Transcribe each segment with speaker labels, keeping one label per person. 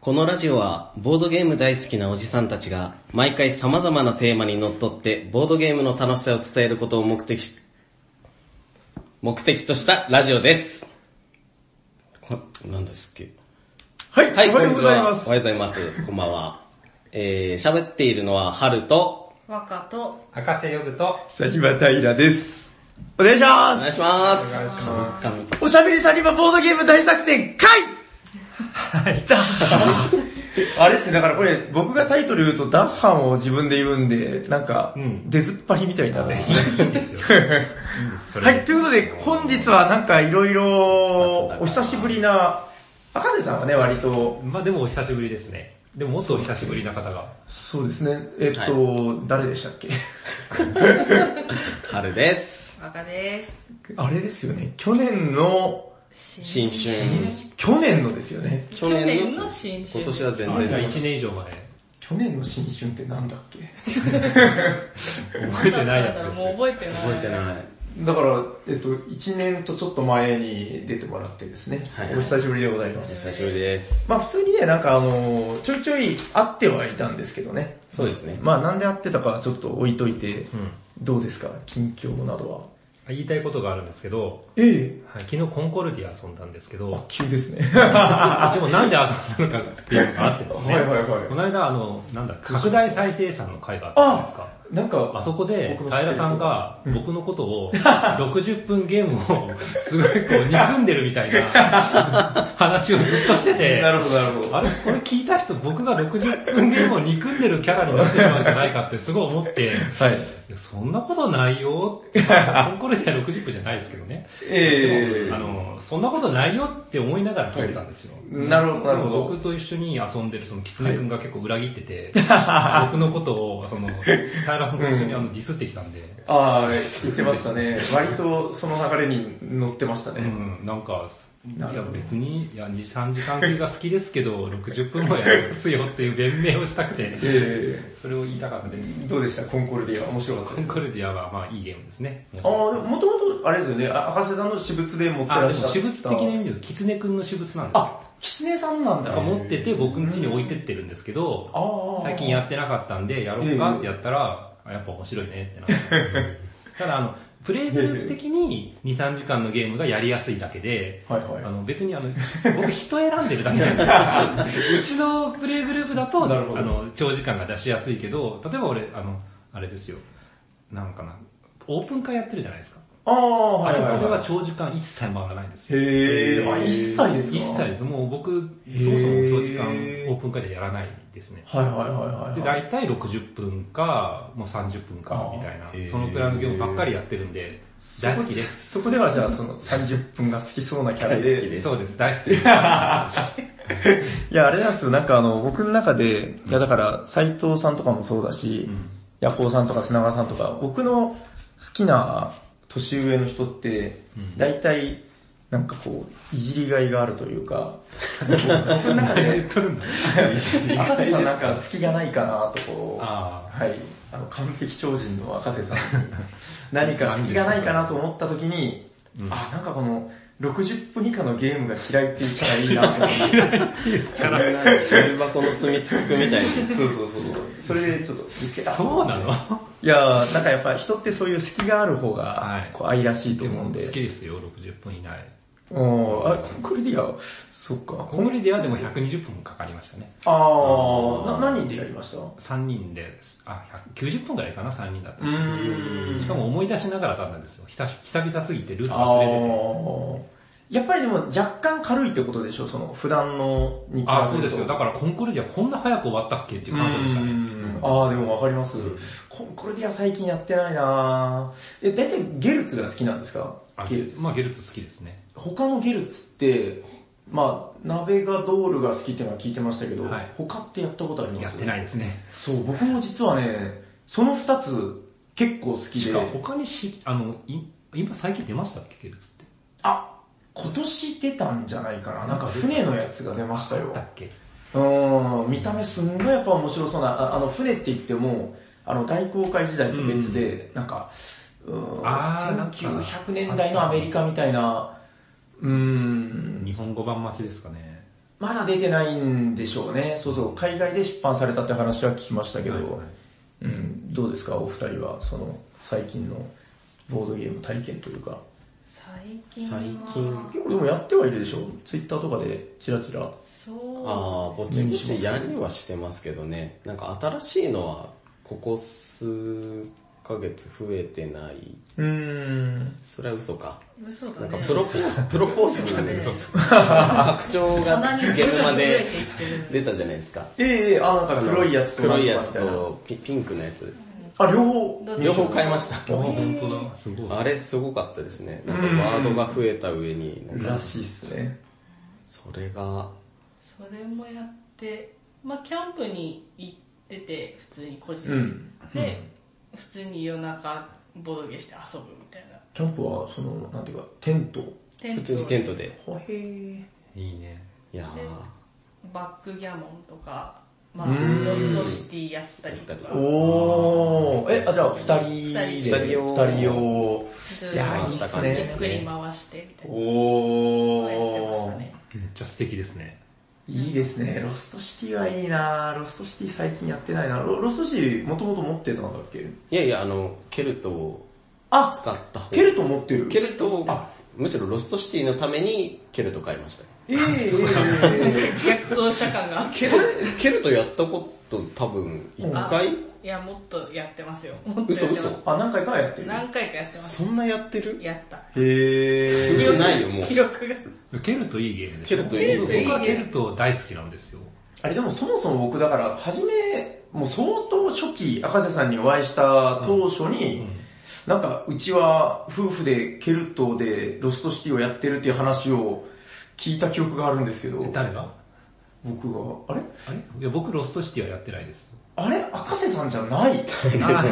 Speaker 1: このラジオは、ボードゲーム大好きなおじさんたちが、毎回様々なテーマにのっとって、ボードゲームの楽しさを伝えることを目的し、目的としたラジオです。こなんですっけ
Speaker 2: はい、
Speaker 1: はい、
Speaker 2: お
Speaker 1: こ
Speaker 2: は
Speaker 1: ん
Speaker 2: よう
Speaker 1: に
Speaker 2: ご
Speaker 1: ち
Speaker 2: ざい
Speaker 1: は。おは
Speaker 2: ま
Speaker 1: よ
Speaker 2: す
Speaker 1: う。ございます。こんばんは。えー、喋っているのは、春と、
Speaker 3: 若と、
Speaker 4: 博士呼ぶと、
Speaker 2: サニバタイラです。お願いしま
Speaker 1: お願いし
Speaker 2: す。
Speaker 1: ます。
Speaker 4: お願いします
Speaker 1: 噛む噛む
Speaker 2: おしゃべりサニバボードゲーム大作戦会はい。ダッハン。あれですね、だからこれ、僕がタイトル言うとダッハンを自分で言うんで、なんか、出ずっぱりみたいになるんですね。はい、ということで、本日はなんかいろいろ、お久しぶりな、赤瀬さんはね、割と、
Speaker 4: まあでもお久しぶりですね。でももっとお久しぶりな方が。
Speaker 2: そうですね、えっと、誰でしたっけ
Speaker 1: 春です。
Speaker 3: 若です。
Speaker 2: あれですよね、去年の、
Speaker 1: 新春。
Speaker 2: 去年のですよね。
Speaker 1: 去
Speaker 3: 去年の新春
Speaker 1: 今年は全
Speaker 4: 1
Speaker 1: 然ない。
Speaker 4: 年以上まで
Speaker 2: 去年の新春ってなんだっけ
Speaker 4: 覚えてないやつ
Speaker 3: だから
Speaker 4: です
Speaker 3: もう覚えてない。
Speaker 1: 覚えてない。
Speaker 2: だから、えっと、1年とちょっと前に出てもらってですね、
Speaker 1: はい
Speaker 2: お久しぶりでございま
Speaker 1: お
Speaker 2: す。
Speaker 1: 久しぶりです。
Speaker 2: まあ普通にね、なんかあのー、ちょいちょい会ってはいたんですけどね。
Speaker 1: そうですね。
Speaker 2: まあなんで会ってたかはちょっと置いといて、
Speaker 4: うん。
Speaker 2: どうですか近況などは。
Speaker 4: 言いたいことがあるんですけど、
Speaker 2: ええ
Speaker 4: はい昨日コンコルディア遊んだんですけ ど、
Speaker 2: 急ですね。
Speaker 4: でもなんで遊んだのかっていうのがあってですね。
Speaker 2: はいはいはい
Speaker 4: この間あの、なんだ、拡大再生産の会があったじゃないですか。
Speaker 2: なん
Speaker 4: あ
Speaker 2: か、
Speaker 4: そこで、
Speaker 2: 僕の知ってる人
Speaker 4: 平さんが僕のことを、60分ゲームを、すごいこう、憎んでるみたい な話をずっとしてて、
Speaker 2: るほどなるほ
Speaker 4: あれこれ聞いた人、僕が60分ゲームを憎んでるキャラになってしまうんじゃないかってすごい思って、
Speaker 2: はい。
Speaker 4: そんなことないよ。まあコンコルディア60分じゃないですけどね。
Speaker 2: ええ
Speaker 4: あの、そんなことないよって思いながら聞いてたんですよ。
Speaker 2: はいなるほどなるほど
Speaker 4: でも僕と一緒に遊んでるそのキツネ君が結構裏切っ てて、僕のことを、その、平さんと一緒にあのディスってきたんで、
Speaker 2: ああ、言ってましたね。割とその流れに乗ってました
Speaker 4: う
Speaker 2: ね。
Speaker 4: ん、なんか、い
Speaker 2: なる
Speaker 4: や
Speaker 2: ほど
Speaker 4: 別に、いや2、3時間系が好きですけど、60分もやりますよっていう弁明をしたくて、
Speaker 2: ええ
Speaker 4: それを言いたかったです。
Speaker 2: どうでしたコンコルディア面白かった
Speaker 4: コ
Speaker 2: で
Speaker 4: ン
Speaker 2: すか
Speaker 4: コルディアはまあいいゲームですね。
Speaker 2: ああ、でももともと、あれですよね、あ赤瀬さんの私物で持って
Speaker 4: あ、
Speaker 2: ら
Speaker 4: で
Speaker 2: っしゃ
Speaker 4: も
Speaker 2: った。
Speaker 4: 私物的な意味では、キツネ君の私物なんですよ。
Speaker 2: あ、キツネさんなん
Speaker 4: だ
Speaker 2: だ。
Speaker 4: から持ってて僕ん家に置い
Speaker 2: て。
Speaker 4: てってるんですけど、
Speaker 2: ああ。
Speaker 4: 最近やってなかったんで、やろうかってやったら、あやっぱ面白いねってなっ た。ただあの、プレイブルー的に2、3時間のゲームがやりやすいだけで、
Speaker 2: はいはい
Speaker 4: あの別にあの、僕人選んでるだ けなんですようちのプレイグループだと、あ
Speaker 2: なるほど
Speaker 4: の、長時間が出しやすいけど、例えば俺、あの、あれですよ、なんかな、オープン会やってるじゃないですか。
Speaker 2: ああ、は
Speaker 4: あ
Speaker 2: い
Speaker 4: そ
Speaker 2: はい
Speaker 4: こでは
Speaker 2: はい。
Speaker 4: 長時間一切回らないんですよ。
Speaker 2: へえ、あ、一切ですか
Speaker 4: 一切です。もう僕、
Speaker 2: へー
Speaker 4: そもそも長時間オープン会でやらないですね。
Speaker 2: はいはいはいはい。
Speaker 4: で、大体60分か、もう30分か、みたい
Speaker 1: あー
Speaker 4: な、そのくらいのゲームばっかりやってるんで、大好きです。
Speaker 2: そこではじゃあ、その30分が好きそうなキャラで。
Speaker 1: 大好きです
Speaker 4: そうです、大好 きです。
Speaker 2: いや、あれなんですよ、なんかあの、僕の中で、いやだから、斎藤さんとかもそうだし、ヤコウさんとか砂川さんとか、僕の好きな年上の人って、大体、なんかこう、いじりがいがあるというか、僕の中で、 赤瀬さんなんか隙がないかなとこう、
Speaker 4: あー
Speaker 2: はい、あの、完璧超人の赤 瀬さん、何か隙がないかなと思った時に、あ、なんかこの、60分以下のゲームが嫌いっていうキャラいいなと思 って。
Speaker 1: キャラ、重箱の隅つつくみたいに。
Speaker 2: そうそうそう。それでちょっと見つけた。
Speaker 4: そうなの
Speaker 2: いやー、なんかやっぱ人ってそういう隙がある方が
Speaker 4: はい、
Speaker 2: こう愛らしいと
Speaker 4: で
Speaker 2: 思う
Speaker 4: も
Speaker 2: んで。
Speaker 4: 好きですよ、60分以内。
Speaker 2: うん、あ、コンクルディア、そっか。
Speaker 4: コンビではでも120分もかかりましたね。
Speaker 2: あー、な、何でやりましたう
Speaker 4: 3人で、あ、100 90分くらいかな、3人だったし。
Speaker 2: ーん
Speaker 4: しかも思い出しながらだったんですよ。久し久々すぎてルート
Speaker 2: あ
Speaker 4: 忘れてて。
Speaker 2: ー。やっぱりでも若干軽いってことでしょその普段のに比べると
Speaker 4: あ、そうですよ。だからコンコルディアこんな早く終わったっけっていう感想でした
Speaker 2: う
Speaker 4: ね。
Speaker 2: んあー、でもわかります。コンクルディア最近やってないなーえ、だいたいゲルツが好きなんですか
Speaker 4: あ
Speaker 2: ゲルツ。
Speaker 4: まあゲルツ好きですね。
Speaker 2: 他のゲルツって、まあ、ナベガドールが好きっていうのは聞いてましたけど、
Speaker 4: はい
Speaker 2: 他ってやったことあります
Speaker 4: やってないですね。
Speaker 2: そう、僕も実はね、その二つ結構好き
Speaker 4: し
Speaker 2: で
Speaker 4: か、他にし、あの、い今最近出ましたっけ、ゲルツって。
Speaker 2: あ、今年出たんじゃないかな。なんか船のやつが出ましたよ
Speaker 4: だ。っけ
Speaker 2: うーん、見た目すんごいやっぱ面白そうな、ああの船って言っても、あの大航海時代と別で、なんか、うーん
Speaker 4: あーなんか
Speaker 2: 1900年代のアメリカみたいな、うーん、
Speaker 4: 日本語版待ちですかね。
Speaker 2: まだ出てないんでしょうね。そうそう、海外で出版されたって話は聞きましたけど、うん、どうですか、お二人は、その、最近のボードゲーム体験というか。
Speaker 3: 最近
Speaker 1: 最
Speaker 3: は
Speaker 1: 近
Speaker 2: 結構でもやってはいるでしょツイッターとかで、チラチラ。
Speaker 3: そう。
Speaker 1: ああ、ぼちぼちやりはしてますけどね。なんか新しいのは、ここ数ヶ月増えてない。
Speaker 2: うーん。
Speaker 1: それは嘘か。
Speaker 3: 嘘だ
Speaker 1: な
Speaker 3: ね。
Speaker 1: んかプロポー、プロポーズ
Speaker 3: 嘘
Speaker 1: が
Speaker 3: だ
Speaker 1: ね
Speaker 3: ね。、
Speaker 1: 拡張が
Speaker 3: 鼻に
Speaker 1: ゲ
Speaker 3: 徐
Speaker 1: ーム
Speaker 3: 々
Speaker 1: ま
Speaker 3: に増え
Speaker 1: で
Speaker 3: ていってる。
Speaker 1: 出たじゃないですか。
Speaker 2: ええあ、なんか黒いやつと
Speaker 1: 黒いやつ
Speaker 2: なんとか
Speaker 1: とピピンクのやつ。
Speaker 2: みたいなあ、両方。
Speaker 3: どっち
Speaker 1: 両方買いました。
Speaker 4: あ、本当だ。すごい。
Speaker 1: あれすごかったですね。なんかワードが増えた上に、なんから
Speaker 2: しいっすね。
Speaker 1: それが、
Speaker 3: それもやって、まあキャンプに行ってて、普通に個人
Speaker 2: う
Speaker 3: で、
Speaker 2: ん。
Speaker 3: 普通に夜中、ボドゲして遊ぶみたいな。
Speaker 2: キャンプは、その、なんていうか、テント。
Speaker 3: テン
Speaker 1: 普
Speaker 3: ト
Speaker 1: 通にテントで。
Speaker 2: ほへー
Speaker 4: いいね。
Speaker 1: いや
Speaker 3: バックギャモンとか、まあ
Speaker 2: うん
Speaker 3: ロストシティやったりとか、
Speaker 2: おー。え、あ、じゃあ、二人で。
Speaker 3: 二
Speaker 1: 人で
Speaker 2: 二人用。
Speaker 3: ずっ
Speaker 2: いやー、いいっすね
Speaker 3: と。じっくり回してみたいな。
Speaker 2: お
Speaker 3: やってました
Speaker 2: ー。
Speaker 3: ね。
Speaker 4: めっちゃ素敵ですね。
Speaker 2: いいですね。ロストシティはいいなロストシティ最近やってないなロロストシティ、もともと持ってたんだっけ
Speaker 1: ーいやいや、あの、ケルトを
Speaker 2: あ、
Speaker 1: 使った方
Speaker 2: ケルト持ってる。
Speaker 1: ケルトを
Speaker 2: あ、
Speaker 1: むしろロストシティのためにケルト買いました。
Speaker 2: えええ
Speaker 3: 逆走した感が。
Speaker 1: ケルケルトやったこと多分1回
Speaker 3: いや、もっとやってますよ。もっと
Speaker 1: 嘘
Speaker 3: やってま
Speaker 1: 嘘
Speaker 3: す。
Speaker 2: あ、何回かはやってる。
Speaker 3: 何回かやってます。
Speaker 1: そんなやってる
Speaker 3: やった。
Speaker 2: へ
Speaker 1: 記憶ないよもう
Speaker 3: 記録が。
Speaker 4: ケルトいいゲームでしょ
Speaker 1: ケルトいいゲーム
Speaker 4: 僕はケルト大好きなんですよ。
Speaker 2: あれでもそもそも僕だから、初め、もう相当初期、赤瀬さんにお会いした当初に、なんか、うちは夫婦でケルトでロストシティをやってるっていう話を聞いた記憶があるんですけど、
Speaker 4: 誰が
Speaker 2: 僕が、あれ
Speaker 4: あれいや、僕ロストシティはやってないです。
Speaker 2: あれ赤瀬さんじゃない
Speaker 4: あ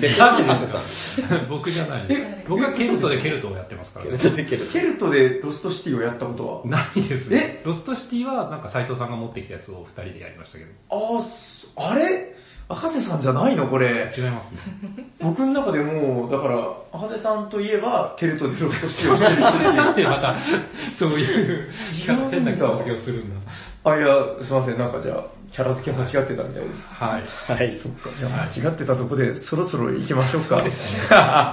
Speaker 1: で、さっきのさん。
Speaker 4: 僕じゃないです。僕はケルトでケルトをやってますから
Speaker 1: ケ
Speaker 4: ね
Speaker 1: ル。トでケルト。
Speaker 2: ケルトでロストシティをやったこと
Speaker 4: ないです
Speaker 2: え
Speaker 4: ね。ロストシティはなんか斎藤さんが持ってきたやつを二人でやりましたけど。
Speaker 2: は、あーす、あれ赤瀬さんじゃないのこれ。
Speaker 4: 違いますね。
Speaker 2: 僕の中でもう、だから、赤瀬さんといえば、ケルトでロストシティをしてる人っていう。
Speaker 4: で、また、そういう、変な片付けをするんだ。
Speaker 2: あ、いや、すいません、なんかじゃあ、キャラ付け間違ってたみたいです。
Speaker 4: はい。
Speaker 1: はい、そっか。
Speaker 2: じゃあ、間違ってたとこで、そろそろ行きましょうか。
Speaker 1: 行き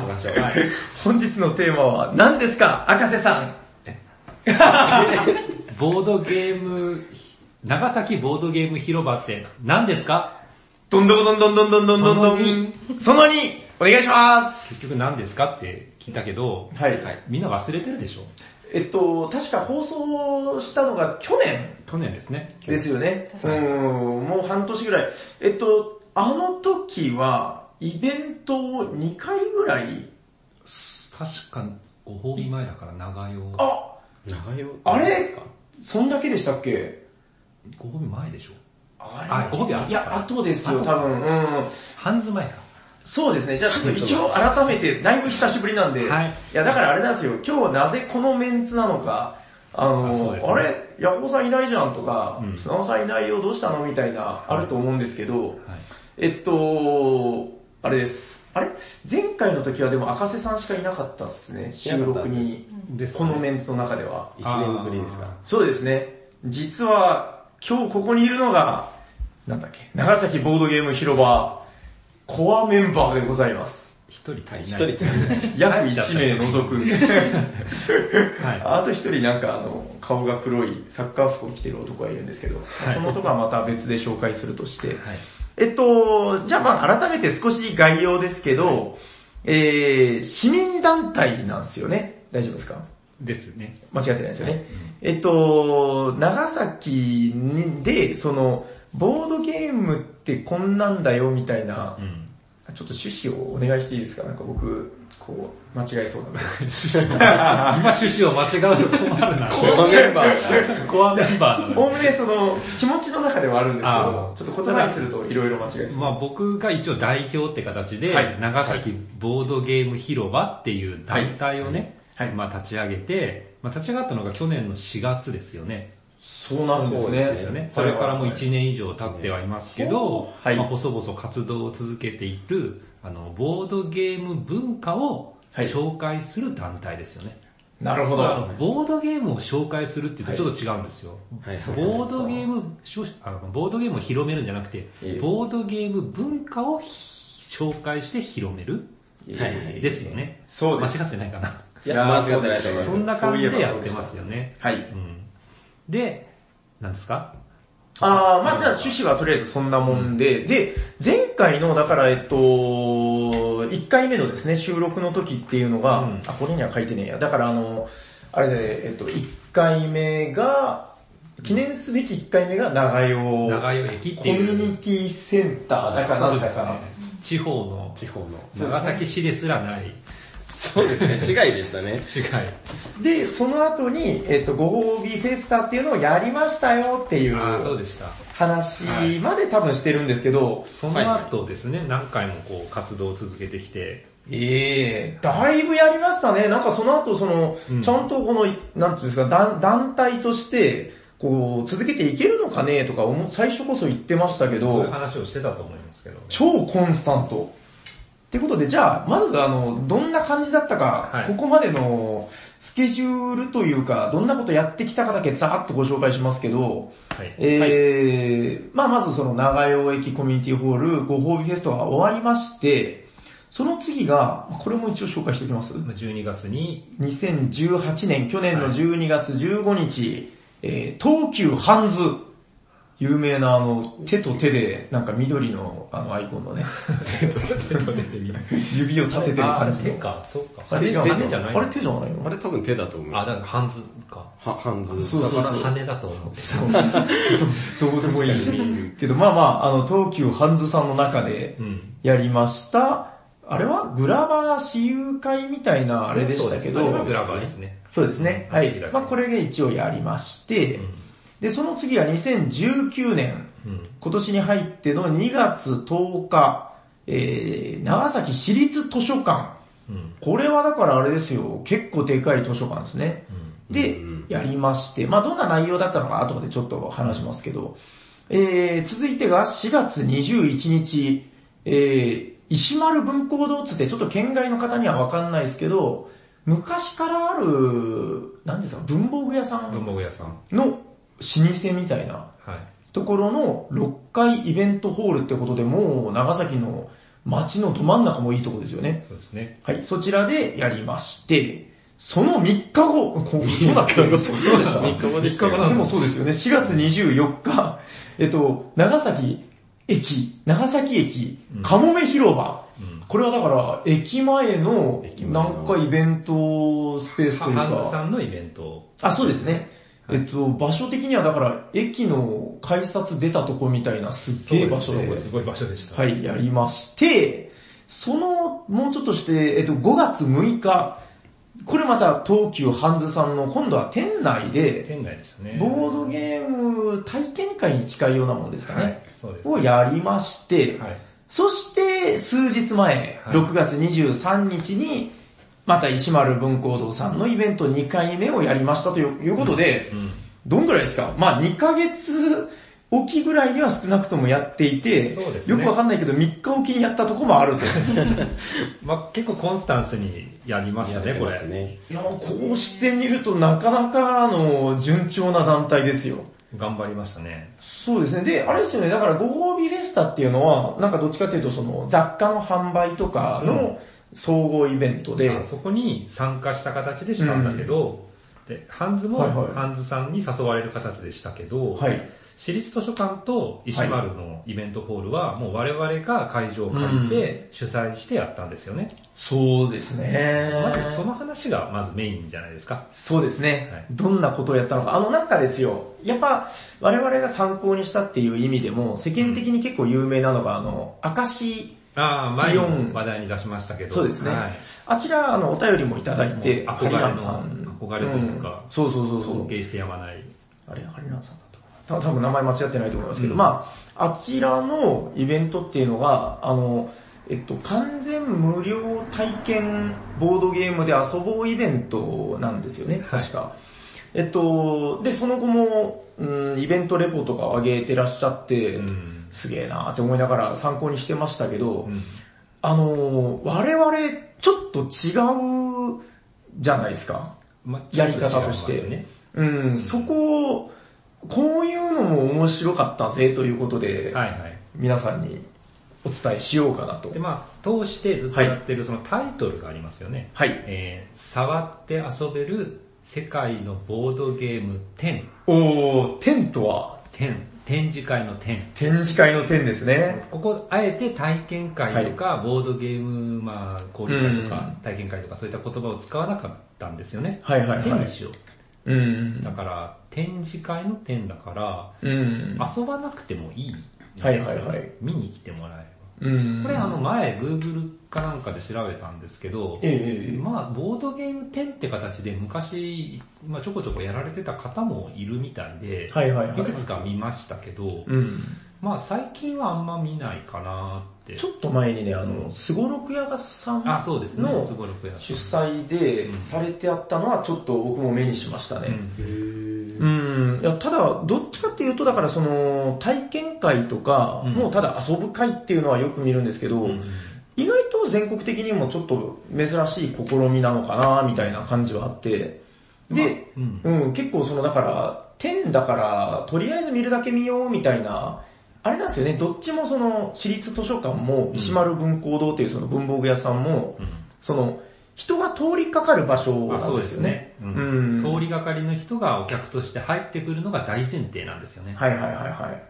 Speaker 1: ましょう。
Speaker 4: はい。
Speaker 2: 本日のテーマは、何ですか赤瀬さん
Speaker 4: ボードゲーム、長崎ボードゲーム広場って何ですか
Speaker 2: どんどんどんどんどんどんどんどん。その2、お願いします
Speaker 4: 結局何ですかって聞いたけど、
Speaker 2: はい
Speaker 4: みんな忘れてるでしょ
Speaker 2: えっと、確か放送したのが去年
Speaker 4: 去年ですね。
Speaker 2: ですよね。うん、もう半年ぐらい。えっと、あの時は、イベントを2回ぐらい、
Speaker 4: 確か、ご褒美前だから長用。
Speaker 2: あ、
Speaker 1: 長よ。
Speaker 2: あれですかそんだけでしたっけ
Speaker 4: ご褒美前でしょ
Speaker 2: あ
Speaker 4: あご褒美あった
Speaker 2: いや、後ですよ、多分。うん。
Speaker 4: ハンズ前か。
Speaker 2: そうですね。じゃあちょっと一応改めて、だいぶ久しぶりなんで、
Speaker 4: はい
Speaker 2: いや、だからあれなんですよ、今日なぜこのメンツなのか、あ
Speaker 4: あそう
Speaker 2: の、あ,、
Speaker 4: ですね
Speaker 2: れ、ヤホーさんいないじゃんとか
Speaker 4: うん、
Speaker 2: 砂、尾、さんいないよ、どうしたのみたいな、あると思うんですけど、
Speaker 4: はい。
Speaker 2: えっと、あれです。あれ前回の時はでも赤瀬さんしかいなかったっすね、収録
Speaker 1: いなかった
Speaker 2: に。
Speaker 4: です
Speaker 2: このメンツの中では。
Speaker 1: 1年ぶりですか
Speaker 2: そうですね。実は、今日ここにいるのが、なんだっけ、長崎ボードゲーム広場、コアメンバーでございます。
Speaker 4: 一人足り
Speaker 1: 一
Speaker 4: な
Speaker 1: 人
Speaker 4: い。
Speaker 2: 約1名除く。
Speaker 4: は
Speaker 2: あと一人なんかあの、顔が黒いサッカー服を着てる男がいるんですけど、その男はまた別で紹介するとして
Speaker 4: い。。はい。
Speaker 2: えっと、じゃあまあ改めて少し概要ですけど、えー、市民団体なんですよね。大丈夫ですか
Speaker 4: ですね。
Speaker 2: 間違ってないですよね。えっと、長崎にで、その、ボードゲームってこんなんだよみたいな
Speaker 4: う、ん。
Speaker 2: ちょっと趣旨をお願いしていいですかなんか僕、こう、間違えそうなんで。
Speaker 4: 今趣旨を間違うと困る な。
Speaker 1: このメンバーが。
Speaker 4: コアメンバーなの
Speaker 2: おおむねその気持ちの中ではあるんです
Speaker 4: ああ
Speaker 2: けど、ちょっと言葉にするといろいろ間違えます。
Speaker 4: まあ僕が一応代表って形で、
Speaker 2: はい
Speaker 4: 長崎ボードゲーム広場っていう団体をね、
Speaker 2: はいはい
Speaker 4: まあ立ち上げて、まあ立ち上がったのが去年の4月ですよね。
Speaker 2: そうなるんで
Speaker 1: そ
Speaker 2: すね。
Speaker 1: うで
Speaker 4: ですすよ
Speaker 1: ね
Speaker 4: ね。それからもう1
Speaker 2: 年。
Speaker 4: 年以上経ってはいますけ
Speaker 2: は
Speaker 4: ど、
Speaker 2: い
Speaker 4: まあ細々活動を続けている、あの、ボードゲーム文化を
Speaker 2: はい
Speaker 4: 紹介する団体ですよね。
Speaker 2: なるほ
Speaker 4: まああの
Speaker 2: ど。
Speaker 4: ボードゲームを紹介するっていうとちょっと違うんですよ。
Speaker 1: はい
Speaker 4: ボードゲームしょあの、ボードゲームを広めるんじゃなくて、
Speaker 1: ええ
Speaker 4: ボードゲーム文化を紹介して広める
Speaker 1: はいはい
Speaker 4: ですよね。
Speaker 2: そうです
Speaker 4: 間違ってない かな。
Speaker 1: いや、間違ってないと思い
Speaker 2: そ
Speaker 1: ま
Speaker 2: う
Speaker 1: す
Speaker 4: そ。んな感じで
Speaker 2: そういえ
Speaker 4: やって
Speaker 2: ばそ
Speaker 4: ま
Speaker 2: う
Speaker 4: すよね。
Speaker 2: はい。
Speaker 4: うんで、なんですか
Speaker 2: あー、まあ、じゃあ趣旨はとりあえずそんなもんで、で、前回の、だから、えっと、1回目のですね、収録の時っていうのが、
Speaker 4: うん
Speaker 2: あ、これには書いてねえや。だから、あの、あれで、えっと、1回目が、記念すべき1回目が長与
Speaker 4: 長与駅っ
Speaker 2: コ
Speaker 4: て
Speaker 2: ミ
Speaker 4: いう。
Speaker 2: ュニティセンターだかなんだか。
Speaker 4: 地方の、
Speaker 1: 地方の。
Speaker 4: 長崎市ですらない。
Speaker 1: そうですね、市外でしたね。
Speaker 4: 違い。
Speaker 2: で、その後に、えっと、ご褒美フェスタっていうのをやりましたよっていう
Speaker 4: ああ、そうでした。
Speaker 2: 話まで多分してるんですけど、
Speaker 4: その後ですね、何回もこう活動を続けてきて、
Speaker 2: ええだいぶやりましたね。なんかその後、その、
Speaker 4: うん
Speaker 2: ちゃんとこの、なんていうんですか、団団体として、こう、続けていけるのかねとか思う、最初こそ言ってましたけ
Speaker 4: そういう
Speaker 2: ど、
Speaker 4: 話をしてたと思いますけどね。
Speaker 2: 超コンスタント。ってことで、じゃあ、まずあの、どんな感じだったか、
Speaker 4: はい
Speaker 2: ここまでのスケジュールというか、どんなことやってきたかだけざーっとご紹介しますけど、
Speaker 4: はい。
Speaker 2: えーまあまずその長洋駅コミュニティホールご褒美フェストが終わりまして、その次が、これも一応紹介しておきます。
Speaker 4: まあ12月に、
Speaker 2: 2018年、去年の12月15日、えー東急ハンズ、有名なあの、手と手で、なんか緑のあのアイコンの ね、指を立ててる
Speaker 4: あ
Speaker 2: 感
Speaker 4: ー、
Speaker 2: じ
Speaker 4: 手
Speaker 2: の。
Speaker 4: か、そうか。
Speaker 2: あれ違う
Speaker 4: 手じゃない
Speaker 2: あれ手じゃないの
Speaker 1: あれ多分手だと思う。
Speaker 4: あ、だからハンズか。
Speaker 1: は、ハンズ。
Speaker 2: そうそうそう
Speaker 4: 羽だと思って。
Speaker 2: そう。どどうでもいい。けど、まあまあ、あの、東急ハンズさんの中で
Speaker 4: うん。
Speaker 2: やりました。あれはグラバー私有会みたいなあれでしたけど、
Speaker 4: そうですグラバーですね。
Speaker 2: そうですね。は
Speaker 4: う
Speaker 2: い
Speaker 4: ん。
Speaker 2: まあこれで一応やりまして、で、その次は2019年、
Speaker 4: うんうん。
Speaker 2: 今年に入っての2月10日、えー、長崎市立図書館。
Speaker 4: うん。
Speaker 2: これはだからあれですよ、結構でかい図書館ですね。
Speaker 4: うん
Speaker 2: で
Speaker 1: うん、
Speaker 2: やりまして、まあどんな内容だったのか後でちょっと話しますけど、えー、続いてが4月21日、えー、石丸文庫堂っつってちょっと県外の方にはわかんないですけど、昔からある、何ですか、文房具屋さ
Speaker 4: 文
Speaker 2: ん
Speaker 4: 房具屋さん。
Speaker 2: の老舗みたいな
Speaker 4: はい。
Speaker 2: ところの6階イベントホールってことでもう長崎の街のど真ん中もいいとこですよね。
Speaker 4: そうですね。
Speaker 2: はい、そちらでやりまして、その3日後、こうそうだった
Speaker 1: 3日後
Speaker 2: そうでした。
Speaker 1: 3日後でしたよ
Speaker 2: 3でもそうですよね。4月24日、えっと、長崎駅、長崎駅
Speaker 4: うん、
Speaker 2: かもめ広場。
Speaker 4: うん。
Speaker 2: これはだから、駅前の
Speaker 1: 駅、前
Speaker 2: な
Speaker 1: の
Speaker 2: んかイベントスペースという
Speaker 4: ハンズ
Speaker 2: か、
Speaker 4: さんのイベント。
Speaker 2: あ、そうですね。えっと、場所的にはだから、駅の改札出たとこみたいなすっげえ場所で
Speaker 4: ですごい場所でした。
Speaker 2: はい、やりまして、その、もうちょっとして、えっと、5月6日、これまた東急ハンズさんの今度は店内で、
Speaker 4: 店内でしたね。
Speaker 2: ボードゲーム体験会に近いようなもんですかね、
Speaker 4: はい。そうです。
Speaker 2: をやりまして、
Speaker 4: はい。
Speaker 2: そして数日前、
Speaker 4: はい
Speaker 2: 6月23日に、また石丸文庫堂さんのイベント2回目をやりましたといういうことで、
Speaker 4: うん。
Speaker 2: どんぐらいですかまあ2ヶ月おきぐらいには少なくともやっていて、
Speaker 4: そうですね
Speaker 2: よくわかんないけど3日おきにやったとこもある と。
Speaker 4: まあ結構コンスタンスにやりましたね、
Speaker 1: やって
Speaker 4: こ
Speaker 1: ま
Speaker 4: れ
Speaker 1: す。ね。
Speaker 2: いや、こうしてみるとなかなかあの順調な団体ですよ。
Speaker 4: 頑張りましたね。
Speaker 2: そうですね。で、あれですよね、だからご褒美フェスタっていうのは、なんかどっちかっていうとその雑貨の販売とかの総合イベントで、
Speaker 4: あそこに参加した形でしたんだけど、で、ハンズも、
Speaker 2: はいはい
Speaker 4: ハンズさんに誘われる形でしたけど、
Speaker 2: はい。
Speaker 4: 私立図書館と石丸のイベントホールは、もう我々が会場を借りて主催してやったんですよね。
Speaker 2: そうですね。
Speaker 4: まずその話がまずメインじゃないですか。
Speaker 2: そうですね、
Speaker 4: はい
Speaker 2: どんなことをやったのか。あの、なんかですよ。やっぱ、我々が参考にしたっていう意味でも、世間的に結構有名なのが、あの、明石、
Speaker 4: ああ、前
Speaker 2: イオン
Speaker 4: も話題に出しましたけど。
Speaker 2: そうですね
Speaker 4: はい
Speaker 2: あちら、あの、お便りもいただいて、
Speaker 4: もう憧
Speaker 2: ハ
Speaker 4: れの
Speaker 2: リランさん
Speaker 4: 憧れというか
Speaker 2: んそうそうそうそ
Speaker 4: 尊
Speaker 2: う。
Speaker 4: 敬してやまない。
Speaker 2: あれ、ハリランさんだったかな。た多分名前間違ってないと思いますけど、
Speaker 4: うん
Speaker 2: まあ、あちらのイベントっていうのが、あの、えっと、完全無料体験ボードゲームで遊ぼうイベントなんですよね、
Speaker 4: はい
Speaker 2: 確か。えっと、で、その後も、うん、イベントレポとか上げてらっしゃって、
Speaker 4: うん
Speaker 2: すげえなって思いながら参考にしてましたけど、
Speaker 4: うん
Speaker 2: あのー、我々、ちょっと違うじゃないですか。
Speaker 4: まあ
Speaker 2: やり方とし
Speaker 4: ちょっ違います
Speaker 2: て
Speaker 4: ね。
Speaker 2: うん、そこを、こういうのも面白かったぜということで、
Speaker 4: はいはい。
Speaker 2: 皆さんにお伝えしようかなと
Speaker 4: で、。まあ、通してずっとやってるそのタイトルがありますよね。
Speaker 2: はい。
Speaker 4: えー、触って遊べる世界のボードゲーム10。
Speaker 2: おー、テントは
Speaker 4: 10。展示会の10。
Speaker 2: 展示会の点ですね。
Speaker 4: ここ、あえて体験会とか、ボードゲーム、まあ、交流会と
Speaker 2: うん
Speaker 4: か、体験会とか、そういった言葉を使わなかったんですよね。
Speaker 2: はいはい
Speaker 4: 10
Speaker 2: は
Speaker 4: に
Speaker 2: い。
Speaker 4: しよ
Speaker 2: うん
Speaker 4: う。だ。から、展示会の10だから、
Speaker 2: うん。
Speaker 4: 遊ばなくてもいい。
Speaker 2: はいはいはい。
Speaker 4: 見に来てもらえれ
Speaker 2: うん。
Speaker 4: ば。これ、あの、、前、Google かなんかで調べたんですけど、
Speaker 2: ええええ
Speaker 4: まあ、ボードゲーム10って形で昔、まあ、ちょこちょこやられてた方もいるみたいで、
Speaker 2: はいはいはい
Speaker 4: いくつか見ましたけど、
Speaker 2: うん。
Speaker 4: まあ、最近はあんま見ないかなって。
Speaker 2: ちょっと前にね、あの、スゴロク屋がさん
Speaker 4: あ、そうですね。
Speaker 2: の
Speaker 4: すごい6や
Speaker 2: 主催で
Speaker 4: うん
Speaker 2: されてあったのはちょっと僕も目にしましたね。
Speaker 1: ー
Speaker 2: うん、いやただ、どっちかっていうと、だからその、体験会とか、
Speaker 4: うん
Speaker 2: もうただ遊ぶ会っていうのはよく見るんですけど、
Speaker 4: うん
Speaker 2: 意外と全国的にもちょっと珍しい試みなのかな、みたいな感じはあって、で、
Speaker 4: うん
Speaker 2: うん、結構その、だから、10だから、とりあえず見るだけ見よう、みたいな、あれなんですよね、どっちもその、私立図書館も、石丸文工堂っていうその文房具屋さんも、
Speaker 4: うん
Speaker 2: その、人が通りかかる場所
Speaker 4: あ、そ
Speaker 2: なん
Speaker 4: う
Speaker 2: で
Speaker 4: ですす
Speaker 2: よね。
Speaker 4: ね。うん
Speaker 2: うん
Speaker 4: 通りがかりの人がお客として入ってくるのが大前提なんですよね。
Speaker 2: はいはいはいはい。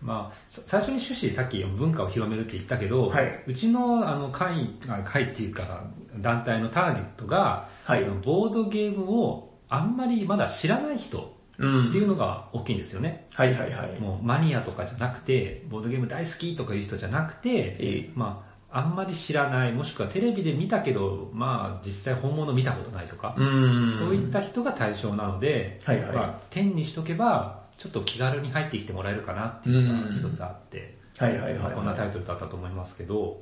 Speaker 4: まあ、さ最初に趣旨、さっき文化を広めるって言ったけど、
Speaker 2: はいう
Speaker 4: ちのあの会員、あ会っていうか、団体のターゲットが、
Speaker 2: はい
Speaker 4: あのボードゲームをあんまりまだ知らない人っ
Speaker 2: うん
Speaker 4: ていうのが大きいんですよね。
Speaker 2: はいはいはい。
Speaker 4: もうマニアとかじゃなくて、ボードゲーム大好きとかいう人じゃなくて、
Speaker 2: ええ
Speaker 4: まあ、あんまり知らない、もしくはテレビで見たけど、まあ、実際本物見たことないとか、
Speaker 2: ん
Speaker 4: そういっ。た人が対象なので、
Speaker 2: はいはい
Speaker 4: まあ、点にしとけば、ちょっと気軽に入ってきてもらえるかなっていうのが一つあって、
Speaker 2: はいはい
Speaker 4: まあこんな
Speaker 2: は
Speaker 4: タイトルだったと思いますけど、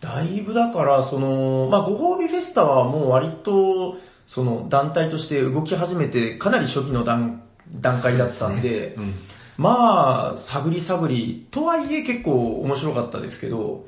Speaker 2: い。だいぶだから、その、まあご褒美フェスタはもう割と、その団体として動き始めて、かなり初期の段段階だったんで、
Speaker 4: うん
Speaker 2: まあ、探り探り、とはいえ結構面白かったですけど、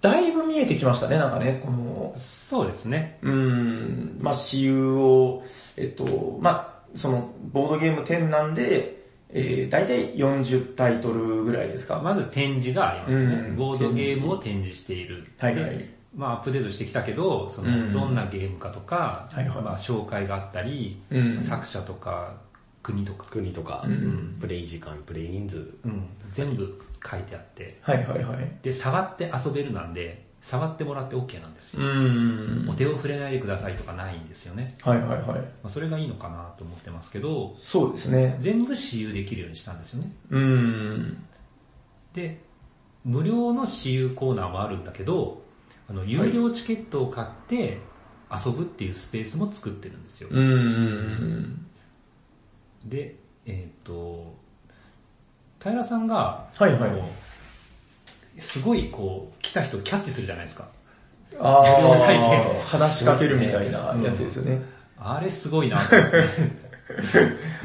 Speaker 2: だいぶ見えてきましたね、なんかね、この、
Speaker 4: そうですね。
Speaker 2: うーん、まあ、私有を、えっと、まあ、その、ボードゲーム10なんで、えー、大体40タイトルぐらいですか。
Speaker 4: まず展示がありますね。
Speaker 2: うん
Speaker 4: ボードゲームを展示している。
Speaker 2: はいはい
Speaker 4: でまあアップデートしてきたけど、そ
Speaker 2: うん
Speaker 4: のどんなゲームかとか、
Speaker 2: はいはい
Speaker 4: まあ紹介があったり、
Speaker 2: うん
Speaker 4: 作者とか国とか、
Speaker 1: 国とか、
Speaker 2: ん
Speaker 1: プレイ時間、プレイ人数。
Speaker 4: うん全部書いてあって、
Speaker 2: はいはいはい。
Speaker 4: で、触って遊べるなんで、触ってもらって OK なんですよ。
Speaker 2: うーん
Speaker 4: お。手を触れないでくださいとかないんですよね。
Speaker 2: はいはいはい。
Speaker 4: まあ、それがいいのかなと思ってますけど、
Speaker 2: そうですね。
Speaker 4: 全部私有できるようにしたんですよね。
Speaker 2: うーん。
Speaker 4: で、無料の私有コーナーもあるんだけど、あの、有料チケットを買って遊ぶっていうスペースも作ってるんですよ。
Speaker 2: うーん。
Speaker 4: で、えっ、と、平さんが、
Speaker 2: はいはい
Speaker 4: あのすごいこう、来た人をキャッチするじゃないですか。
Speaker 2: あ
Speaker 4: 自分の体験
Speaker 2: ー、話しかけるみたいなやつですよね。
Speaker 4: あれすごいな と思って。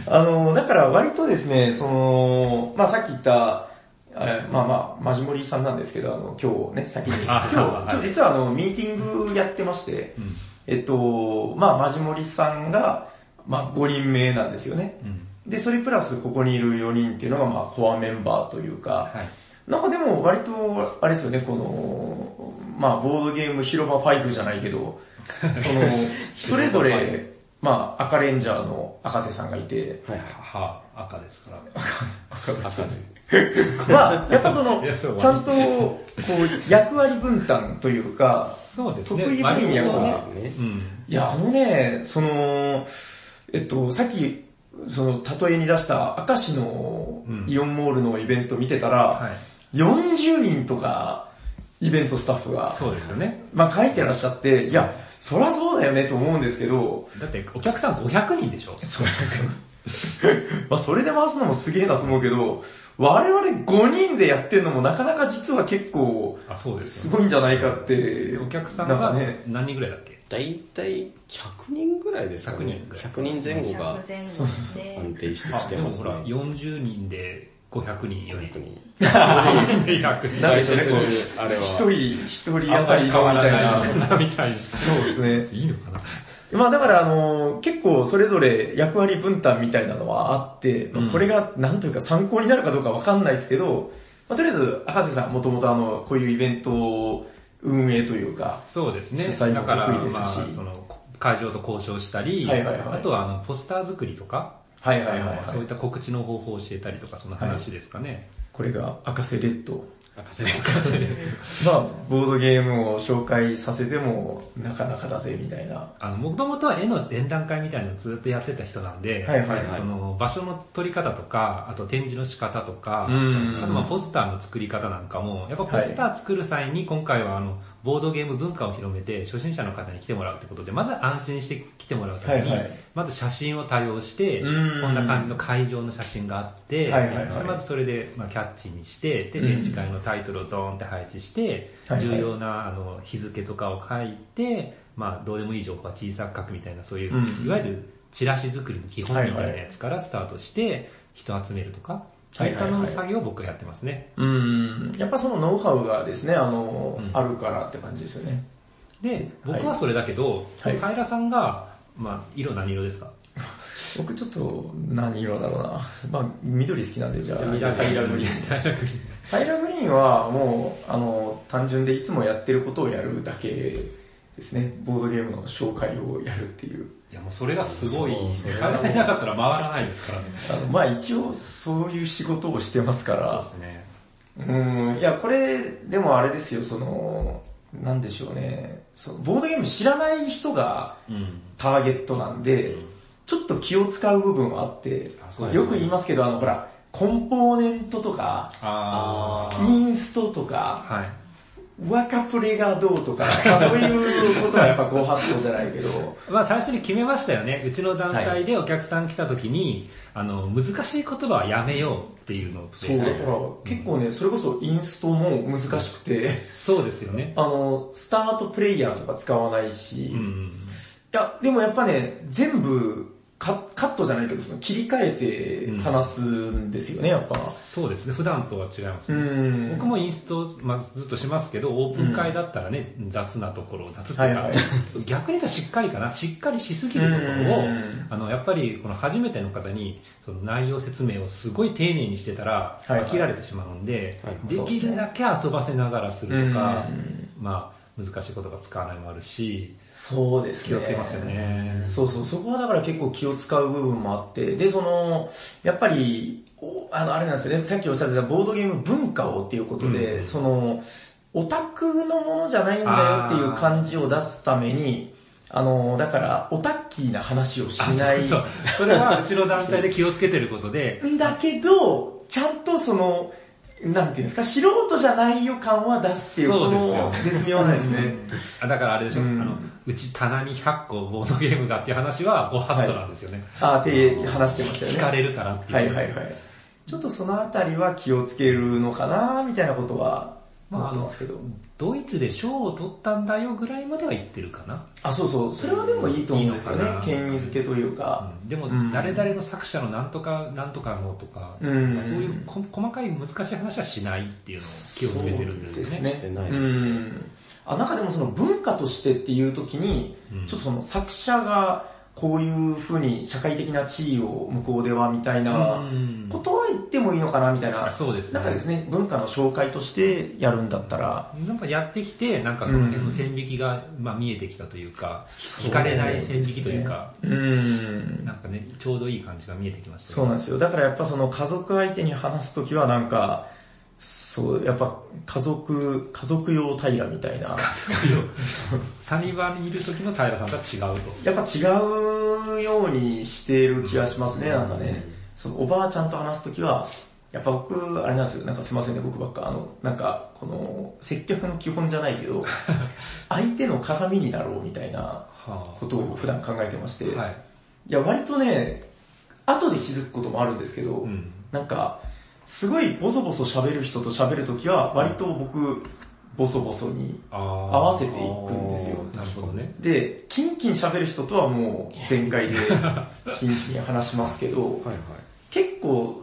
Speaker 2: あの、だから割とですね、その、まあさっき言った、えまあまあ、マジモリさんなんですけど、あの、今日ね、先に、今
Speaker 4: あ
Speaker 2: 日、
Speaker 4: はい
Speaker 2: 今日実はあの、ミーティングやってまして、
Speaker 4: うん
Speaker 2: えっと、まあマジモリさんが、まあ5人目なんですよね。
Speaker 4: うん
Speaker 2: で、それプラスここにいる4人っていうのがまあコアメンバーというか、
Speaker 4: はい。
Speaker 2: なんかでも割と、あれですよね、この、まあボードゲーム広場5じゃないけど、そ の、それぞれ、まあ赤レンジャーの赤瀬さんがい て、
Speaker 1: はいはい。
Speaker 4: は、赤ですから。
Speaker 1: 赤で。
Speaker 2: まあやっぱその、
Speaker 4: いやそう
Speaker 2: ちゃんと、こう、役割分担というか、
Speaker 4: そうですね。
Speaker 2: 得意分野が
Speaker 4: 割
Speaker 1: そ
Speaker 4: と
Speaker 1: う
Speaker 4: ね
Speaker 1: ですね。
Speaker 4: うん。
Speaker 2: いや、あのね、その、えっと、さっき、その、例えに出した、明石の
Speaker 4: うん
Speaker 2: イオンモールのイベント見てたら、
Speaker 4: はい。
Speaker 2: 40人とか、イベントスタッフが、
Speaker 4: そうですよね。
Speaker 2: まあ書いてらっしゃって、いや、そらそうだよねと思うんですけど、
Speaker 4: だってお客さん500人でしょ
Speaker 2: そうそうそう。まあそれで回すのもすげえなと思うけど、我々5人でやってるのもなかなか実は結構、
Speaker 4: あ、そうですすよ
Speaker 2: ごいんじゃないかって。
Speaker 4: お客さん
Speaker 2: な
Speaker 4: が
Speaker 2: んかね、
Speaker 4: 何人ぐらいだっけ
Speaker 1: だいたい100人ぐらいですかね。
Speaker 4: 100
Speaker 1: 100人前後が
Speaker 3: 100前後です
Speaker 1: 安
Speaker 3: ね。
Speaker 1: 定して
Speaker 4: あ、
Speaker 1: き
Speaker 4: で
Speaker 1: て
Speaker 4: も
Speaker 1: ます
Speaker 4: ほ
Speaker 1: ね。
Speaker 4: ら、40人で500人よ り。
Speaker 1: 100人。
Speaker 4: 500人で100人。
Speaker 2: なん
Speaker 1: 対
Speaker 2: でしょ
Speaker 1: 処
Speaker 2: う
Speaker 1: する
Speaker 2: ね、
Speaker 1: あれは。
Speaker 2: 一人、一人当たりのみたいな。
Speaker 4: な、みたいな。
Speaker 2: そうですね。
Speaker 4: いいのかな
Speaker 2: まあだからあの、結構それぞれ役割分担みたいなのはあって、まあ
Speaker 4: うん
Speaker 2: これがなんというか参考になるかどうかわかんないですけど、まあとりあえず、博士さんもともとあの、こういうイベントを運営というか、
Speaker 4: そうですね。
Speaker 2: 主催も
Speaker 4: だから、
Speaker 2: 得意
Speaker 4: ま
Speaker 2: で
Speaker 4: あ、
Speaker 2: すし
Speaker 4: その、会場と交渉したり、
Speaker 2: はいはいはい
Speaker 4: あとは、あの、ポスター作りとか、
Speaker 2: はいはいはい
Speaker 4: あの
Speaker 2: は
Speaker 4: そうい
Speaker 2: い
Speaker 4: っ。た告知の方法を教えたりとか、その話ですかね。
Speaker 2: これが赤瀬レッド。
Speaker 1: 赤瀬レッ
Speaker 2: まあ、ボードゲームを紹介させても、なかなかだぜ、みたいな。
Speaker 4: あの、もともとは絵の展覧会みたいなのをずっとやってた人なんで、
Speaker 2: はいはい
Speaker 1: はい
Speaker 4: その場所の取り方とか、あと展示の仕方とか、
Speaker 2: うん
Speaker 4: あとまあポスターの作り方なんかも、やっぱポスター作る際に今回はあの、ボードゲーム文化を広めて初心者の方に来てもらうってことで、まず安心して来てもらうために、
Speaker 2: はいはい
Speaker 4: まず写真を多用して、
Speaker 2: う
Speaker 4: こ
Speaker 2: ん
Speaker 4: んな感じの会場の写真があって、
Speaker 2: はいはいはい
Speaker 4: でまずそれでまあキャッチにして、で、
Speaker 2: うん
Speaker 4: 展示会のタイトルをドーンって配置して、
Speaker 2: はいはい
Speaker 4: 重要なあの日付とかを書いて、まあ、どうでもいい情報は小さく書くみたいな、そういう、
Speaker 2: うん
Speaker 4: いわゆるチラシ作りの基本みたいなやつからスタートして、人集めるとか、そういったのの作業を僕がやってますね。
Speaker 2: うん。やっぱそのノウハウがですね、あの、
Speaker 4: うん
Speaker 2: あるからって感じですよね。
Speaker 4: で、僕はそれだけど、
Speaker 2: はい
Speaker 4: 平さんが、まあ、色何色ですか
Speaker 2: 僕ちょっと、何色だろうな。まあ、緑好きなんで、じゃあ。
Speaker 4: 平グリーン。平グリーン。
Speaker 2: タイラグリーンはもう、あの、単純でいつもやってることをやるだけですね。ボードゲームの紹介をやるっていう。
Speaker 4: いや、もうそれがすごい
Speaker 1: そうそ。れは
Speaker 4: 平さんいなかったら回らないですからね。
Speaker 2: あの、まあ一応そういう仕事をしてますか
Speaker 4: そう
Speaker 2: ら。
Speaker 4: ですね。
Speaker 2: うん、いや、これ、でもあれですよ、その、なんでしょうね。そのボードゲーム知らない人が
Speaker 4: うん。
Speaker 2: ターゲットなんで、ちょっと気を使う部分はあって
Speaker 4: あそう、ですね
Speaker 2: よく言いますけど、あの、ほら、コンポーネントとか、
Speaker 4: あ
Speaker 2: インストとか
Speaker 4: あ、はい。
Speaker 2: 若プレがどうとか、まあ、そういうことはやっぱご法度じゃないけど、
Speaker 4: まあ最初に決めましたよね。うちの団体でお客さん来た時に、あの、難しい言葉はやめようっていうのを
Speaker 2: そう、だから結構ね、それこそインストも難しくて、
Speaker 4: そうですよね。
Speaker 2: あの、スタートプレイヤーとか使わないし、
Speaker 4: うんう
Speaker 2: い
Speaker 4: ん
Speaker 2: や、でもやっぱね、全部カカットじゃないけど、その切り替えて話すんですよね、やっぱ
Speaker 4: うん。。そうですね。普段とは違います
Speaker 2: う
Speaker 4: ね。
Speaker 2: ん。
Speaker 4: 僕もインスト、まあ、ずっとしますけど、オープン会だったらね、雑なところ、雑っていうか
Speaker 2: はいはい
Speaker 4: 逆に言ったらしっかりかな、しっかりしすぎるところ
Speaker 2: う
Speaker 4: を
Speaker 2: ん、
Speaker 4: あの、やっぱりこの初めての方に、その内容説明をすごい丁寧にしてたら、
Speaker 2: はいはい
Speaker 4: 飽きられてしまうんで
Speaker 1: はい、
Speaker 4: で
Speaker 2: そうで
Speaker 4: き
Speaker 2: すね
Speaker 4: るだけ遊ばせながらするとか
Speaker 2: うん、
Speaker 4: まあ、難しいことが使わないもあるし、
Speaker 2: そうです
Speaker 4: 気
Speaker 2: ね。
Speaker 4: をつけますよね。
Speaker 2: そうそう、そこはだから結構気を使う部分もあって、で、その、やっぱり、おあの、あれなんですよね、さっきおっしゃってたボードゲーム文化をっていうことで、
Speaker 4: うん
Speaker 2: その、オタクのものじゃないんだよっていう感じを出すために、あの、だから、オタッキーな話をしない。
Speaker 4: そう。それはうちの団体で気をつけてることで、
Speaker 2: んだけど、ちゃんとその、なんていうんですか、素人じゃない予感は出すっていう、
Speaker 4: そ
Speaker 2: こ
Speaker 4: うですよ
Speaker 2: の絶妙なんですね。
Speaker 4: あだからあれでしょ、
Speaker 2: うん
Speaker 4: あの、うち棚に100個ボードゲームだっていう話は、ご法度なんですよね。
Speaker 2: あーって話してましたよね。
Speaker 4: 聞かれるからっていう。
Speaker 2: はいはいはい。ちょっとそのあたりは気をつけるのかなみたいなことは、
Speaker 4: ま
Speaker 2: ま
Speaker 4: あ
Speaker 2: あ、あますけど。
Speaker 4: ドイツで賞を取ったんだよぐらいまでは言ってるかな。
Speaker 2: あ、そうそう。それはでもいいと思うんですよ
Speaker 4: いいのか
Speaker 2: ね
Speaker 4: な。
Speaker 2: 権威づけというか。
Speaker 4: でも
Speaker 2: うん、
Speaker 4: 誰々の作者のなんとか、なんとかのとか、
Speaker 2: うん
Speaker 4: そういうこ細かい難しい話はしないっていうのを気をつけてるんですよね。
Speaker 2: そうです
Speaker 1: して
Speaker 2: ね。
Speaker 1: ないですね
Speaker 2: うんあ、中でもその文化としてっていう時に、
Speaker 4: うん
Speaker 2: ちょっとその作者がこういうふうに社会的な地位を向こうではみたいな
Speaker 4: うん
Speaker 2: ことは言ってもいいのかなみたいな
Speaker 4: あ。そうですね
Speaker 2: なんかですね、文化の紹介としてやるんだったら、
Speaker 4: なんかやってきて、なんかその辺の線引きが、まあ、見えてきたというか、聞かれない線引きというか、
Speaker 2: うん。
Speaker 4: なんかね、ちょうどいい感じが見えてきました
Speaker 2: そう
Speaker 4: ね、
Speaker 2: なんですよ。だからやっぱその家族相手に話すときはなんか、そう、やっぱ家族、家族用平みたい な。
Speaker 4: サニバにいる時の平さんとは違うと。
Speaker 2: やっぱ違うようにしている気がしますね、なんかね。そのおばあちゃんと話すときは、やっぱ僕、あれなんですよ、なんかすいませんね、僕ばっか、あの、なんか、この、接客の基本じゃないけ ど、相手の鏡になろうみたいな
Speaker 4: は
Speaker 2: ことを普段考えてまして、
Speaker 4: あ、はい。
Speaker 2: いや、割とね、後で気づくこともあるんですけど、
Speaker 4: うん。
Speaker 2: なんか、すごいボソボソ喋る人と喋るときは、割と僕、ボソボソに
Speaker 4: 合
Speaker 2: 合わせていくんですよ。
Speaker 4: なるほどね。
Speaker 2: で、キンキン喋る人とはもう全 開でキンキン話しますけど、
Speaker 1: はいはい。
Speaker 2: 結構、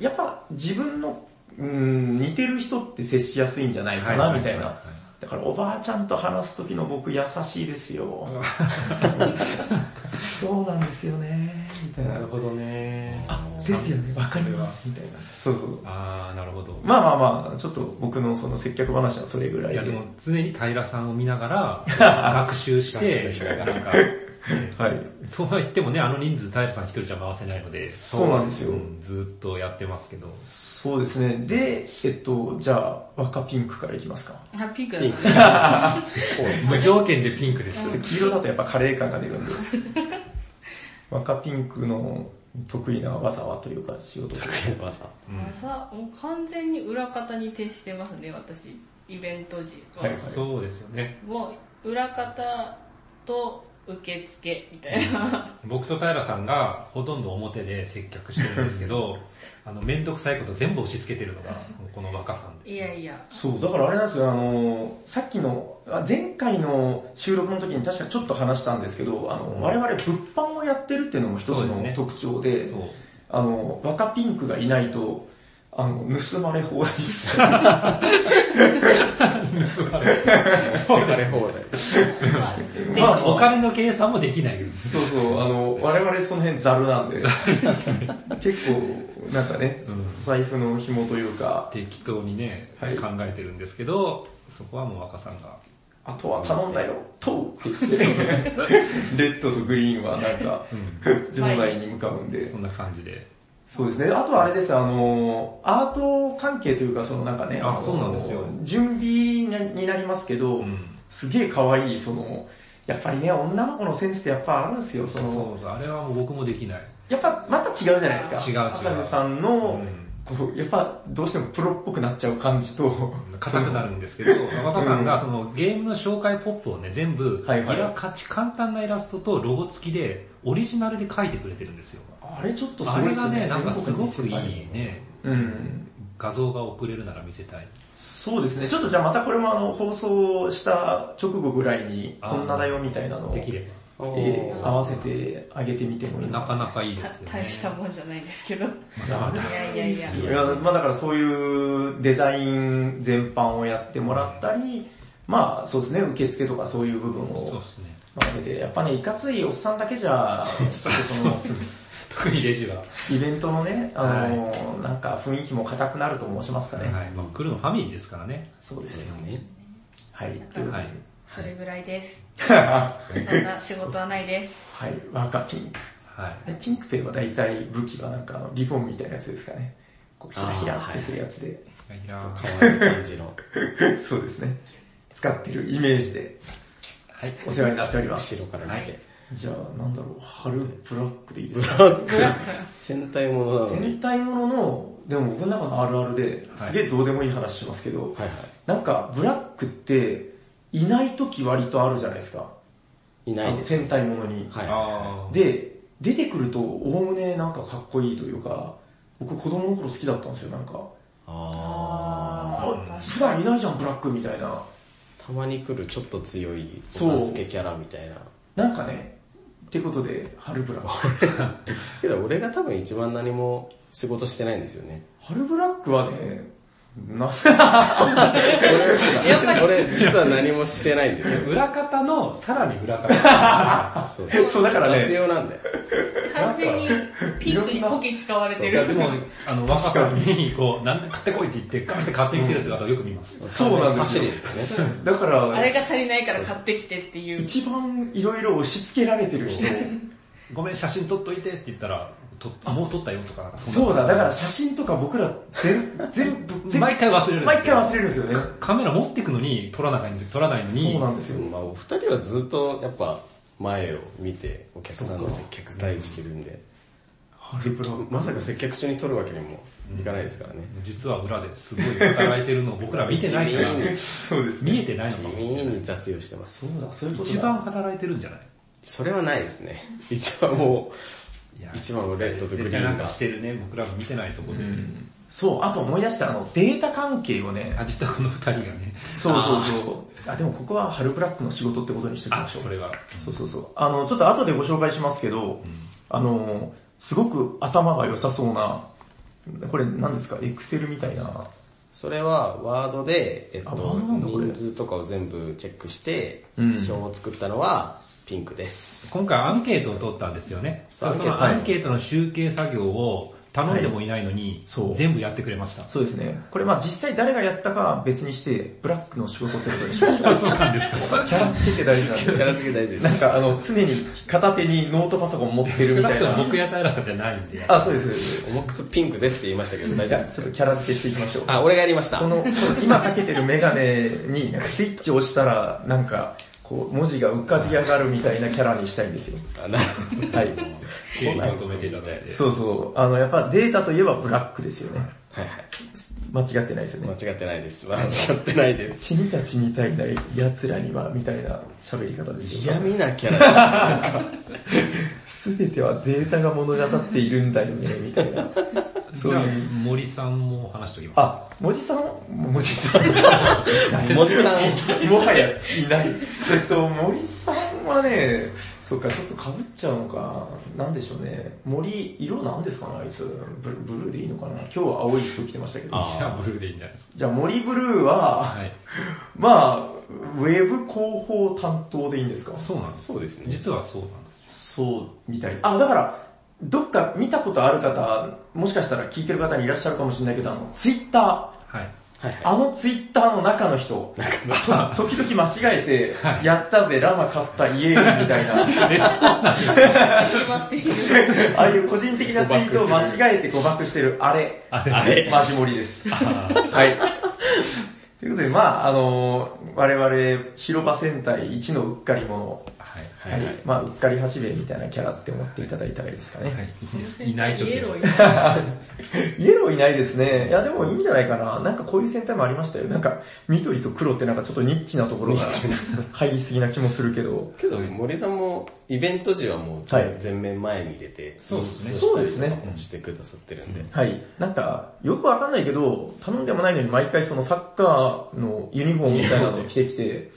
Speaker 2: やっぱ自分の、うん、似てる人って接しやすいんじゃないかな、みたいな。
Speaker 4: は
Speaker 2: だからおばあちゃんと話す時の僕優しいです よ。そうなんですよね、みたいな。
Speaker 5: なるほどね。
Speaker 2: あ、ですよね、わかります、みたいな。そうそう。
Speaker 4: あー、なるほど。
Speaker 2: まあまあまあ、ちょっと僕のその接客話はそれぐらい
Speaker 4: い
Speaker 2: で。
Speaker 4: やでも常に平さんを見なが ら、学習し、
Speaker 5: 学習してて
Speaker 4: なんか、
Speaker 2: はい。
Speaker 4: そうは言ってもね、あの人数平さん一人じゃ回せないので、
Speaker 2: そうなんですよ
Speaker 4: んずっとやってますけど。
Speaker 2: そうですね。で、えっと、じゃあ、若ピンクからいきますか。
Speaker 3: ハッピーク
Speaker 1: ピン
Speaker 3: だ
Speaker 4: 無条件でピンクですよ。
Speaker 2: 黄色だとやっぱカレー感が出るんで。 若ピンクの得意な技はというか仕事で。
Speaker 1: お母さん。
Speaker 4: うん
Speaker 3: 朝、もう完全に裏方に徹してますね、私。イベント時は。
Speaker 2: はい
Speaker 4: そうですよね。
Speaker 3: もう、裏方と受付みたいな。
Speaker 4: 僕と平さんがほとんど表で接客してるんですけど、 あの、めんどくさいこと全部押し付けてるのが、この若さんです。
Speaker 3: いやいや。
Speaker 2: そう、だからあれなんですよ、あの、さっきの、あ前回の収録の時に確かちょっと話したんですけど、あの、我々物販をやってるっていうのも一つ
Speaker 4: そうですね
Speaker 2: の特徴で、
Speaker 4: そう。
Speaker 2: あの、若ピンクがいないと、あの、盗まれ放題っす。
Speaker 4: そうです
Speaker 1: 誰方で。
Speaker 3: まあ
Speaker 2: まあ
Speaker 4: お金の計算もできないです。
Speaker 2: そうそう、あの、我々その辺ザルなんで、結構、なんかね、
Speaker 4: うん
Speaker 2: 財布の紐というか、
Speaker 4: 適当にね、
Speaker 2: はい
Speaker 4: 考えてるんですけど、そこはもう若さんが。
Speaker 2: あとは頼んだよ、とう って言って、レッドとグリーンはなんか、場外に向かうんで、
Speaker 4: そんな感じで。
Speaker 2: そうですね。あとはあれです、あの、アート関係というか、そのなんかね、
Speaker 4: あ
Speaker 2: の
Speaker 4: そうなんですよ
Speaker 2: 準備になりますけど、
Speaker 4: うん
Speaker 2: すげえ可愛い、その、やっぱりね、女の子のセンスってやっぱあるんですよ、その、
Speaker 4: そうそう、あれはもう僕もできない。
Speaker 2: やっぱまた違うじゃないですか。
Speaker 4: 違う違う
Speaker 2: 赤瀬さんの、こう、やっぱどうしてもプロっぽくなっちゃう感じと、
Speaker 4: 硬くなるんですけど、若さんがそのゲームの紹介ポップをね、全部、
Speaker 2: はいはい
Speaker 4: イラカチ簡単なイラストとロゴ付きで、オリジナルで描いてくれてるんですよ。
Speaker 2: あれちょっとすご
Speaker 4: あ
Speaker 2: い
Speaker 4: れ
Speaker 2: です
Speaker 4: が
Speaker 2: よね。
Speaker 4: ね、なんかすご
Speaker 2: 全
Speaker 4: く
Speaker 2: 国
Speaker 4: いい
Speaker 2: に見せた
Speaker 4: ね、
Speaker 2: うん。
Speaker 4: 画像が送れるなら見せたい。
Speaker 2: そうですね。ちょっとじゃあまたこれもあの、放送した直後ぐらいに、
Speaker 4: あ
Speaker 2: こ
Speaker 4: ー
Speaker 2: んなだよみたいなのを、
Speaker 4: できれ
Speaker 2: えー合わせてあげてみても
Speaker 4: ば。
Speaker 2: いい
Speaker 4: なかなかいいで
Speaker 3: た
Speaker 4: すよね。
Speaker 3: 大したもんじゃないですけど。い
Speaker 2: なる
Speaker 3: やいやいや。
Speaker 2: いや、まあだからそういうデザイン全般をやってもらったり、まあそうですね、受付とかそういう部分
Speaker 4: そう
Speaker 2: を
Speaker 4: ですね。
Speaker 2: 任せて、やっぱね、いかついおっさんだけじ ゃ、ちょっとその、
Speaker 4: 特にレジは。
Speaker 2: イベントのね、あのー、なんか雰囲気も硬くなると申しますかね。
Speaker 4: はい。まあ来るのファミリーですからね。
Speaker 2: そうで
Speaker 1: そうですす
Speaker 2: よ。
Speaker 1: ね。
Speaker 2: はい、ということ
Speaker 4: は
Speaker 2: で
Speaker 4: い。
Speaker 3: それぐらいです。
Speaker 2: は
Speaker 3: そんな仕事はない です。
Speaker 2: い、若ピンク。
Speaker 4: はい。
Speaker 2: でピンクといえば大体武器はなんかあのリボンみたいなやつですかね。こうひらひらってするやつで。
Speaker 4: いや
Speaker 1: 可愛い感じの。
Speaker 2: そうですね。使ってるイメージで
Speaker 4: はい。
Speaker 2: お世話になっております。
Speaker 1: 後ろから見て。
Speaker 2: じゃあ、なんだろう、春ブラックでいいです
Speaker 1: ブラ
Speaker 2: か
Speaker 1: ック。戦隊ものなのに。
Speaker 2: 戦隊ものの、でも僕の中のあるあるで、すげえどうでもいい話しますけど、
Speaker 1: はいは
Speaker 2: なんかブラックって、いない時割とあるじゃないですか。
Speaker 1: い。いないです。
Speaker 2: 戦隊ものに。
Speaker 1: はい。
Speaker 4: あー
Speaker 2: で、出てくると、おおむねなんかかっこいいというか、僕子供の頃好きだったんですよ、なんか。
Speaker 1: あ
Speaker 2: あ普段いないじゃん、ブラックみたいな。
Speaker 1: ー。たまに来るちょっと強い
Speaker 2: そう
Speaker 1: お助けキャラみたいな。
Speaker 2: なんかね、ってことで、春ブラック。
Speaker 1: けど俺が多分一番何も仕事してないんですよね。
Speaker 2: 春ブラックはね、 な、
Speaker 3: やっぱり
Speaker 1: 俺実は何もしてないんですよ。
Speaker 4: 裏方の、さらに裏 方。
Speaker 1: そう。
Speaker 2: そうだからね
Speaker 1: 雑用なんだよ。
Speaker 3: 完全にピンクにこき使われて
Speaker 4: いや
Speaker 3: る。
Speaker 4: でも、あの、若さんに、こう、なんで買ってこいって言って、ガンって買ってきてる姿をよく見ます。
Speaker 2: そうなんで
Speaker 1: 走
Speaker 2: すよ
Speaker 1: りですよね。
Speaker 2: だから、
Speaker 3: あれが足りないから買ってきてっていう。
Speaker 2: 一番いろいろ押し付けられてる人。
Speaker 4: ごめん、写真撮っといてって言ったら、ともう撮ったよとかなんかんな
Speaker 2: そうだ、だから写真とか僕ら全、全部、全
Speaker 4: 毎回忘れるんですよ
Speaker 2: 毎回忘れるんですよね。
Speaker 4: カメラ持ってくのに、撮らないんです撮らないのに、
Speaker 2: そうなんですよ。
Speaker 1: まあお二人はずっとやっぱ前を見てお客さんの接客対応してるんで。
Speaker 2: 春ブラック。
Speaker 1: まさか接客中に取るわけにもいかないですからね。
Speaker 4: 実は裏ですごい働いてるのを僕ら見てないから、
Speaker 2: そうです
Speaker 4: 見えてないの
Speaker 1: 地
Speaker 4: かもし
Speaker 1: 味
Speaker 4: れない。
Speaker 1: に雑用してます。
Speaker 2: そうだ、そういうことだ。
Speaker 4: 一番働いてるんじゃない
Speaker 1: それはないですね。一番も
Speaker 4: いや
Speaker 1: う、一番のレッドとグリ
Speaker 4: 絶対な
Speaker 1: ーン
Speaker 4: んか
Speaker 1: が。
Speaker 4: してるね、僕らが見てないところで。
Speaker 2: そう、あと思い出した、あの、データ関係をね、
Speaker 4: あ、実はこの二人がね、
Speaker 2: そうそうそう。あ、でもここは春ブラックの仕事ってことにしておき
Speaker 4: あ
Speaker 2: まし、ょう
Speaker 4: こ。れは。
Speaker 2: そうそうそう。あの、ちょっと後でご紹介しますけど、あの、すごく頭が良さそうな、これ何ですかエクセルみたいな。
Speaker 1: それはワードで、えっ
Speaker 2: あ
Speaker 1: と、
Speaker 2: ワードなんだこれ
Speaker 1: 人数とかを全部チェックして、
Speaker 2: うん
Speaker 1: 表を作ったのはピンクです。
Speaker 4: 今回アンケートを取ったんですよね。そ
Speaker 1: そう
Speaker 4: のアンケートの集計作業を頼んでもいないのに、
Speaker 2: そう
Speaker 4: 全部やってくれました。
Speaker 2: そうですね。これまあ実際誰がやったかは別にして、ブラックの証拠ってことでしょ。
Speaker 4: あそうなんですか。
Speaker 2: キャラ付けて大事なん
Speaker 1: や
Speaker 2: で。
Speaker 1: らすぎ大事です
Speaker 2: な。んかあの、常に片手にノートパソコン持ってる
Speaker 4: 少
Speaker 2: み
Speaker 4: な
Speaker 2: た
Speaker 4: く
Speaker 2: い
Speaker 4: とも
Speaker 2: な。
Speaker 4: 僕や平さんじゃないんで。
Speaker 2: あ、そうです、そうです。
Speaker 1: オモックスピンクですって言いましたけど大
Speaker 2: じ
Speaker 1: 丈夫
Speaker 2: ゃあ
Speaker 1: です
Speaker 2: ちょっとキャラ付けしていきましょう。
Speaker 1: あ、俺がやりました。
Speaker 2: この、この今かけてるメガネになんかスイッチを押したら、なんか、こう、文字が浮かび上がるみたいなキャラにしたいんですよ。
Speaker 1: あなるほど。
Speaker 2: はい。
Speaker 4: 経理を止めていただいて。
Speaker 2: そうそう。あの、やっぱデータといえばブラックですよね。
Speaker 1: はいはい。
Speaker 2: 間違ってないですよね。
Speaker 1: 間違ってないです。間違ってないです。
Speaker 2: 君たちみたいな奴らには、みたいな喋り方ですよ。
Speaker 1: 嫌味なキャラ。
Speaker 2: すべてはデータが物語っているんだよね、みたいな。そう
Speaker 4: じゃあ
Speaker 2: いう。
Speaker 4: 森さんも話しておきます。
Speaker 2: あ、文字さん文字さん
Speaker 1: 文字さん、
Speaker 2: もはやいない。えっと、森さんはね、そっか、ちょっと被っちゃうのか、なんでしょうね。森、色なんですかね、あいつ。ブルブルーでいいのかな。今日は青い服着てましたけど。
Speaker 4: じゃあブルーでいいんじゃないです
Speaker 2: じゃあ森ブルーは、
Speaker 4: か。はい。
Speaker 2: まあ、ウェブ広報担当でいいんですか
Speaker 4: そうなんです。
Speaker 1: そうですね。
Speaker 4: 実はそうなんですよ。
Speaker 2: そう、みたい。あ、だから、どっか見たことある方、もしかしたら聞いてる方にいらっしゃるかもしれないけど、あの、ツイッター。
Speaker 4: はい。
Speaker 1: はいはい。
Speaker 2: あのツイッターの中の人、時々間違え
Speaker 4: は
Speaker 2: て、
Speaker 4: い
Speaker 2: やったぜ、ラマ買った、イエーイみたいな、
Speaker 4: え、そうなんです
Speaker 3: 始まっている。
Speaker 2: ああいう個人的なツイートを間違えて誤爆してる、あれ、
Speaker 4: あれ
Speaker 1: あれ
Speaker 2: マジモリです。はい。ということで、まああの我々、広場戦隊一のうっかり者、
Speaker 4: は
Speaker 1: はいはい。
Speaker 2: まあうっかり八兵衛みたいなキャラって思っていただいたらいいですかね。
Speaker 4: い。はい。いいです。いないと
Speaker 3: イ
Speaker 4: き
Speaker 3: エロー
Speaker 4: は。
Speaker 3: いな い。
Speaker 2: イエローいないですね。いや、でもいいんじゃないかな。なんかこういう戦隊もありましたよ。なんか、緑と黒ってなんかちょっとニッチなところが
Speaker 1: ニッチな
Speaker 2: 入りすぎな気もするけど。
Speaker 1: けど森さんもイベント時はもう
Speaker 2: はい
Speaker 1: 全面前に出て、
Speaker 4: そうですね
Speaker 2: そうですね
Speaker 1: したりとかもしてくださってるんで。
Speaker 2: はい。なんか、よくわかんないけど、頼んでもないのに毎回そのサッカーのユニフォームみたいなのを着てきて、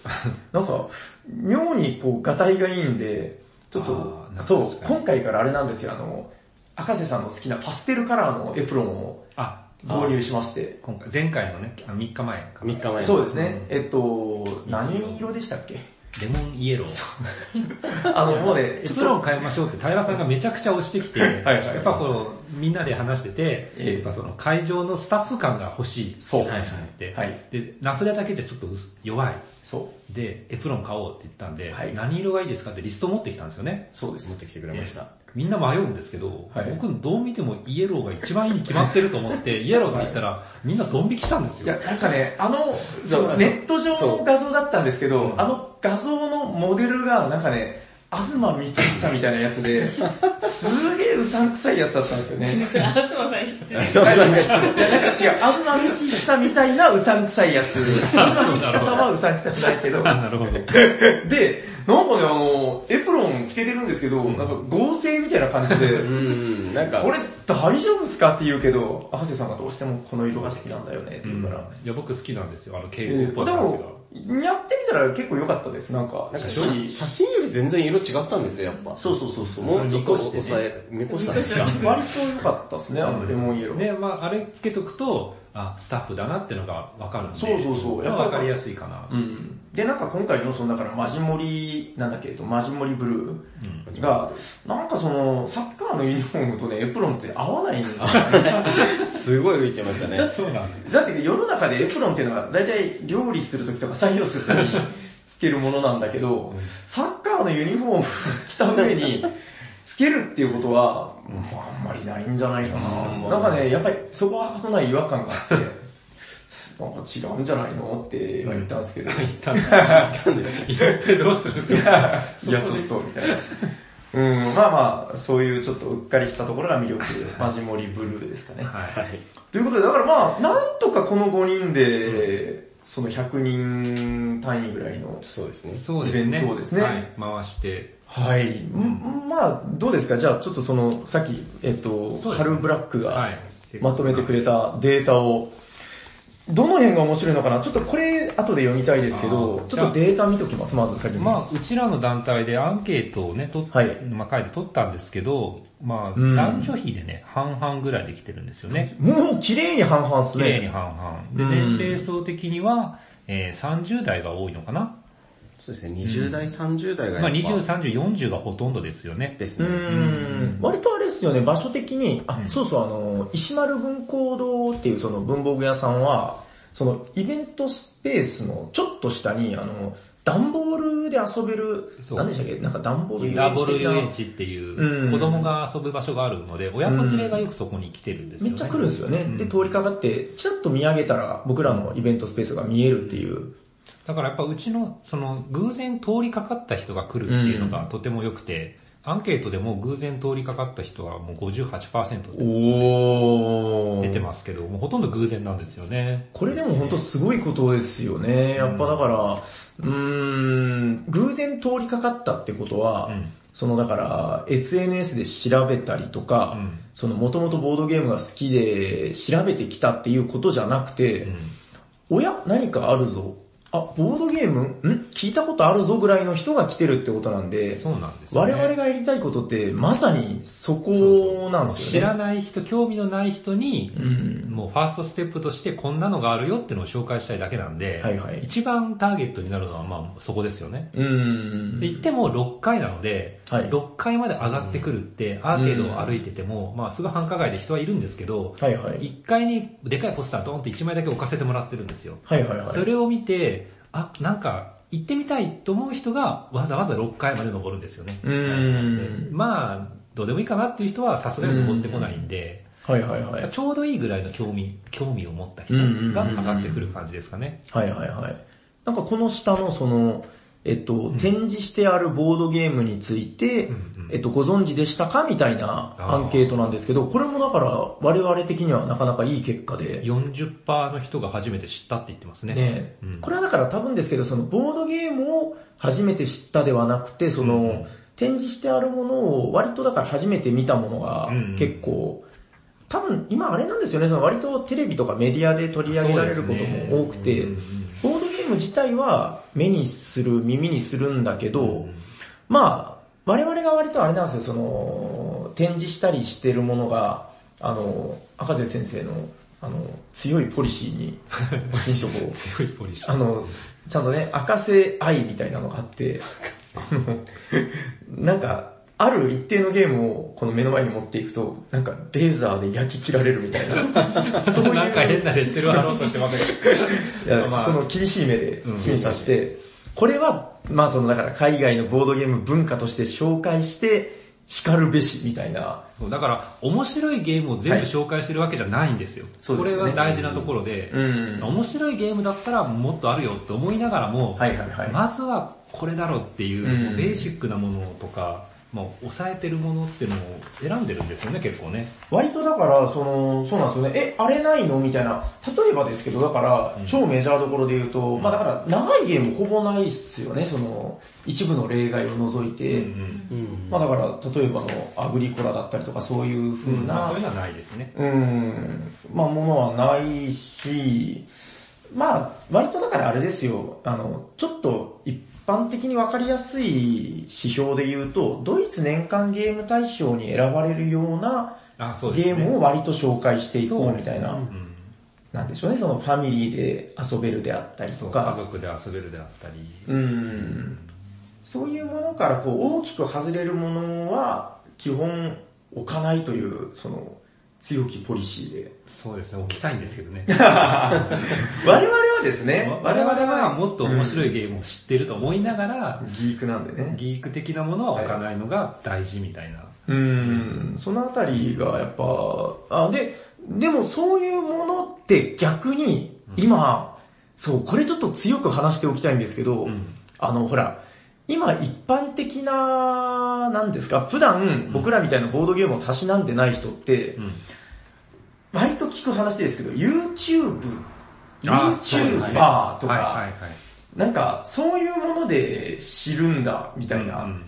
Speaker 2: なんか、妙にこう、がたいがいいんで、ちょっと
Speaker 4: あーなん、か
Speaker 2: そ
Speaker 4: 確
Speaker 2: う、
Speaker 4: かに
Speaker 2: 今回からあれなんですよ、あの、赤瀬さんの好きなパステルカラーのエプロンを
Speaker 4: あ、
Speaker 2: 導入しまして、
Speaker 4: 今回、前回のね、あ3日前か。
Speaker 1: 3日前に
Speaker 2: そうですね、えっと、何色でしたっけ
Speaker 4: レモンイエロー。
Speaker 2: あの、もうね、
Speaker 4: エ
Speaker 2: ちょっ
Speaker 4: プロ
Speaker 2: と
Speaker 4: ン変えましょうって平さんがめちゃくちゃ押してきて、
Speaker 2: はい
Speaker 4: やっぱこう、みんなで話してて、
Speaker 2: ええ
Speaker 4: やっぱその会場のスタッフ感が欲しいって
Speaker 2: そう
Speaker 4: 話になって、
Speaker 2: はいはい
Speaker 4: で、名札だけでちょっと薄弱い。
Speaker 2: そう、
Speaker 4: で、エプロン買おうって言ったんで、
Speaker 2: はい
Speaker 4: 何色がいいですかってリスト持ってきたんですよね。
Speaker 2: そうで
Speaker 1: 持っ
Speaker 2: す
Speaker 1: て。きてくれました。
Speaker 4: みんな迷うんですけど、
Speaker 2: はい
Speaker 4: 僕どう見てもイエローが一番いいに決まってると思 って、イエローって言ったら、みんなドン引きしたんです
Speaker 2: いや、
Speaker 4: よ。
Speaker 2: なんかね、あの、
Speaker 1: そう
Speaker 2: その
Speaker 1: そ
Speaker 2: ネ
Speaker 1: う
Speaker 2: ット上の画像だったんですけど、あの画像のモデルが、なんかね、東幹久みたいなやつで、すげえうさんくさいやつだったんですよね。
Speaker 3: それ、東さん失礼。
Speaker 1: そうそうです
Speaker 2: いや、なんか違う、東幹久みたいなうさんくさいやつ。東幹久さんはうさんくさくないけど。
Speaker 4: あ、なるほど。
Speaker 2: で、なんかね、あの、エプロンつけてるんですけど、なんか合成みたいな感じで
Speaker 1: う、ん、 なんか、
Speaker 2: これ大丈夫っすかって言うけど、博士さんがどうしてもこの色が好きなんだよねって言うから。
Speaker 4: いや、僕好きなんですよ、あの、
Speaker 2: え
Speaker 4: 敬語っ
Speaker 2: ー
Speaker 4: ぽい
Speaker 2: で
Speaker 4: 感じが。
Speaker 2: も、やってみたら結構良かったです、なんか。
Speaker 1: なんか
Speaker 2: 正
Speaker 1: 写
Speaker 2: 直
Speaker 1: 写真より全然色違ったんですよ、やっぱ。
Speaker 2: そうそうそうそう。
Speaker 1: もうちょっと
Speaker 4: 見越してね
Speaker 1: 抑え、見越したんですか
Speaker 3: 見越し
Speaker 2: 割と良かったですね、あのレモンイエロー。
Speaker 4: で、まああれつけとくと、あ、スタッフだなってのがわかるんで。
Speaker 2: そうそうそう
Speaker 4: や
Speaker 2: やっ
Speaker 4: っぱ
Speaker 2: ぱ
Speaker 4: わかりやすいかな。
Speaker 2: うん。で、なんか今回のその、だからマジモリ、なんだっけ、えっとマジモリブルーが、なんかその、サッカーのユニフォームとね、エプロンって合わないんですよね。
Speaker 1: すごい浮いてましたね。
Speaker 4: そうなんです。
Speaker 2: だって世の中でエプロンっていうのは、大体料理するときとか採用するときにつけるものなんだけど、サッカーのユニフォーム着た上に、つけるっていうことは、まあ、あんまりないんじゃないか
Speaker 1: うん
Speaker 2: な。なんかね、やっぱりそこはない違和感があって、なんか違うんじゃないのって言ったんですけど、
Speaker 4: 言ったんだ。言ってどうするんですか
Speaker 2: いや、ちょっと、みたいな。うん、まあまあ、そういうちょっとうっかりしたところが魅力、マジモリブルーですかね。
Speaker 4: はい。
Speaker 2: ということで、だからまあ、なんとかこの5人で、その100人単位ぐらいの。
Speaker 1: そうですね。
Speaker 4: そうですね。
Speaker 2: イベントをですね
Speaker 4: はい。回して。
Speaker 2: はい。んまあ、どうですかじゃあ、ちょっとその、さっき、えっと、
Speaker 4: そうですね
Speaker 2: ハルブラック
Speaker 4: は
Speaker 2: が
Speaker 4: い
Speaker 2: まとめてくれたデータを、どの辺が面白いのかなちょっとこれ後で読みたいですけど
Speaker 4: あ、ー
Speaker 2: ちょっとデータ見ときます、まず先に。
Speaker 4: まあ、うちらの団体でアンケートをね、と
Speaker 2: はい
Speaker 4: まあ、書いて取ったんですけど、まあ、
Speaker 2: うん
Speaker 4: 男女比でね、半々ぐらいできてるんですよね。
Speaker 2: もう綺麗に半々っす
Speaker 4: 綺
Speaker 2: ね。
Speaker 4: 麗に半々。で、
Speaker 2: うん
Speaker 4: 年齢層的には、えー、30代が多いのかな。
Speaker 1: そうですね、20代、30代が
Speaker 4: まあ、
Speaker 1: やっぱ
Speaker 4: 20、30、40がほとんどですよね。
Speaker 1: です
Speaker 2: う
Speaker 1: ね。
Speaker 2: ーん割とあれですよね、場所的に、あ、そうそう、あの、石丸文庫堂っていうその文房具屋さんは、そのイベントスペースのちょっと下に、あの、段ボールで遊べる、
Speaker 4: そう
Speaker 2: 何でしたっけなんか段ボール遊園地的な
Speaker 4: ダブル遊園地ってい
Speaker 2: うん
Speaker 4: う子供が遊ぶ場所があるので、親子連れがよくそこに来てるんですよ
Speaker 2: め
Speaker 4: ね。
Speaker 2: っちゃ来るんですよね。
Speaker 4: うん
Speaker 2: で、通りかかって、ちらっと見上げたら僕らのイベントスペースが見えるっていう。
Speaker 4: だからやっぱうちの、その偶然通りかかった人が来るっていうのがとても良くて、アンケートでも偶然通りかかった人はもう58%で
Speaker 2: お
Speaker 4: 出てますけど、もうほとんど偶然なんですよね。
Speaker 2: これでも本当すごいことですよね。やっぱだから、うーん、偶然通りかかったってことは、
Speaker 4: うん
Speaker 2: そのだから、SNS で調べたりとか、
Speaker 4: うん
Speaker 2: その元々ボードゲームが好きで調べてきたっていうことじゃなくて、
Speaker 4: うん
Speaker 2: おや何かあるぞ。あ、ボードゲームん聞いたことあるぞぐらいの人が来てるってことなんで、
Speaker 4: そうなんですよ
Speaker 2: 我
Speaker 4: ね。
Speaker 2: 々がやりたいことってまさにそこなんです
Speaker 4: 知
Speaker 2: よね。
Speaker 4: らない人、興味のない人に、
Speaker 2: うん
Speaker 4: もうファーストステップとしてこんなのがあるよっていうのを紹介したいだけなんで、
Speaker 2: はいはい
Speaker 4: 一番ターゲットになるのはまあそこですよね。
Speaker 2: うん
Speaker 4: で、行っても6階なので、
Speaker 2: はい
Speaker 4: 6階まで上がってくるって、アーケードを歩いてても、まあすぐ繁華街で人はいるんですけど、
Speaker 2: はいはい。
Speaker 4: 1階にでかいポスタードーンって1枚だけ置かせてもらってるんですよ。
Speaker 2: はいはいはい。
Speaker 4: それを見て、あ、なんか行ってみたいと思う人がわざわざ6階まで登るんですよね。
Speaker 2: うーん
Speaker 4: まあ、どうでもいいかなっていう人はさすがに登ってこないんで、
Speaker 2: はいはいはい。
Speaker 4: ちょうどいいぐらいの興味、興味を持った人が上がってくる感じですかね。
Speaker 2: はいはいはい。なんかこの下のその、えっと、展示してあるボードゲームについて、
Speaker 4: うんうん
Speaker 2: えっと、ご存知でしたかみたいなア
Speaker 4: あー
Speaker 2: ンケートなんですけど、これもだから我々的にはなかなかいい結果で、
Speaker 4: 40%の人が初めて知ったって言ってますね。
Speaker 2: ね、
Speaker 4: うん
Speaker 2: これはだから多分ですけど、そのボードゲームを初めて知ったではなくて、その、
Speaker 4: うん
Speaker 2: 展示してあるものを割とだから初めて見たものが
Speaker 4: うんうん
Speaker 2: 結構、多分今あれなんですよね、その割とテレビとかメディアで取り上げられることも多くて、
Speaker 4: そうですね
Speaker 2: ボードゲーム自体は目にする、耳にするんだけど、
Speaker 4: うんうんうん
Speaker 2: まあ、我々が割とあれなんですよ、その、展示したりしてるものが、あの、赤瀬先生の、あの、強いポリシーに、きちんと こう、
Speaker 4: 強いポリシー。
Speaker 2: あの、ちゃんとね、赤瀬愛みたいなのがあって、あの、なんか、ある一定のゲームをこの目の前に持っていくと、なんかレーザーで焼き切られるみたい な、そういう、
Speaker 4: なんか変なレッテルを貼ろうとしてます
Speaker 2: いや
Speaker 4: まあ
Speaker 2: その厳しい目で審査して、これは、まあそのだから海外のボードゲーム文化として紹介して、叱るべしみたいな、
Speaker 4: そうだから、面白いゲームを全部紹介してるわけじゃないんですよ。
Speaker 2: そう
Speaker 4: こ
Speaker 2: です
Speaker 4: れ
Speaker 2: ね
Speaker 4: は大事なところで、
Speaker 2: うん
Speaker 4: 面白いゲームだったらもっとあるよって思いながらも、
Speaker 2: はいはいはい
Speaker 4: まずはこれだろうっていう、
Speaker 2: うん
Speaker 4: もうベーシックなものとか、もう抑えてるものっていうのを選んでるんですよね、結構ね。
Speaker 2: 割とだから、その、そうなんですよね。え、あれないのみたいな。例えばですけど、だから、超メジャーどころで言うと、まあだから、長いゲームほぼないっすよね、その、一部の例外を除いて。
Speaker 4: うん
Speaker 1: うん
Speaker 2: まあだから、例えばの、アグリコラだったりとか、そういう風
Speaker 4: まあ、
Speaker 2: な
Speaker 4: そういう、のはないですね。
Speaker 2: うん、まあものはないし、まあ、割とだからあれですよ、あの、ちょっと一般的にわかりやすい指標で言うと、ドイツ年間ゲーム大賞に選ばれるような、
Speaker 4: あ、そうです
Speaker 2: ゲ
Speaker 4: ね。
Speaker 2: ームを割と紹介していこうみたいな
Speaker 4: そうで、すねうん
Speaker 2: なんでしょうね、そのファミリーで遊べるであったりと
Speaker 4: そう家
Speaker 2: か、
Speaker 4: 族で遊べるであったり、
Speaker 2: うん、そういうものからこう大きく外れるものは基本置かないという、その強きポリシーで。
Speaker 4: そうですね、置きたいんですけどね。
Speaker 2: 我々はです ね、
Speaker 4: 我々はもっと面白いゲームを知ってると思いながら、
Speaker 2: ギークなんでね。
Speaker 4: ギーク的なものは置かないのが大事みたいな。
Speaker 2: うん、そのあたりがやっぱ、あ、で、でもそういうものって逆に今、そう、これちょっと強く話しておきたいんですけど、
Speaker 4: うん
Speaker 2: あの、ほら、今一般的な、なんですか、普段僕らみたいなボードゲームをたしなんでない人って、
Speaker 4: うん
Speaker 2: 割と聞く話ですけど、YouTube、
Speaker 4: あそうですね
Speaker 2: YouTuber と
Speaker 4: はいはい
Speaker 2: か、
Speaker 4: はい。
Speaker 2: なんかそういうもので知るんだみたいな
Speaker 4: うん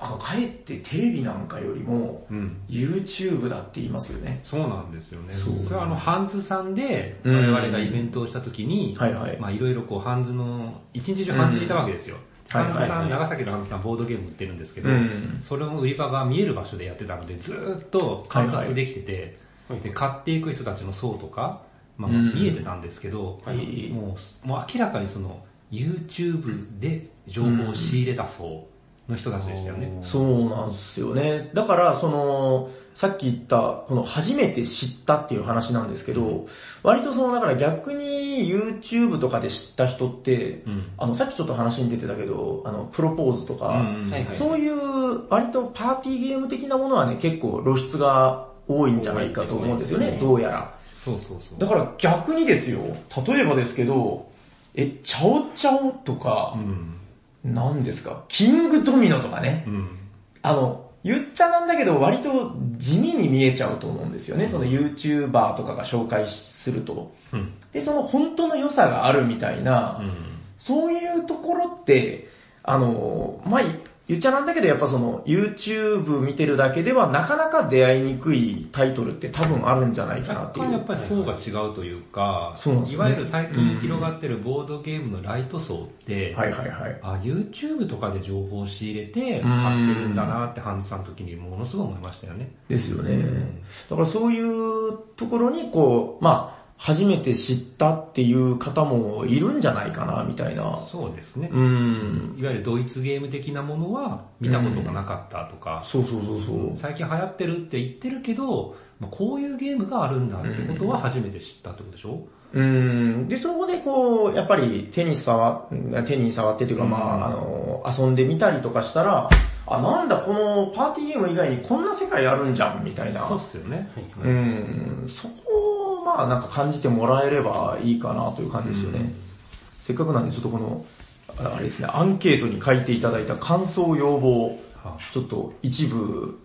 Speaker 2: あの、かえってテレビなんかよりも、
Speaker 4: うん。
Speaker 2: YouTube だって言いますよね。
Speaker 4: そうなんですよね。
Speaker 2: そ
Speaker 4: そうれはあの、ハンズさんで、
Speaker 2: う
Speaker 4: 我
Speaker 2: ん
Speaker 4: 々がイベントをした時に、
Speaker 2: はいはい。
Speaker 4: まあいろいろこう、ハンズの、一日中ハンズにいたわけですよ。
Speaker 2: うん
Speaker 4: ハンズ
Speaker 2: はい
Speaker 4: さ
Speaker 2: はい
Speaker 4: ん、長崎のハンズさん、ボードゲーム売ってるんですけど
Speaker 2: う、ん。
Speaker 4: それも売り場が見える場所でやってたので、ずーっと観察できてて、
Speaker 1: はいはい
Speaker 4: で買っていく人たちの層とか、まあ、
Speaker 2: うん
Speaker 4: 見えてたんですけど、
Speaker 2: はい
Speaker 4: もうもう明らかにその YouTube で情報を仕入れた層の人たちでしたよね。
Speaker 2: そうなんですよね。だから、その、さっき言った、この初めて知ったっていう話なんですけど、割とその、だから逆に YouTube とかで知った人って、
Speaker 4: うん
Speaker 2: あの、さっきちょっと話に出てたけど、あの、プロポーズとか、
Speaker 4: うん
Speaker 1: はいはい
Speaker 2: そういう割とパーティーゲーム的なものはね、結構露出が多いんじゃないかと思うんですよ
Speaker 1: 多い
Speaker 2: ね、
Speaker 1: ですね
Speaker 2: どうやら。
Speaker 4: そうそうそう。
Speaker 2: だから逆にですよ、例えばですけど、え、チャオチャオとか
Speaker 4: う、ん。
Speaker 2: 何ですか、キングドミノとかね
Speaker 4: う、ん。
Speaker 2: あの、言っちゃなんだけど割と地味に見えちゃうと思うんですよね、その YouTuber とかが紹介すると。
Speaker 4: うん。
Speaker 2: で、その本当の良さがあるみたいな、そういうところって、あの、まあ、言っちゃなんだけど、やっぱその YouTube 見てるだけではなかなか出会いにくいタイトルって多分あるんじゃないかなってい
Speaker 4: 若干やっ
Speaker 2: う。
Speaker 4: ぱり層が違うというか、
Speaker 2: そうなんです
Speaker 4: い
Speaker 2: よね
Speaker 4: わゆる最近広がってるボードゲームのライト層って、
Speaker 2: はいはいはい。
Speaker 4: あ、YouTube とかで情報を仕入れて
Speaker 2: うん
Speaker 4: 買ってるんだなってハンズさんの時にものすごい思いましたよね。
Speaker 2: ですよね。だからそういうところにこう、まあ、初めて知ったっていう方もいるんじゃないかな、みたいな。
Speaker 4: そうですね。
Speaker 2: うん。
Speaker 4: いわゆるドイツゲーム的なものは見たことがなかったとか、
Speaker 2: そうそうそうそう。
Speaker 4: 最近流行ってるって言ってるけど、まあ、こういうゲームがあるんだってことは初めて知ったってことでしょ、
Speaker 2: うん。で、そこでこう、やっぱり手に触、手に触ってというか、まあ、あの、遊んでみたりとかしたら、あ、なんだこのパーティーゲーム以外にこんな世界あるんじゃん、みたいな。
Speaker 4: そうっすよね。
Speaker 2: うん。そこを、まあ、なんか感じてもらえればいいかなという感じですよね。せっかくなんで、ちょっとこの、ああれですね、アンケートに書いていただいた感想要望、
Speaker 4: は
Speaker 2: ちょっと一部、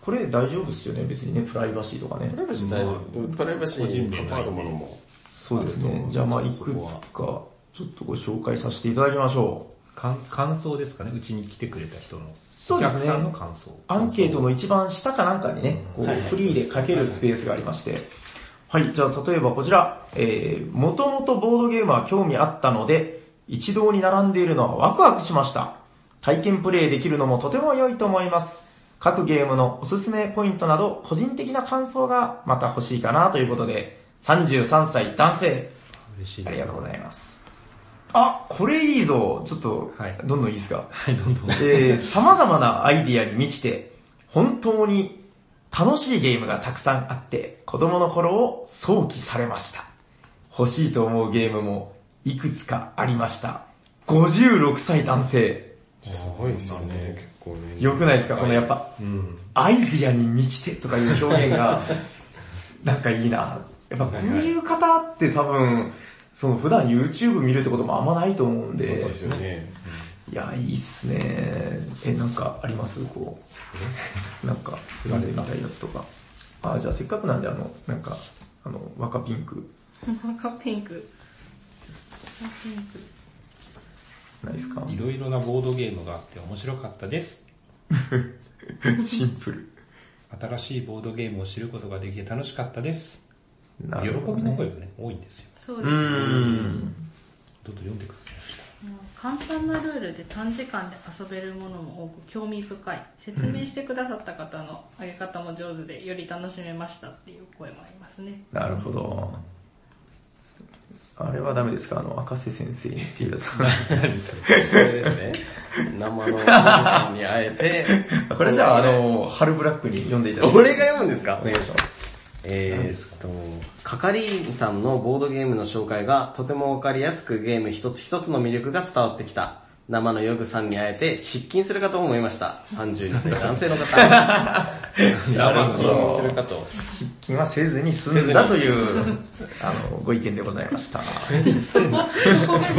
Speaker 2: これ大丈夫ですよね、別にね、プライバシーとかね
Speaker 1: プ。ライバシー大丈夫。プライバシーに関わるものも。
Speaker 2: そうですね。じゃあまあいくつか、ちょっとご紹介させていただきましょう。
Speaker 4: 感感想ですかね、うちに来てくれた人の。
Speaker 2: そうですね
Speaker 4: お客さんの感想。
Speaker 2: アンケートの一番下かなんかにね、こう
Speaker 1: はい
Speaker 2: フリーで書けるスペースがありまして。はい、じゃあ例えばこちら、えー、もともとボードゲームは興味あったので、一堂に並んでいるのはワクワクしました。体験プレイできるのもとても良いと思います。各ゲームのおすすめポイントなど、個人的な感想がまた欲しいかなということで、33歳男性、
Speaker 4: 嬉しい
Speaker 2: あ
Speaker 4: で
Speaker 2: り
Speaker 4: す。
Speaker 2: がとうございます。あ、これいいぞ。ちょっと、
Speaker 4: はい
Speaker 2: どんどんいいですか。
Speaker 4: はい、どんどん。
Speaker 2: えー、様々なアイディアに満ちて、本当に楽しいゲームがたくさんあって、子供の頃を想起されました。欲しいと思うゲームもいくつかありました。56歳男性。
Speaker 1: すごいですよね、結構ね。
Speaker 2: よくないですかこのやっぱ、
Speaker 4: うん。
Speaker 2: アイディアに満ちてとかいう表現 が、なんかいいな。やっぱこういう方って多分、その普段 YouTube 見るってこともあんまないと思うんで、
Speaker 1: そうですよね。
Speaker 2: いや、いいっすね。え、なんかありますこう、なんか振られみたいなやつとか。あ、じゃあせっかくなんであの、なんか、あの、若ピンク、
Speaker 3: 赤ピンク。赤ピンク。
Speaker 2: ないですか
Speaker 4: いろいろなボードゲームがあって面白かったです。
Speaker 2: シンプル。
Speaker 4: 新しいボードゲームを知ることができて楽しかったです。
Speaker 2: な
Speaker 4: 喜
Speaker 2: るほど
Speaker 4: び
Speaker 2: ね
Speaker 4: の声がね、多いんですよ。
Speaker 3: そ
Speaker 2: う
Speaker 3: うですね。
Speaker 2: ーん。
Speaker 4: どんどん読んでください。
Speaker 3: もう簡単なルールで短時間で遊べるものも多く興味深い説明してくださった方のあげ方も上手でより楽しめましたっていう声もありますね
Speaker 2: なるほど。あれはダメですかあの、赤瀬先生っていうやつ。。
Speaker 1: これですね。生のおじさんに会えて
Speaker 2: これじゃあ、あ、の、春ブラックに読んでいただいて。
Speaker 1: 俺が読むんですか
Speaker 2: お願いします。
Speaker 1: えー、っと、係員さんのボードゲームの紹介がとてもわかりやすくゲーム一つ一つの魅力が伝わってきた。生のヨグさんに会えて失禁するかと思いました。32歳男性の方。
Speaker 2: なるほど
Speaker 1: 失禁するかと。
Speaker 2: 失禁はせずに済んだと いう、あの、ご意見でございました。
Speaker 3: そこですか
Speaker 1: そ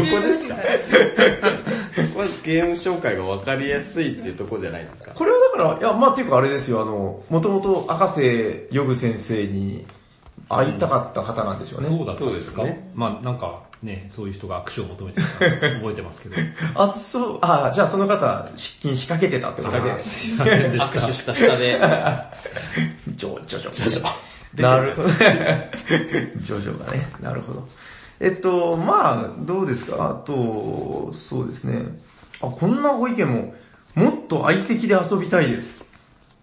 Speaker 1: こはゲーム紹介がわかりやすいっていうとこじゃないですか。
Speaker 2: これはだから、いや、まあ、っていうかあれですよ、あの、もともと赤瀬ヨグ先生に、会いたかった方なんでしょうね。
Speaker 4: そうだったんです
Speaker 1: そ
Speaker 4: か
Speaker 1: うですね
Speaker 4: まあなんかね、そういう人が握手を求めてたの覚えてますけど。
Speaker 2: あ、そう、あ、じゃあその方、失禁仕掛けてたってことで。
Speaker 4: すいませんで
Speaker 1: 握手
Speaker 4: し
Speaker 1: した下で、
Speaker 2: ジョジョジョ。
Speaker 1: ジョジョ
Speaker 2: なるほど。 ジョジョがね、なるほど。えっと、まあ、どうですかあと、そうですね。あ、こんなご意見も、もっと相席で遊びたいです。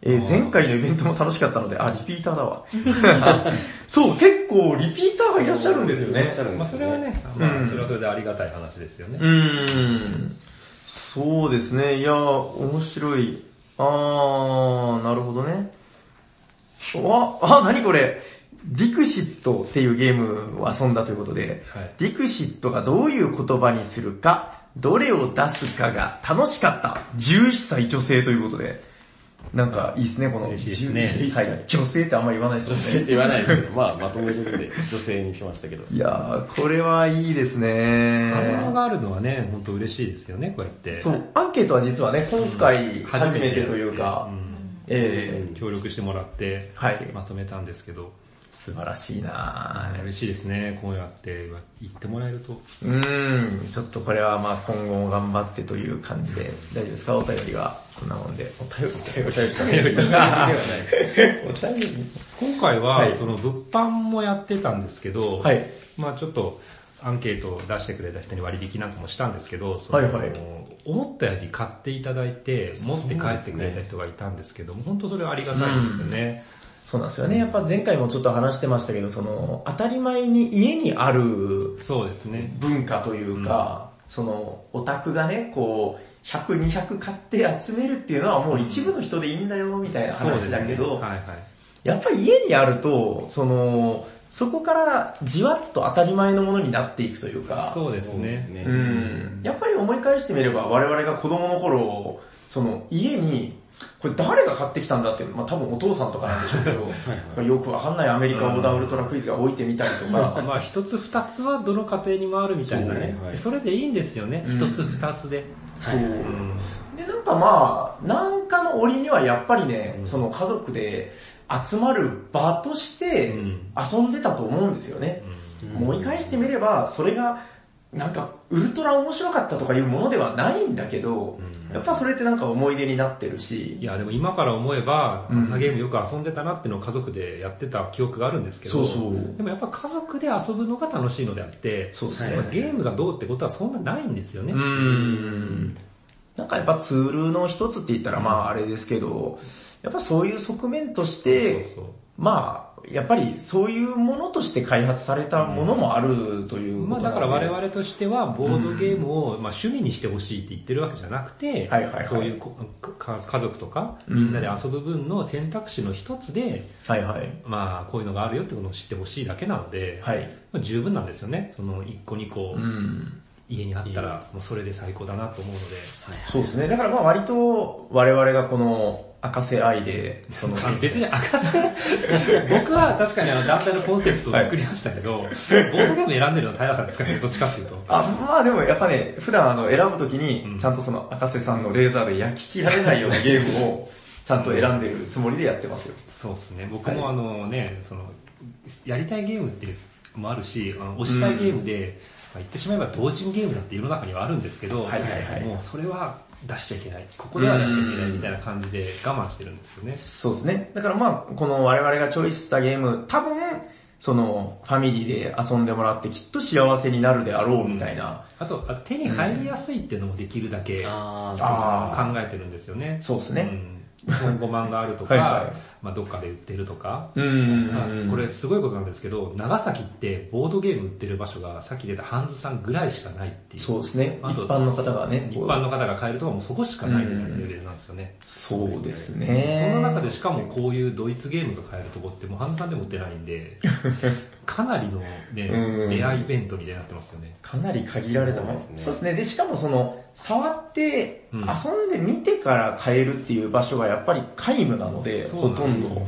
Speaker 2: えー
Speaker 4: あー
Speaker 2: 前回のイベントも楽しかったので、あ、リピーター だわ。そう、結構リピーターがいらっしゃるんですよね。
Speaker 1: いらっしゃる
Speaker 4: た。
Speaker 1: んで
Speaker 4: まあ
Speaker 1: すよ
Speaker 4: それはね、ま
Speaker 2: うん
Speaker 4: あそれはそれでありがたい話ですよね。
Speaker 2: うーん。そうですね。いや、面白い。あー、なるほどね。あ、あ、なにこれ。ディクシットっていうゲームを遊んだということで、
Speaker 4: はい
Speaker 2: ディクシットがどういう言葉にするか、どれを出すかが楽しかった。11歳女性ということで。なんかいいですね、この
Speaker 4: 嬉しいですね
Speaker 2: 11歳女性ってあんまり言わないですよ
Speaker 1: 女
Speaker 2: ね。
Speaker 1: 性って 言わないですけど、まあまとめるんで女性にしましたけど。
Speaker 2: いやー、これはいいですね。
Speaker 4: 反応があるのはね、本当嬉しいですよね、こうやって。
Speaker 2: そう、アンケートは実はね、今回初めてというか、
Speaker 4: うん
Speaker 2: え
Speaker 4: 協力してもらって、
Speaker 2: はい
Speaker 4: まとめたんですけど、
Speaker 2: ー、素晴らしいな
Speaker 4: 嬉しいですね、こうやって言ってもらえると。
Speaker 2: うーん、ちょっとこれはまあ今後も頑張ってという感じで、大丈夫ですかお便りは。こんなもんで。お便り、お便り、お便り。お便り。
Speaker 4: 今回は、
Speaker 2: はい
Speaker 4: その物販もやってたんですけど、
Speaker 2: はい
Speaker 4: まあちょっとアンケートを出してくれた人に割引なんかもしたんですけど、その
Speaker 2: はいはい
Speaker 4: 思ったより買っていただいて、持って帰ってくれた人がいたんですけども、本当それはありがたいですよね。
Speaker 2: そうなんですよね。やっぱ前回もちょっと話してましたけど、その、当たり前に家にある
Speaker 4: そうですね。
Speaker 2: 文化というか、そのオタクがね、こう、100、200買って集めるっていうのはもう一部の人でいいんだよみたいな
Speaker 4: そうです
Speaker 2: 話だけど、
Speaker 4: ね、はいはい。
Speaker 2: やっぱり家にあると、その、そこからじわっと当たり前のものになっていくというか、
Speaker 4: そうですね。
Speaker 2: う。ん。やっぱり思い返してみれば我々が子供の頃、その家に、これ誰が買ってきたんだっていう、まあ多分お父さんとかなんでしょう けど、まあよくわかんないアメリカ横断ウルトラクイズが置いてみたり とか、
Speaker 4: まあ一つ二つはどの家庭にもあるみたいな
Speaker 1: そ
Speaker 4: ね。そう
Speaker 1: はい
Speaker 4: れでいいんですよね。
Speaker 2: うん
Speaker 4: 一、つ二つで。
Speaker 2: そう。
Speaker 4: うん
Speaker 2: で、なんかまあ、なんかの折にはやっぱりね、
Speaker 4: うん
Speaker 2: その家族で集まる場として
Speaker 4: うん
Speaker 2: 遊んでたと思うんですよね。
Speaker 1: うん
Speaker 2: 思い返してみれば、それが、なんか、ウルトラ面白かったとかいうものではないんだけど、
Speaker 4: うん
Speaker 2: やっぱそれってなんか思い出になってる
Speaker 4: い
Speaker 2: し、
Speaker 4: や、でも今から思えば、
Speaker 2: うん
Speaker 4: あんなゲームよく遊んでたなっていうのを家族でやってた記憶があるんですけど、
Speaker 2: そうそう
Speaker 4: でもやっぱ家族で遊ぶのが楽しいのであって、
Speaker 2: そうですね
Speaker 4: やっぱゲームがどうってことはそんなないんですよね。
Speaker 2: うーん。なんかやっぱツールの一つって言ったらまああれですけど、やっぱそういう側面として、
Speaker 4: そう
Speaker 2: まあ、やっぱりそういうものとして開発されたものもあるとい
Speaker 4: そうう。
Speaker 2: こと
Speaker 4: まあだから我々としては、ボードゲームをまあ趣味にしてほしいって言ってるわけじゃなくて、
Speaker 2: はいはいはい
Speaker 4: そういうこか家族とか、
Speaker 2: うん
Speaker 4: みんなで遊ぶ分の選択肢の一つで、
Speaker 2: はいはい。
Speaker 4: まあこういうのがあるよってことを知ってほしいだけなので、
Speaker 2: はい。
Speaker 4: まあ十分なんですよね。その1個2個
Speaker 2: うん。
Speaker 4: 家にあったら、もうそれで最高だなと思うので。
Speaker 2: そうですね。だからまあ割と我々がこの赤瀬愛で、その、
Speaker 4: あの 別に明かせ、僕は確かにあの団体のコンセプトを作りましたけど、ボードゲーム選んでるのは平さんですからね、どっちかっていうと。
Speaker 2: あ、まあでもやっぱね、普段あの選ぶとき
Speaker 4: う
Speaker 2: に、
Speaker 4: ん
Speaker 2: ちゃんとその赤瀬さんのレーザーで焼き切られないようなゲームを、ちゃんと選んでるつもりでやってますよ。
Speaker 4: そうですね、僕もあのね、その、やりたいゲームっていうのもあるし、あの推したいゲームで、まあ言ってしまえば同人ゲームだって世の中にはあるんですけど、
Speaker 2: はいはいはい
Speaker 4: もうそれは出しちゃいけない。ここでは出しちゃいけないみたいな感じで我慢してるんですよね。
Speaker 2: そうですね。だからまあ、この我々がチョイスしたゲーム、多分、その、ファミリーで遊んでもらってきっと幸せになるであろうみたいな、
Speaker 4: あと、あと手に入りやすいっていうのもできるだけ、
Speaker 1: あ
Speaker 2: あ
Speaker 1: あ、
Speaker 4: 考えてるんですよね。
Speaker 2: そうですね
Speaker 4: ん。日本語版があるとか、
Speaker 2: はいはい
Speaker 4: まあどっかで売ってるとか、
Speaker 2: うん
Speaker 4: これすごいことなんですけど、長崎ってボードゲーム売ってる場所がさっき出たハンズさんぐらいしかないっていう。
Speaker 2: そうですね。一
Speaker 4: あと
Speaker 2: 般の方がね。
Speaker 4: 一
Speaker 2: こう
Speaker 4: 般の方が買えるとかもうそこしかないみたいなレベルなんですよね。
Speaker 2: そうです
Speaker 4: そ
Speaker 2: ね。
Speaker 4: んな中でしかもこういうドイツゲームが買えるとこってもうハンズさんでも売ってない んで、かなりの
Speaker 2: うん
Speaker 4: ね、レアイベントみたいになってますよね。
Speaker 2: かなり限られたものですね。
Speaker 1: そうですね
Speaker 2: そうですね。で、しかもその、触って、
Speaker 4: うん
Speaker 2: 遊んでみてから買えるっていう場所がやっぱり皆無なので、
Speaker 4: そう
Speaker 2: ほ
Speaker 4: なんです
Speaker 2: とんど。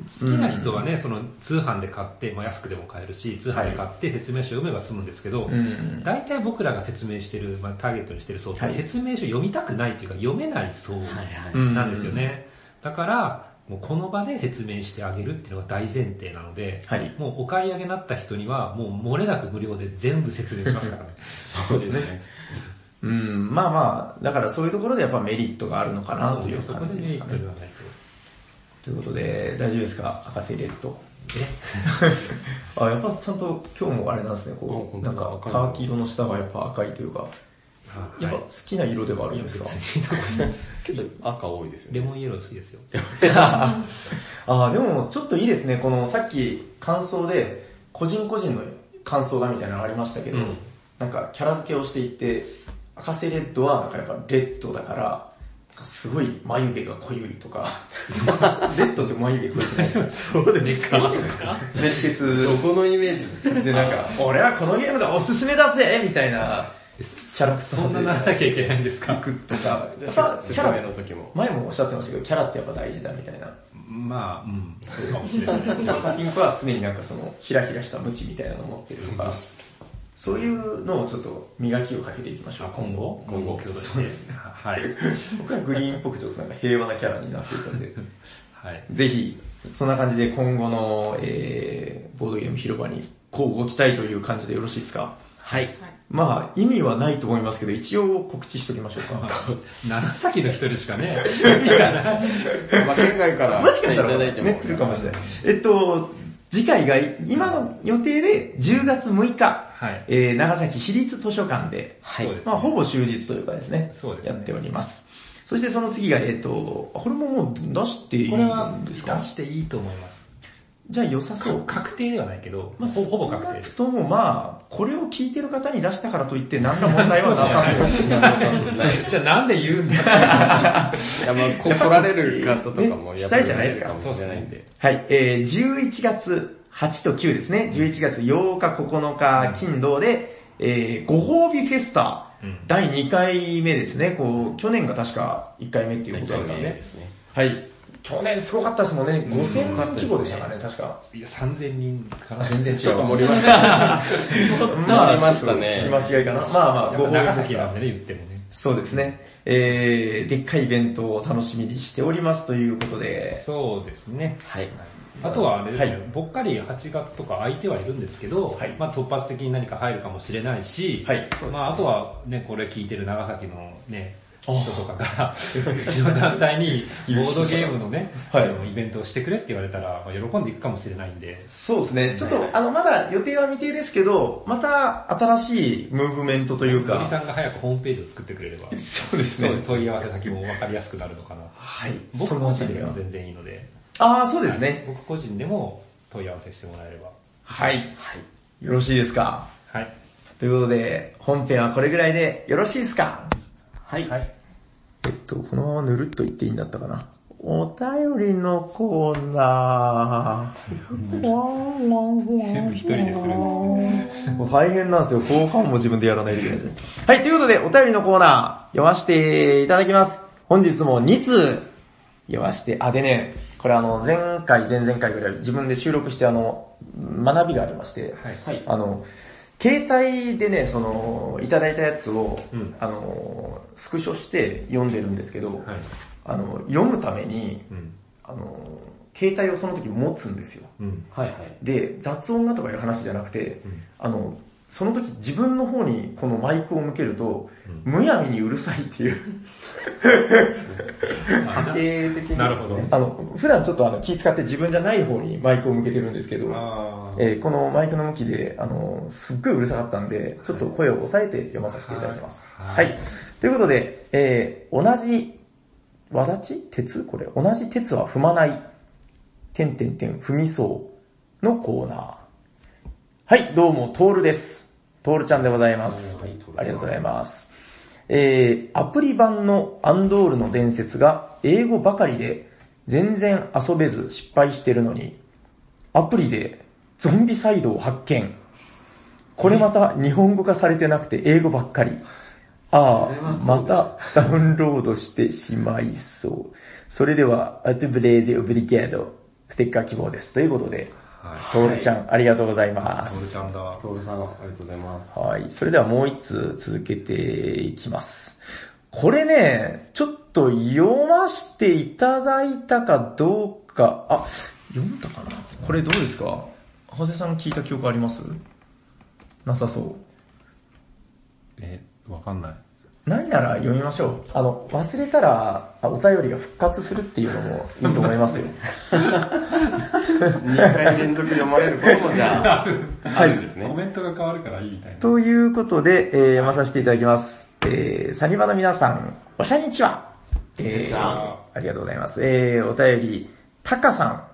Speaker 4: 好きな人はね、その通販で買って、まあ、安くでも買えるし、通販で買って説明書読めば済むんですけど、
Speaker 2: うん
Speaker 4: 大体僕らが説明してる、まあ、ターゲットにしてる層って
Speaker 2: はい
Speaker 4: 説明書読みたくないというか読めない層
Speaker 1: はいはい。
Speaker 2: うん
Speaker 4: なんですよね。だから、もうこの場で説明してあげるっていうのが大前提なので、
Speaker 2: はい
Speaker 4: もうお買い上げになった人には、もう漏れなく無料で全部説明しますからね。
Speaker 1: そうですね。
Speaker 2: うん、まあまあ、だからそういうところでやっぱメリットがあるのかなという
Speaker 4: そこ
Speaker 2: 感
Speaker 4: で
Speaker 2: じ
Speaker 4: メ
Speaker 2: で
Speaker 4: リ
Speaker 2: す
Speaker 4: ッ
Speaker 2: か
Speaker 4: ト
Speaker 2: ね
Speaker 4: で。はない
Speaker 2: ということで、大丈夫ですか博士レッド。
Speaker 4: と。ね
Speaker 2: あ、やっぱちゃんと今日もあれなんですね、こ
Speaker 1: あ
Speaker 2: う、
Speaker 1: 本
Speaker 2: な
Speaker 1: 当
Speaker 2: ん
Speaker 1: だ
Speaker 2: か
Speaker 1: 赤い
Speaker 2: カーキ色の下がやっぱ赤いというか、やっぱ
Speaker 4: は
Speaker 2: 好きな色ではあるんですか
Speaker 1: けど赤多いですよ
Speaker 4: いレ
Speaker 1: ね。
Speaker 4: モンイエロー好きですよ。
Speaker 2: ああ、でもちょっといいですね。このさっき感想で、個人個人の感想がみたいなのありましたけど、
Speaker 4: うん
Speaker 2: なんかキャラ付けをしていって、赤瀬レッドはなんかやっぱレッドだから、なんかすごい眉毛が濃い とか、レッドって眉毛濃いじゃないですか。
Speaker 1: そうですか
Speaker 2: 熱血
Speaker 1: どこのイメージですか
Speaker 2: でなんか、俺はこのゲームがおすすめだぜみたいな、
Speaker 4: え
Speaker 2: キャラクターで
Speaker 4: そんなならなきゃいけないんです
Speaker 2: 行
Speaker 4: か
Speaker 2: くとか、やっぱキ
Speaker 1: 説
Speaker 2: ャ
Speaker 1: 明
Speaker 2: ラ、
Speaker 1: の時も。
Speaker 2: 前もおっしゃってましたけど、キャラってやっぱ大事だみたいな。
Speaker 4: まあ、うん、そうかもしれない。
Speaker 2: カピンクは常になんかその、ひらひらしたムチみたいなの持ってるとか、そういうのをちょっと磨きをかけていきましょう。
Speaker 4: 今後
Speaker 2: 今後
Speaker 4: 協力して
Speaker 2: そうですね。
Speaker 4: はい。
Speaker 2: 僕はグリーンっぽくちょっとなんか平和なキャラになっていくん で、
Speaker 4: はい。
Speaker 2: ぜひ、そんな感じで今後の、えー、ボードゲーム広場にこうご期待という感じでよろしいですか
Speaker 1: はい。
Speaker 2: まあ、意味はないと思いますけど、一応告知しときましょう
Speaker 4: まあ
Speaker 2: か。
Speaker 4: 長崎の一人しか ね、いいかな。
Speaker 1: まあ、県外から
Speaker 2: もしかした
Speaker 1: い
Speaker 2: ら、
Speaker 1: ただい
Speaker 2: ね、
Speaker 1: ても。
Speaker 2: 来るかもしれない。えっと、次回が今の予定で10月6日、
Speaker 4: はい。
Speaker 2: えー、長崎市立図書館で、
Speaker 1: はい
Speaker 4: そう。です
Speaker 2: まあ、ほぼ終日というかですね、
Speaker 4: そうですね
Speaker 2: やっております。そしてその次が、えっと、これももう出していい
Speaker 4: これは
Speaker 2: ん
Speaker 4: 出
Speaker 2: ですか
Speaker 4: していいと思います。
Speaker 2: じゃあ良さそ
Speaker 4: そうう、。確定ではないけど、
Speaker 2: まあ、
Speaker 4: ほほぼ確
Speaker 2: 少な
Speaker 4: 定で
Speaker 2: く
Speaker 4: す。
Speaker 2: ともまあ、これを聞いてる方に出したからといって何ら問題はなさそう。
Speaker 1: ない。
Speaker 4: じゃあなんで言うんだ
Speaker 1: いや、まあ、こ来られる方とかも、
Speaker 2: ね
Speaker 1: やっぱり
Speaker 2: したいじゃないですか
Speaker 1: かもしれないんで。
Speaker 2: はい、えー、11月8と9ですね。11月8日、9日、金土で、えー、ご褒美フェスタ、
Speaker 4: うん
Speaker 2: 第2回目ですね。こう、去年が確か1回目っていうことだった
Speaker 1: ね
Speaker 2: んで。はい。去年すごかったですもんね。
Speaker 1: すご
Speaker 2: 5000
Speaker 1: かっ
Speaker 2: 人
Speaker 1: たですね
Speaker 2: 規模でしたからね、確か。
Speaker 4: いや、3000人から。
Speaker 2: 全然違う。
Speaker 1: ちょっと盛りましたね。
Speaker 2: まあ、
Speaker 1: 盛りましたね
Speaker 2: ちょっと気間違いかな。まあまあ、ご褒美
Speaker 4: 長
Speaker 2: フェス
Speaker 4: 崎
Speaker 2: タ
Speaker 4: な。んでね、言ってもね。
Speaker 2: そうですね。えー、でっかいイベントを楽しみにしておりますということで。
Speaker 4: そうですね。
Speaker 1: はい。
Speaker 4: あとはあれですね、
Speaker 2: はい
Speaker 4: ぼっかり8月とか空いてはいるんですけど、
Speaker 2: はい
Speaker 4: まあ突発的に何か入るかもしれないし、
Speaker 2: はいそうですね
Speaker 4: まああとはね、これ聞いてる長崎のね、人とかから、 うちの団 体にボードゲームのね、
Speaker 2: はい
Speaker 4: あのイベントをしてくれって言われたら、まあ、喜んでいくかもしれないんで、
Speaker 2: そうですね。ちょっ
Speaker 4: はいはい
Speaker 2: と、あの、まだ予定は未定ですけど、また新しいムーブメントという
Speaker 4: 森さ
Speaker 2: か。
Speaker 4: んが早くホームページを作ってくれれば、
Speaker 2: そうです
Speaker 4: そう
Speaker 2: ね。
Speaker 4: 問い合わせ先も分かりやすくなるのかな。
Speaker 2: はい。
Speaker 4: 僕個人で
Speaker 2: は
Speaker 4: も。全然いいので、
Speaker 2: ああ、そうですね。
Speaker 4: 僕個人でも問い合わせしてもらえれば。
Speaker 2: はい。よろしいですか
Speaker 4: はい。
Speaker 2: ということで、本編はこれぐらいでよろしいですか
Speaker 1: はい。
Speaker 4: はい。
Speaker 2: えっと、このままぬるっと言っていいんだったかな。お便りのコーナー。
Speaker 4: 全部一人でするんですね。
Speaker 2: もう大変なんですよ。交換も自分でやらないといけないですね はい、ということで、お便りのコーナー、読ませていただきます。本日も2通、読ませて、あ、でね、これあの、前回、前々回ぐらい自分で収録して、あの、学びがありまして、
Speaker 4: はい
Speaker 2: あの、携帯でね、その、いただいたやつを、
Speaker 4: うん
Speaker 2: あの、スクショして読んでるんですけど、
Speaker 4: はい。
Speaker 2: あの、読むために、
Speaker 4: うん。
Speaker 2: あの、携帯をその時持つんですよ。
Speaker 4: うん。
Speaker 1: はいはい。
Speaker 2: で、雑音がとかいう話じゃなくて、
Speaker 4: うん
Speaker 2: あの、その時自分の方にこのマイクを向けると、
Speaker 4: う
Speaker 2: むやみにうるさいっていう、
Speaker 4: あ
Speaker 2: 家庭的にですね
Speaker 4: なるほど
Speaker 2: あの、普段ちょっとあの気使って自分じゃない方にマイクを向けてるんですけど、
Speaker 4: あー
Speaker 2: えーこのマイクの向きで、あの、すっごいうるさかったんで、ちょっと声を抑えて読まさせていただきます。は。
Speaker 4: はいい
Speaker 2: ということで、えー同じ、わだち鉄これ。同じ鉄は踏まない。てんてんてん踏みそうのコーナー。はい、どうも、トールです。トールちゃんでございます。
Speaker 1: はいトール
Speaker 2: ありがとうございます。えー、アプリ版のアンドールの伝説が英語ばかりで全然遊べず失敗してるのに、アプリでゾンビサイドを発見。これまた日本語化されてなくて英語ばっかり。あ
Speaker 1: それ
Speaker 2: あ
Speaker 1: は、そう
Speaker 2: またダウンロードしてしまいそう。それでは、アトゥブレーデオブリケード、ステッカー希望です。ということで、
Speaker 4: はい。
Speaker 2: トールちゃん、ありがとうございま
Speaker 4: ト
Speaker 2: す
Speaker 4: ー。ルちゃんだ。
Speaker 1: トールさん、ありがとうございます。
Speaker 2: はい。それではもう一つ続けていきます。これね、ちょっと読ましていただいたかどうか、あ、読んだかなこれどうですか長谷さん聞いた記憶ありますなさそ
Speaker 5: え、わかんない。
Speaker 2: う。ないなら読みましょう。あの、忘れたら、あお便りが復活するっていうのもいいと思い ますよ。
Speaker 1: 2回連続読まれることもじゃあ、あるんです
Speaker 5: コ
Speaker 1: ね。
Speaker 5: メントが変わるからいいみたいな。
Speaker 2: ということで、えー、読まさせていただきます。えー、サニバの皆さん、おしゃにちは。えー、ありがとうございます。えー、お便り、タカさん、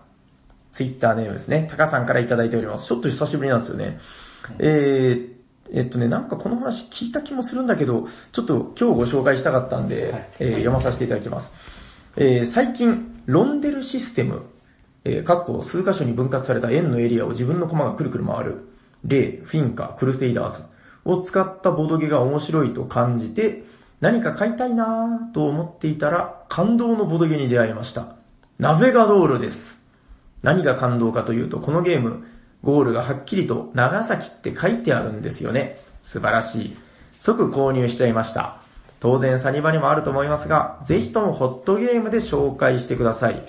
Speaker 2: ツイッターネームですね。タカさんからいただいております。ちょっと久しぶりなんですよね。えー、えっとね、なんかこの話聞いた気もするんだけど、ちょっと今日ご紹介したかったんで、えー読まさせていただきます。えー最近、ロンデルシステム、えー、かっこ数箇所に分割された円のエリアを自分の駒がくるくる回る、例、フィンカ、クルセイダーズを使ったボドゲが面白いと感じて、何か買いたいなぁと思っていたら、感動のボドゲに出会いました。ナベガドールです。何が感動かというと、このゲーム、ゴールがはっきりと長崎って書いてあるんですよね。素晴らしい。即購入しちゃいました。当然サニバにもあると思いますが、ぜひともホットゲームで紹介してください。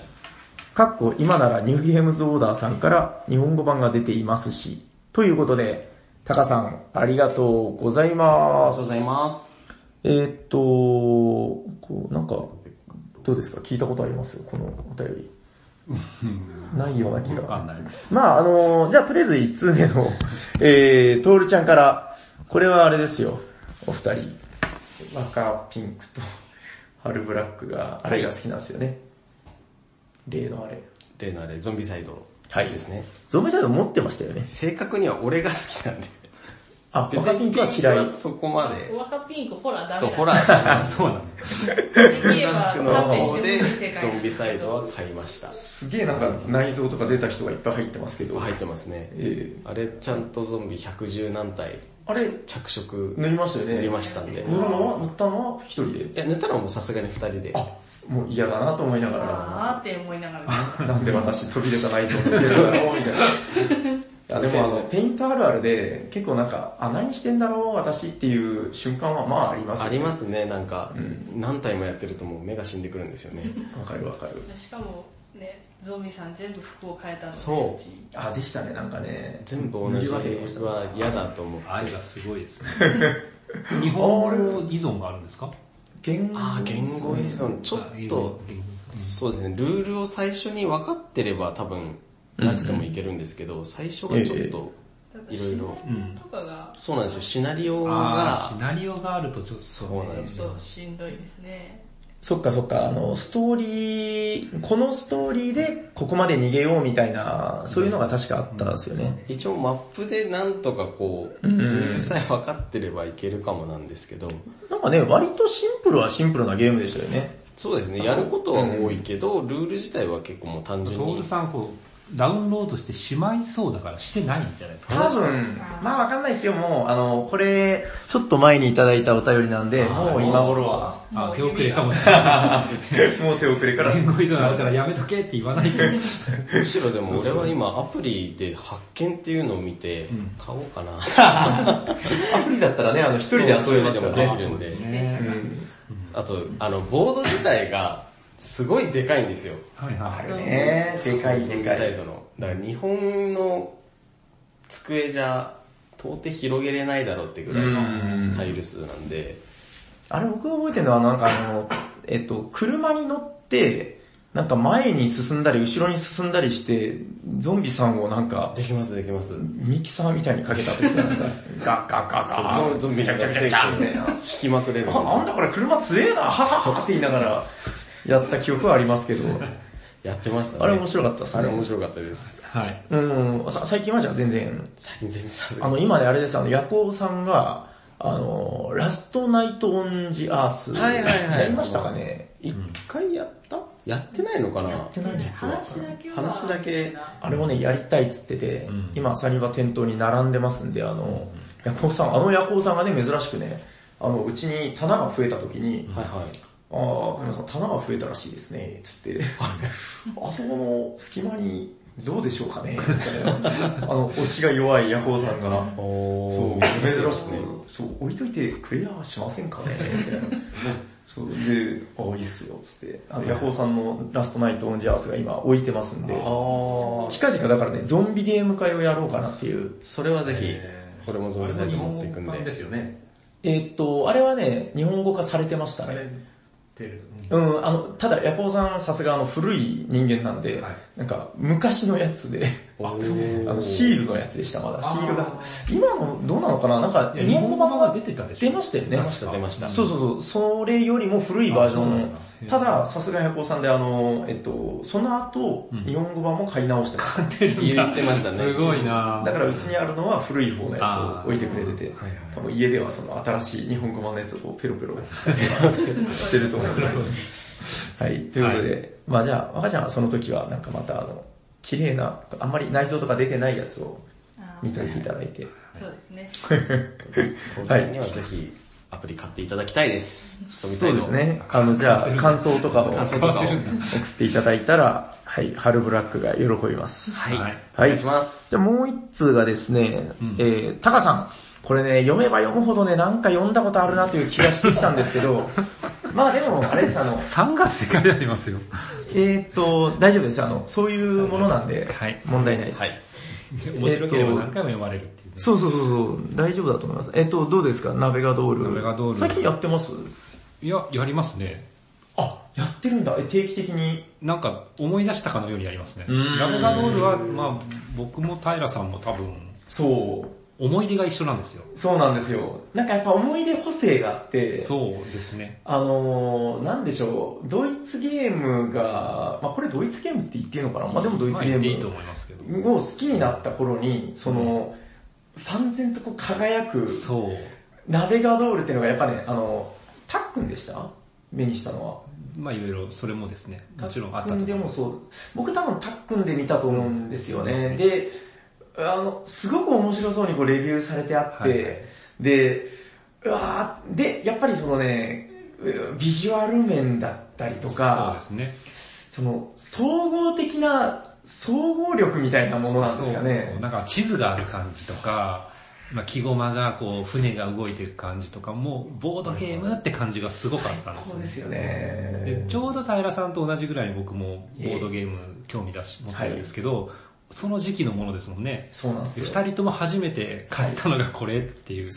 Speaker 2: かっこ今ならニューゲームズオーダーさんから日本語版が出ていますし。ということで、タカさん、ありがとうござい
Speaker 1: あ
Speaker 2: ま
Speaker 1: りがとうご
Speaker 2: す
Speaker 1: ざ。います。
Speaker 2: えーっと、こう、なんか、どうですか聞いたことありますこのお便り。ないような気
Speaker 5: わか
Speaker 2: が
Speaker 5: ん。ない。
Speaker 2: まああのじゃあとりあえず1通目の、 えー、トールちゃんから、これはあれですよ、お二人。若ピンクと、春ブラックが、あれが好きなんですよね。例のあれ。
Speaker 1: 例のあれ、ゾンビサイド。
Speaker 2: はい
Speaker 1: ですね。
Speaker 2: ゾンビサイド持ってましたよね。
Speaker 1: 正確には俺が好きなんで。
Speaker 2: あ、
Speaker 1: 別
Speaker 2: 若
Speaker 1: に
Speaker 2: ピンクは嫌い。
Speaker 1: そこまで。
Speaker 3: 若ピンク、ほら、ダメだ。
Speaker 1: そう、ホラーだ
Speaker 4: あ、そうなんだ。
Speaker 3: できれば、
Speaker 1: な。の
Speaker 3: 勘弁し
Speaker 1: 方
Speaker 3: て
Speaker 1: で
Speaker 3: ほしい世界、
Speaker 1: ゾンビサイドは買いました。
Speaker 2: すげえなんか内臓とか出た人がいっぱい入ってますけど。
Speaker 1: 入ってますね。
Speaker 2: えー
Speaker 1: あれ、ちゃんとゾンビ110何体
Speaker 2: あれ、
Speaker 1: 着色
Speaker 2: 塗りましたよね。
Speaker 1: 塗りましたんで。い
Speaker 2: 塗るのは塗ったのは一人で。
Speaker 1: や、塗ったのはもうさすがに2人で。
Speaker 2: あ、もう嫌だなと思いながら、
Speaker 3: あーって思いながら。
Speaker 2: なんで私飛び出た内臓を見てるんだろうみたいな。い やでもあの、ペイントあるあるで、結構なんか、あ、何してんだろう私っていう瞬間はまああります
Speaker 1: あ
Speaker 2: よ
Speaker 1: り
Speaker 2: ね。
Speaker 1: ますね、なんか
Speaker 2: う、ん
Speaker 1: 何体もやってるともう目が死んでくるんですよね。
Speaker 2: わかるわかる。
Speaker 3: しかも、ね、ゾンビさん全部服を変えたので。
Speaker 1: そう。
Speaker 2: あ、でしたね、なんかね。
Speaker 1: 全部同じは嫌だと思う。
Speaker 4: 愛がすご いですね。日本語依存があるんですか
Speaker 2: 言語。
Speaker 1: ああ、言語依存。ちょっと、そうですね、ルールを最初に分かってれば多分、なくてもいけるんですけど、最初がちょっと、
Speaker 3: だって
Speaker 1: いろいろ。
Speaker 3: シナリオとかが、
Speaker 1: そうなんですよ、シナリオ
Speaker 4: あーシ
Speaker 1: が、
Speaker 4: ナリオがあるとちょっとね。
Speaker 1: そうなんです
Speaker 3: ちょっとしんどいですね。
Speaker 2: そっかそっか、あの、ストーリー、このストーリーでここまで逃げようみたいな、そういうのが確かあったんですよね。
Speaker 1: 一応マップでなんとかこう、
Speaker 2: う
Speaker 1: ル
Speaker 2: ん
Speaker 1: ールさえ分かってればいけるかもなんですけど、
Speaker 2: なんかね、割とシンプルはシンプルなゲームでしたよね。
Speaker 1: そうですね、やることは多いけど、ルール自体は結構もう単
Speaker 4: ト
Speaker 1: 純
Speaker 4: ー
Speaker 1: に
Speaker 4: ル。さん、こう、ダウンロードしてしまいそうだからしてないんじゃないですか
Speaker 2: 多分、まあわかんないですよ、もう、あの、これ、ちょっと前にいただいたお便りなんで、もう今頃は、
Speaker 4: あ、手遅れかもしれな
Speaker 2: もう手遅れか
Speaker 4: い。
Speaker 2: ら、
Speaker 4: 言語依存あるからやめとけって言わないと。
Speaker 1: むしろでも俺は今アプリで発見っていうのを見て、買おうかな。
Speaker 2: アプリだったらね、あの、一人で遊べますから
Speaker 1: そう一人でもでき
Speaker 2: ね。
Speaker 1: るんで。
Speaker 4: ね
Speaker 2: うん
Speaker 1: あと、あの、ボード自体が、すごいでかいんですよ。
Speaker 4: はいは
Speaker 3: れ
Speaker 2: ねえ、でかい
Speaker 1: ジ
Speaker 2: で
Speaker 1: ム
Speaker 2: か
Speaker 1: サイ
Speaker 2: い。
Speaker 1: ドの。だから日本の机じゃ、到底広げれないだろうってぐらい
Speaker 2: うん
Speaker 1: のタイル数なんで、
Speaker 2: あれ僕が覚えてるのは、なんかあの、えっと、車に乗って、なんか前に進んだり、後ろに進んだりして、ゾンビさんをなんか、
Speaker 1: できますできます。
Speaker 2: ミキサーみたいにかけたというか、なんかガッガッガッガ
Speaker 1: そうゾ
Speaker 2: ッ。
Speaker 1: ンゾンビ
Speaker 2: めちゃくちゃめちゃくちゃみたいな
Speaker 1: 弾。きまくれるんです
Speaker 2: あ、なん
Speaker 1: よ。
Speaker 2: だこれ車強えな、はははって言いながら、やった記憶はありますけど、
Speaker 1: やってましたね。
Speaker 2: あれ面白かったです
Speaker 1: あれ面
Speaker 2: ね。
Speaker 1: 白かったです。
Speaker 4: い。はい。
Speaker 2: うん、さ最近はじゃあ全然、
Speaker 1: 最近全然さ
Speaker 2: あの、今ねあれです、あの、夜行さんが、あの、ラストナイトオンジアース、
Speaker 1: はいはいはい
Speaker 2: やりましたかね。
Speaker 1: 一回やったやってないのかな
Speaker 2: てない
Speaker 1: 実は。
Speaker 3: 話だけは。
Speaker 1: 話だけ
Speaker 2: あれもね、やりたいっつってて、
Speaker 4: ん
Speaker 2: 今、サニバ店頭に並んでますんで、あの、夜行さん、あの夜行さんがね、珍しくね、あの、うちに棚が増えた時に、
Speaker 1: はいはい。
Speaker 2: ああ、神野さん、棚が増えたらしいですね、つ って。あそこの隙間に、どうでしょうかね、みたいな。あの、推しが弱いヤホーさんが、そう、珍しく、そう、置いといてくれやしませんかね、みたいな。そう、で、あ、いいっすよ、つって。あの、ヤホーさんのラストナイトオンジャースが今置いてますんで、
Speaker 1: あ
Speaker 2: 近々だからね、ゾンビゲーム会をやろうかなっていう。
Speaker 1: それはぜひ、これもゾンビサイト
Speaker 6: あれも
Speaker 1: 持っていくん
Speaker 6: 日本版で
Speaker 1: で。
Speaker 6: すよね。
Speaker 2: えーっと、あれはね、日本語化されてましたね。
Speaker 6: てる。
Speaker 2: うん、あの、ただ、ヤホーさんはさすがあの古い人間なんで、
Speaker 6: はい
Speaker 2: なんか昔のやつで、
Speaker 6: あ
Speaker 1: お、
Speaker 6: そう
Speaker 2: あ
Speaker 1: ー
Speaker 2: のシールのやつでした、まだ。シールが
Speaker 6: あ。
Speaker 2: 今の、どうなのかななんか、
Speaker 6: いや
Speaker 2: 日
Speaker 6: 日
Speaker 2: 本語
Speaker 6: 本
Speaker 2: 版
Speaker 6: 版
Speaker 2: が
Speaker 6: が出てたでしょ
Speaker 2: 出ましたよね。
Speaker 1: 出ました、出ました。
Speaker 2: そうそうそう、それよりも古いバージョ
Speaker 6: あそう
Speaker 2: ン
Speaker 6: なん
Speaker 2: の
Speaker 6: だ。
Speaker 2: ただ、さすがヤコウさんで、あの、えっと、その後、
Speaker 6: うん
Speaker 2: 日本語版も買い直して ました。
Speaker 1: 言ってましたね。
Speaker 6: すごいな
Speaker 2: だから、うちにあるのは古い方のやつを置いてくれてて
Speaker 1: はいはい、
Speaker 2: 多分家ではその新しい日本語版のやつをこうペロペロしたりしてると思います。はい、ということで、まあじゃあ、若ちゃんはその時はなんかまたあの、綺麗な、あんまり内臓とか出てないやつを
Speaker 3: あ
Speaker 2: 見といていただいて。
Speaker 3: ーそうですね。
Speaker 1: 当時にはぜひ、アプリ買っていただきたいです。
Speaker 2: そうです。ね。あの、じゃあ、感想とかを
Speaker 1: 感想
Speaker 2: 送
Speaker 1: とかを。
Speaker 2: っていただいたら、はい、春ブラックが喜びます。
Speaker 1: はい。
Speaker 6: は
Speaker 1: はいい。
Speaker 2: は
Speaker 1: お
Speaker 2: い
Speaker 1: 願いします。
Speaker 2: じゃあもう一通がですね、えー、タカさん。これね、読めば読むほどね、なんか読んだことあるなという気がしてきたんですけ ど、まあでも、あれです、あの、
Speaker 4: 3月世界ありますよ。
Speaker 2: えーっと、大丈夫です、あの、そういうものなんで
Speaker 4: はい、
Speaker 2: 問題ないです。
Speaker 1: はい。
Speaker 6: 面白ければ何回も読まれるっていうね。
Speaker 2: そうそうそうそう、大丈夫だと思います。えーっと、どうですか、ナベガドール。
Speaker 4: ナベガドール
Speaker 2: 最近やってます
Speaker 4: いや、やりますね。
Speaker 2: あ、やってるんだ、え定期的に。
Speaker 4: なんか思い出したかのようにやりますね。
Speaker 2: うん
Speaker 4: ラブガドールは、まあ、僕も平さんも多分、
Speaker 2: そう、
Speaker 4: 思い出が一緒なんですよ。
Speaker 2: そうなんですよ。なんかやっぱ思い出補正があって、
Speaker 4: そうですね。
Speaker 2: あのー、なんでしょう、ドイツゲームが、まあこれドイツゲームって言っていいのかなまあでもドイツゲ
Speaker 4: まあ言っていい
Speaker 2: ー
Speaker 4: と
Speaker 2: ム
Speaker 4: 思いますけど。
Speaker 2: を好きになった頃に、その、三千とこう輝く、
Speaker 4: そう。
Speaker 2: ナベガドールっていうのがやっぱね、あの、タックンでした目にしたのは。
Speaker 4: まあいろいろ、それもですね。もちろんあった
Speaker 2: タ
Speaker 4: と
Speaker 2: ック
Speaker 4: 思
Speaker 2: ンで
Speaker 4: い
Speaker 2: も
Speaker 4: ます。
Speaker 2: そう。僕多分タックンで見たと思うんですよ
Speaker 4: そう
Speaker 2: ね。
Speaker 4: です
Speaker 2: で、あの、すごく面白そうにこうレビューされてあって、
Speaker 4: はいはい
Speaker 2: で、うわーで、やっぱりそのね、うビジュアル面だったりと
Speaker 4: そう
Speaker 2: か
Speaker 4: で、すね。
Speaker 2: その、総合的な、総合力みたいなものなんですか
Speaker 4: そうそう
Speaker 2: ね。
Speaker 4: なんか地図がある感じとか、まあ、木駒がこう、船が動いていく感じとかも、ボードゲームって感じがすごかったんで
Speaker 2: そ
Speaker 4: すよ
Speaker 2: うで
Speaker 4: ね。
Speaker 2: すよ
Speaker 4: で
Speaker 2: ね。
Speaker 4: ちょうど平さんと同じぐらいに僕もボードゲーム興味だし、持ってるんですけど、その時期のものですもんね。
Speaker 2: そうなんです
Speaker 4: で
Speaker 2: よ。
Speaker 4: 二人とも初めて買ったのがこれっていう。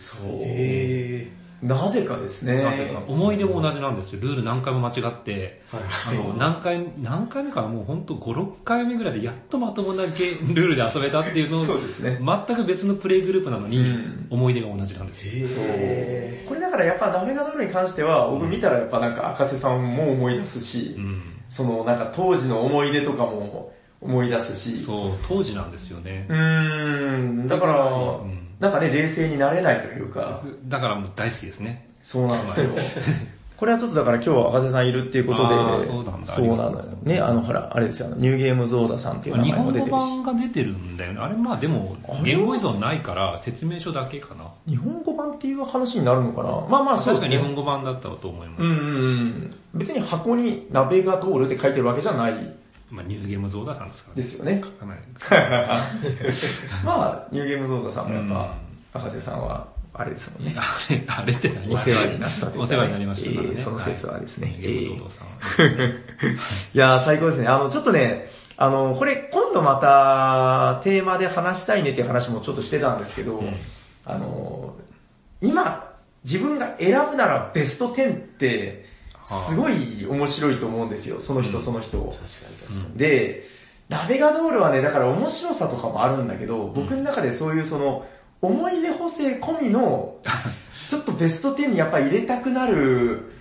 Speaker 2: へーなぜかですね。
Speaker 4: なぜか思い出も同じなんですよ。ルール何回も間違って、あの、何回、何回目かなもうほんと5、6回目ぐらいでやっとまともなゲルールで遊べたっていうのを、
Speaker 2: そうですね。
Speaker 4: 全く別のプレイグループなの
Speaker 2: う
Speaker 4: に
Speaker 2: ん、
Speaker 4: 思い出が同じなんですよ。
Speaker 2: そう。これだからやっぱナメガドールに関しては、僕見たらやっぱなんか赤瀬さんも思い出すし、
Speaker 4: うん。
Speaker 2: そのなんか当時の思い出とかも思い出すし、
Speaker 4: そう、当時なんですよね。
Speaker 2: うーん、だから、
Speaker 4: ん
Speaker 2: なんかね、冷静になれないというか、
Speaker 4: だからもう大好きですね。
Speaker 2: そうなんですよ。これはちょっとだから今日は赤瀬さんいるっていうこと
Speaker 4: あ
Speaker 2: で、
Speaker 4: ーそうなんだ
Speaker 2: そうなのよね、あのほら、あれですよ、あのニューゲームゾーダさんっていう名
Speaker 4: 日
Speaker 2: 前も
Speaker 4: 本
Speaker 2: 出
Speaker 4: 語
Speaker 2: てるし
Speaker 4: 版。が出てるんだよね。あれまあでも
Speaker 2: あれは、
Speaker 4: 言語依存ないから説明書だけかな。
Speaker 2: 日本語版っていう話になるのかなまあまあそう
Speaker 4: 確
Speaker 2: です
Speaker 4: か
Speaker 2: ね
Speaker 4: 日。本語版だったと思います
Speaker 2: う。んうんうん。別に箱にナベガドールって書いてるわけじゃない
Speaker 4: まあニューゲームゾーダさんですから
Speaker 2: で
Speaker 4: ね。
Speaker 2: すよ ね。
Speaker 4: 書かない
Speaker 2: まあ、ニューゲームゾーダさんもやっぱ、
Speaker 4: う
Speaker 2: 博士さんは、あれですもんね。
Speaker 4: あれ、あれって何
Speaker 2: お世話になったというかね
Speaker 4: お世話になりましたからね。
Speaker 2: えーその説はですね
Speaker 4: いニューゲームゾーダさんは。
Speaker 2: いやー、最高ですね。あの、ちょっとね、あの、これ、今度また、テーマで話したいねっていう話もちょっとしてたんですけど、あの、今、自分が選ぶならベスト10って、すごい面白いと思うんですよ。その人その人を。
Speaker 1: 確かに確か
Speaker 2: で、ラベガドールはね、だから面白さとかもあるんだけど、僕の中でそういうその、思い出補正込み の、ちょっとベスト10にやっぱ入れたくなる、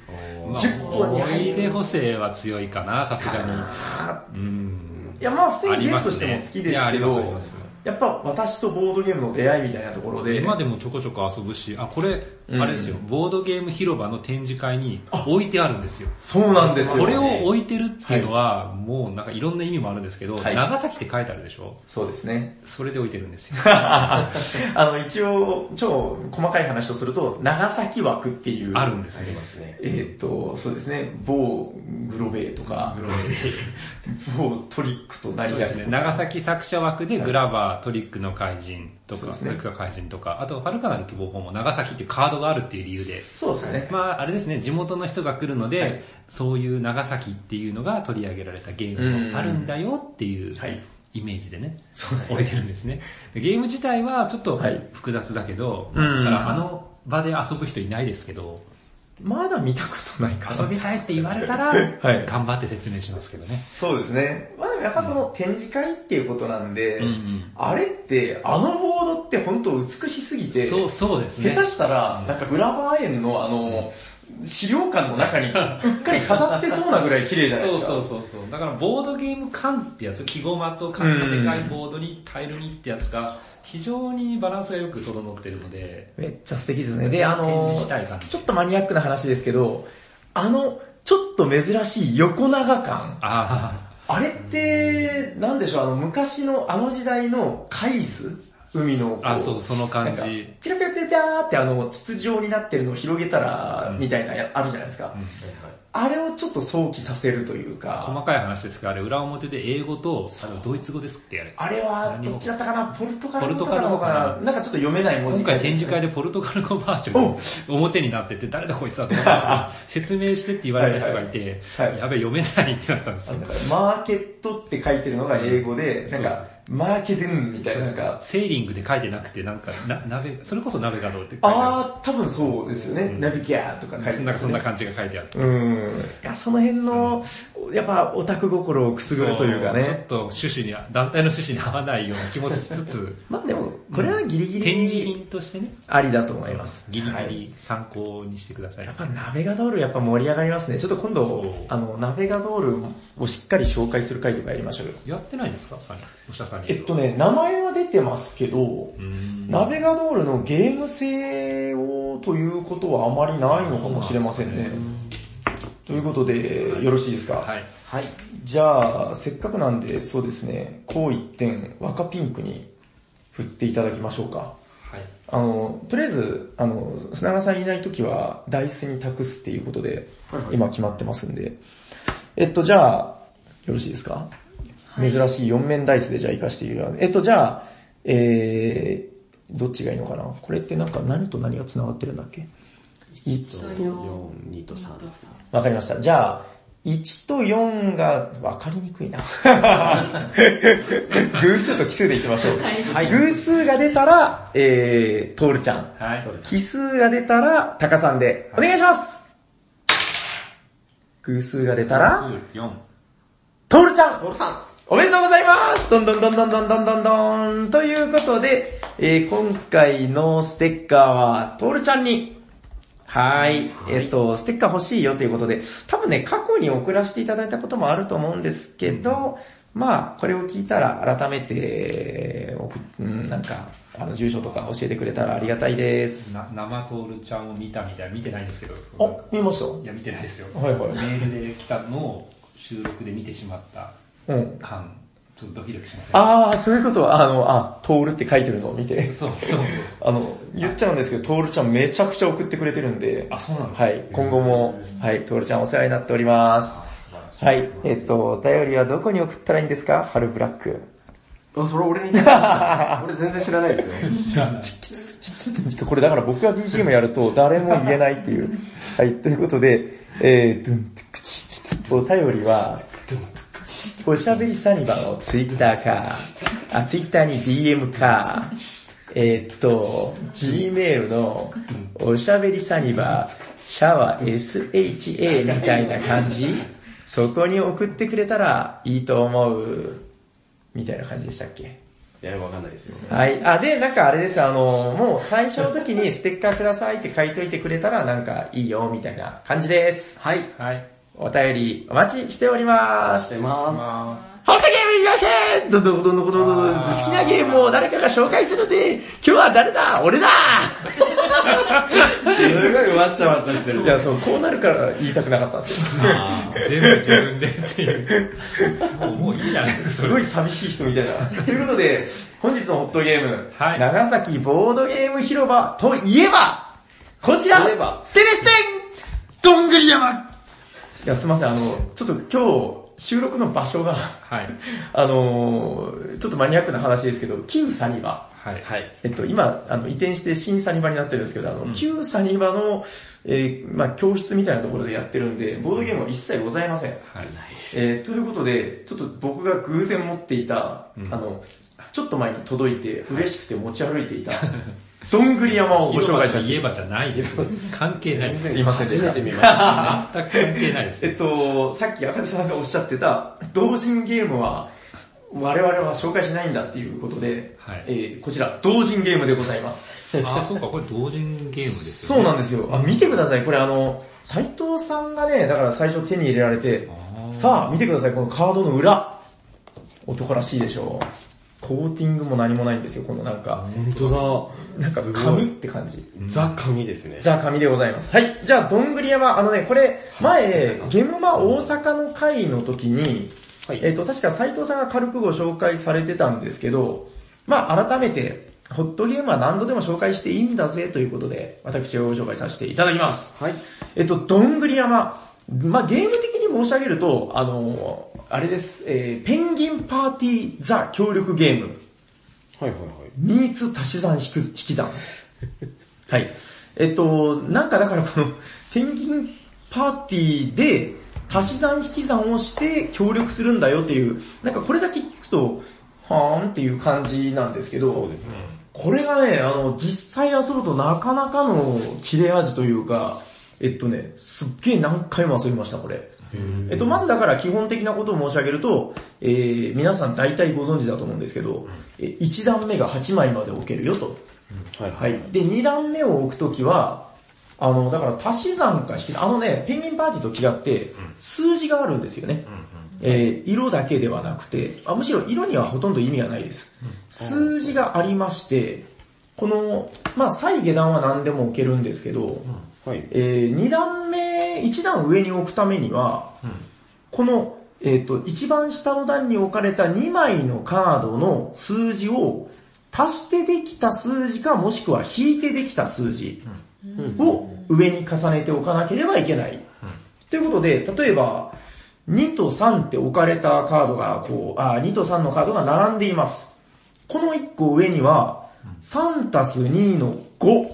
Speaker 4: まあ
Speaker 2: 10本に
Speaker 4: 思
Speaker 2: 入
Speaker 4: い
Speaker 2: る
Speaker 4: 出。補正は強いかな、さすがに。うん。
Speaker 2: いやまあ普通
Speaker 4: あ
Speaker 2: に
Speaker 4: り
Speaker 2: ゲー
Speaker 4: ま
Speaker 2: ムと
Speaker 4: す
Speaker 2: して
Speaker 4: ね
Speaker 2: も好きで
Speaker 4: いや
Speaker 2: すけ
Speaker 4: あり
Speaker 2: ど、
Speaker 4: ま
Speaker 2: や
Speaker 4: あります
Speaker 2: っぱ私とボードゲームの出会いみたいなところで、
Speaker 4: 今でもちょこちょこ遊ぶし、あ、これ、
Speaker 2: うん
Speaker 4: あれですよ、ボードゲーム広場の展示会に置いてあるんですよ。
Speaker 2: そうなんですよ。
Speaker 4: これを置いてるっていうのは、もうなんかいろんな意味もあるんですけど、
Speaker 2: はい
Speaker 4: 長崎って書いてあるでしょ
Speaker 2: そうですね。
Speaker 4: それで置いてるんですよ。
Speaker 2: あの、一応、超細かい話をすると、長崎枠っていう、
Speaker 4: あるんです
Speaker 1: に。あり
Speaker 4: ね。
Speaker 1: ますね。
Speaker 2: えーっと、そうですね、某グロベーとか、某トリックとな
Speaker 4: そう
Speaker 2: り
Speaker 4: で
Speaker 2: や
Speaker 4: す
Speaker 2: り
Speaker 4: ね
Speaker 2: とか、
Speaker 4: 長崎作者枠でグラバか、トリックの怪人と
Speaker 2: そう
Speaker 4: か、
Speaker 2: です
Speaker 4: ト
Speaker 2: ね
Speaker 4: リックの怪人とか、あと、遥かなる希望法も長崎っていうカードがあるっていう理由で、
Speaker 2: そうですね。
Speaker 4: まあ、あれですね、地元の人が来るので、そういう長崎っていうのが取り上げられたゲームもあるんだよっていう
Speaker 2: はい
Speaker 4: イメージでね、
Speaker 2: そうですね
Speaker 4: 置いてるんですね。でゲーム自体はちょっと
Speaker 2: はい
Speaker 4: 複雑だけど、
Speaker 2: うん
Speaker 4: だからあの場で遊ぶ人いないですけど、
Speaker 2: まだ見たことないかな
Speaker 4: 遊びたいって言われたら、
Speaker 2: はい
Speaker 4: 頑張って説明しますけどね。
Speaker 2: そうですね。まあでもやっぱその展示会っていうことなんで、
Speaker 4: うんうん
Speaker 2: あれって、あのボードって本当美しすぎて、
Speaker 4: そう、そうですね
Speaker 2: 下手。したら、なんか浦和園のあの、資料館の 中にうっかり飾ってそうなぐらい綺麗じゃない
Speaker 4: そ
Speaker 2: で
Speaker 4: う
Speaker 2: すか。
Speaker 4: そうそうそう。だからボードゲーム感ってやつ、木駒と缶のでかいボードにタイルにってやつが、非常にバランスがよく整ってるので、
Speaker 2: めっちゃ素敵ですね。で、あ
Speaker 4: 展
Speaker 2: の
Speaker 4: 示したい感じ
Speaker 2: ちょっとマニアックな話ですけど、あの、ちょっと珍しい横長感。
Speaker 4: あ
Speaker 2: あれって、なんでしょう、あの、昔のあの時代の海図海のこ
Speaker 4: あ、あ、そう、その
Speaker 2: な
Speaker 4: 感
Speaker 2: んか
Speaker 4: じ。
Speaker 2: ピラピラピラピラーってあの、筒状になってるのを広げたら、みたいなや、あるじゃないですか。あれをちょっと想起させるという
Speaker 4: 細
Speaker 2: か、
Speaker 4: かい話ですけど、あれ裏表で英語と、あのドイツ語ですってあれ。
Speaker 2: あれはどっちだったかなポルトガル語と
Speaker 4: ポ
Speaker 2: か
Speaker 4: ルトガ
Speaker 2: な
Speaker 4: ル
Speaker 2: の
Speaker 4: 語
Speaker 2: かな
Speaker 4: かな
Speaker 2: なんかちょっと読めない文字
Speaker 4: 今回展示会でポルトガル語バージョンが表になってて、誰だこいつはと思っ たんですけど、説明してって言われた人がいて、
Speaker 2: はいはいはい
Speaker 4: やべ、読めないってなったんです
Speaker 2: あ
Speaker 4: よ
Speaker 2: の。だからマーケットって書いてるのが英語で、なん
Speaker 4: そう
Speaker 2: か、マーケテンみたいな、なんか、
Speaker 4: セーリングで書いてなくて、なんか、な、鍋、それこそ鍋がどうって書いてあ
Speaker 2: あー、多分そうですよね。ナビギャーとか書いて
Speaker 4: る。なんかそんな
Speaker 2: ね。
Speaker 4: 感じが書いてあって。
Speaker 2: うん。いや、その辺の、やっぱオタク心をくすぐるというか
Speaker 4: そうちょっ
Speaker 2: ね。
Speaker 4: と趣旨に、団体の趣旨に合わないような気もしつつ、
Speaker 2: まあでも、これはギリギ
Speaker 4: 展示
Speaker 2: リ
Speaker 4: 品としてね、
Speaker 2: ありだと思います。
Speaker 4: ギリギ
Speaker 2: はい
Speaker 4: リ参考にしてください。
Speaker 2: やっぱ鍋がドールやっぱ盛り上がりますね。ちょっと今
Speaker 4: そ
Speaker 2: 度
Speaker 4: う、
Speaker 2: あの、鍋がドールをしっかり紹介する回とかやりましょうよ。
Speaker 4: やってないんですかさおしゃさんに。
Speaker 2: えっとね、名前は出てますけど
Speaker 4: う、ん
Speaker 2: 鍋がドールのゲーム性をということはあまりないのかもしれませんね。ということで、よろしいですか
Speaker 4: はい。
Speaker 2: はい。じゃあ、せっかくなんで、そうですね、こう一点、若ピンクに振っていただきましょうか。
Speaker 4: はい。
Speaker 2: あの、とりあえず、あの、砂川さんいないときは、ダイスに託すっていうことで、今決まってますんで。えっと、じゃあ、よろしいですか、
Speaker 3: はい
Speaker 2: 珍しい4面ダイスでじゃあ活かしている。えっと、じゃあ、えー、どっちがいいのかなこれってなんか何と何が繋がってるんだっけ
Speaker 3: と
Speaker 2: 1と、
Speaker 1: 4、2と3ですね。
Speaker 2: わかりました。じゃあ、1と4がわかりにくいな。 偶数と奇数でいきましょう。
Speaker 3: は
Speaker 2: 偶数が出たら、えー、トールちゃん。
Speaker 4: はい。
Speaker 2: 奇数が出たら、タカさんで、お願いします偶数が出たら、
Speaker 4: 4。
Speaker 2: トールちゃん
Speaker 1: トールさん
Speaker 2: おめでとうございますどんどんどんどんどんどんどんどんということで、えー今回のステッカーは、トールちゃんに、はい。えっ、と、ステッカー欲しいよということで、多分ね、過去に送らせていただいたこともあると思うんですけど、まあ、これを聞いたら改めて、送っうん、なんか、あの、住所とか教えてくれたらありがたいです。
Speaker 4: な生トールちゃんを見たみたい、見てないんですけど。
Speaker 2: あ、見ました
Speaker 4: いや、見てないですよ。
Speaker 2: はいはい
Speaker 4: メールで来たのを収録で見てしまった
Speaker 2: うん。
Speaker 4: 感、ちょっとドキドキしません。
Speaker 2: あー、そういうことは、あの、あ、トールって書いてるのを見て、
Speaker 4: そうそうそう。
Speaker 2: あの、言っちゃうんですけど、トールちゃんめちゃくちゃ送ってくれてるんで、
Speaker 4: あ、そうなんですか
Speaker 2: はい、今後も、はい、トールちゃんお世話になっております。はい、えっと、お便りはどこに送ったらいいんですか春ブラック。
Speaker 1: あ、それ俺に聞い た。俺全然知らないですよ。
Speaker 2: これだから僕が BGM やると誰も言えないっていう。はい、ということで、えー、ドゥントゥクチチクお便りは、おしゃべりサニバのツイッターか、あ、ツイッターに DM か、えーっと、Gmail のおしゃべりサニバ、シャワー SHA みたいな感じそこに送ってくれたらいいと思う、みたいな感じでしたっけ
Speaker 1: いや、わかんないですよ。
Speaker 2: はい。あ、で、なんかあれです、あの、もう最初の時 にステッカーくださいって書いといてくれたらなんかいいよ、みたいな感じです。はい。
Speaker 4: はい。
Speaker 2: お便りお待ちしておりま
Speaker 1: し
Speaker 2: す。
Speaker 1: てま
Speaker 2: ホットゲームいきませんどんどんどんどんどんどんどん好きなゲームを誰かが紹介するぜ今日は誰だ俺だ
Speaker 1: す。すごいわちゃわちゃしてる。
Speaker 2: いや、そう、こうなるから言いたくなかったんですよ。
Speaker 4: 全部自分でっていう。もう、もういいじゃないですか。
Speaker 2: すごい寂しい人みたいな。ということで、本日のホットゲーム、
Speaker 4: はい
Speaker 2: 長崎ボードゲーム広場といえば、こちら、
Speaker 1: といえば
Speaker 2: テレステンどんぐり山いや、すいません、あの、ちょっと今日、収録の場所が、
Speaker 5: はい。
Speaker 2: あのーちょっとマニアックな話ですけど、旧サニバ。
Speaker 5: はい。
Speaker 1: はい。
Speaker 2: えっと、今、あの、移転して新サニバになってるんですけど、あの、旧サニバの、えーまあ教室みたいなところでやってるんで、ボードゲームは一切ございません。
Speaker 5: はい。
Speaker 2: えーということで、ちょっと僕が偶然持っていた、あの、ちょっと前に届いて嬉しくて持ち歩いて いた、どんぐり山をご紹介させて
Speaker 5: 言えばじゃないです。関係ないです。
Speaker 2: すいませんでした。
Speaker 5: 全く関係ないです。
Speaker 2: えっと、さっき赤手さんがおっしゃってた、同人ゲームは、我々は紹介しないんだっていうことで、
Speaker 5: はい
Speaker 2: えーこちら、同人ゲームでございます。
Speaker 5: あ、そうか、これ同人ゲームですよ
Speaker 2: そう
Speaker 5: ね。
Speaker 2: なんですよ。あ、見てください。これあの、斉藤さんがね、だから最初手に入れられて、さあ見てください、このカードの裏。男らしいでしょう。コーティングも何もないんですよ、このなんか、
Speaker 1: 本当
Speaker 2: なんか紙って感じ。
Speaker 1: だ。ザ紙ですね。
Speaker 2: ザ・紙でございます。はい。じゃあ、どんぐり山、あのね、これ、前、ゲムマ大阪の会の時に、えっ、と、確か斉藤さんが軽くご紹介されてたんですけど、まあ改めて、ホットゲームは何度でも紹介していいんだぜということで、私をご紹介させていただきます。
Speaker 1: はい。
Speaker 2: えっと、どんぐり山。まあゲーム的に申し上げると、あのーあれです、えーペンギンパーティーザ協力ゲーム。
Speaker 1: はいはいはい。
Speaker 2: ミーツ足し算引く引き算。 はい。えっと、なんかだからこの、ペンギンパーティーで足し算引き算をして協力するんだよっていう、なんかこれだけ聞くと、はーんっていう感じなんですけど、
Speaker 1: そうですね。
Speaker 2: これがね、あの、実際遊ぶとなかなかの切れ味というか、えっとね、すっげえ何回も遊びました、これ。えっと、まずだから基本的なことを申し上げると、えー、皆さん大体ご存知だと思うんですけど、え1段目が8枚まで置けるよと。
Speaker 1: はい
Speaker 2: はい。で、2段目を置くときは、あの、だから足し算か引き算、あのね、ペンギンパーティーと違って、数字があるんですよね。えー色だけではなくてあ、むしろ色にはほとんど意味がないです。数字がありまして、この、まあ、最下段は何でも置けるんですけど、
Speaker 1: はい。
Speaker 2: えー、2段目、1段上に置くためには、この、えっ、と、一番下の段に置かれた2枚のカードの数字を足してできた数字かもしくは引いてできた数字を上に重ねておかなければいけない。ということで、例えば、2と3って置かれたカードが、こう、あ、2と3のカードが並んでいます。この1個上には、3たす2の5、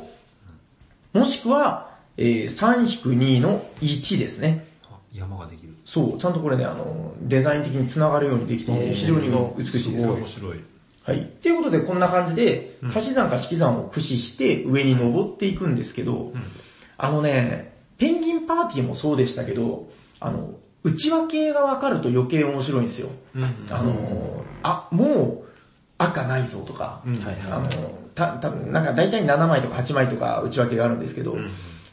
Speaker 2: もしくは、えー、3-2の1ですね。
Speaker 5: 山ができる。
Speaker 2: そう、ちゃんとこれね、あの、デザイン的に繋がるようにできていて、非常に美しいです。
Speaker 5: 面白い。
Speaker 2: はい。っていうことで、こんな感じで、足し算か引き算を駆使して上に登っていくんですけど、あのね、ペンギンパーティーもそうでしたけど、あの、内訳がわかると余計面白いんですよ。あの、あ、もう赤ないぞとか、あの、た、多分なんか大体7枚とか8枚とか内訳があるんですけど、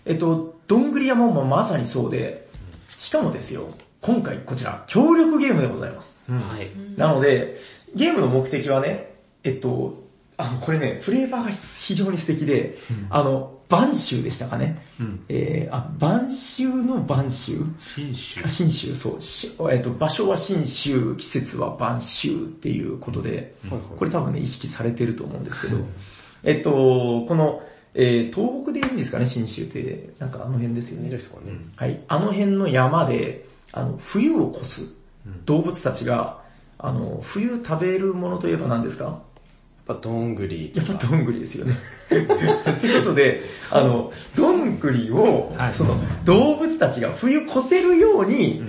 Speaker 2: えっと、どんぐり山もまさにそうで、しかもですよ、今回こちら、協力ゲームでございます。
Speaker 1: はい。
Speaker 2: なので、ゲームの目的はね、えっと、あの、これね、フレーバーが非常に素敵で、あの、晩秋でしたかね。えー、あ、晩秋の晩秋
Speaker 5: 新州
Speaker 2: あ。新州、そう。しえっと、場所は新州、季節は晩秋っていうことで、これ多分ね、意識されてると思うんですけど、えっと、この、えー、東北でいいんですかね、新州って。なんかあの辺ですよね。
Speaker 1: ですかね。
Speaker 2: はい、あの辺の山で、あの、冬を越す動物たちが、あの、冬食べるものといえば何ですか
Speaker 1: やっぱどんぐり。
Speaker 2: やっぱどんぐりですよね。ということで、あの、どんぐりを、
Speaker 5: はい
Speaker 2: その、動物たちが冬越せるように、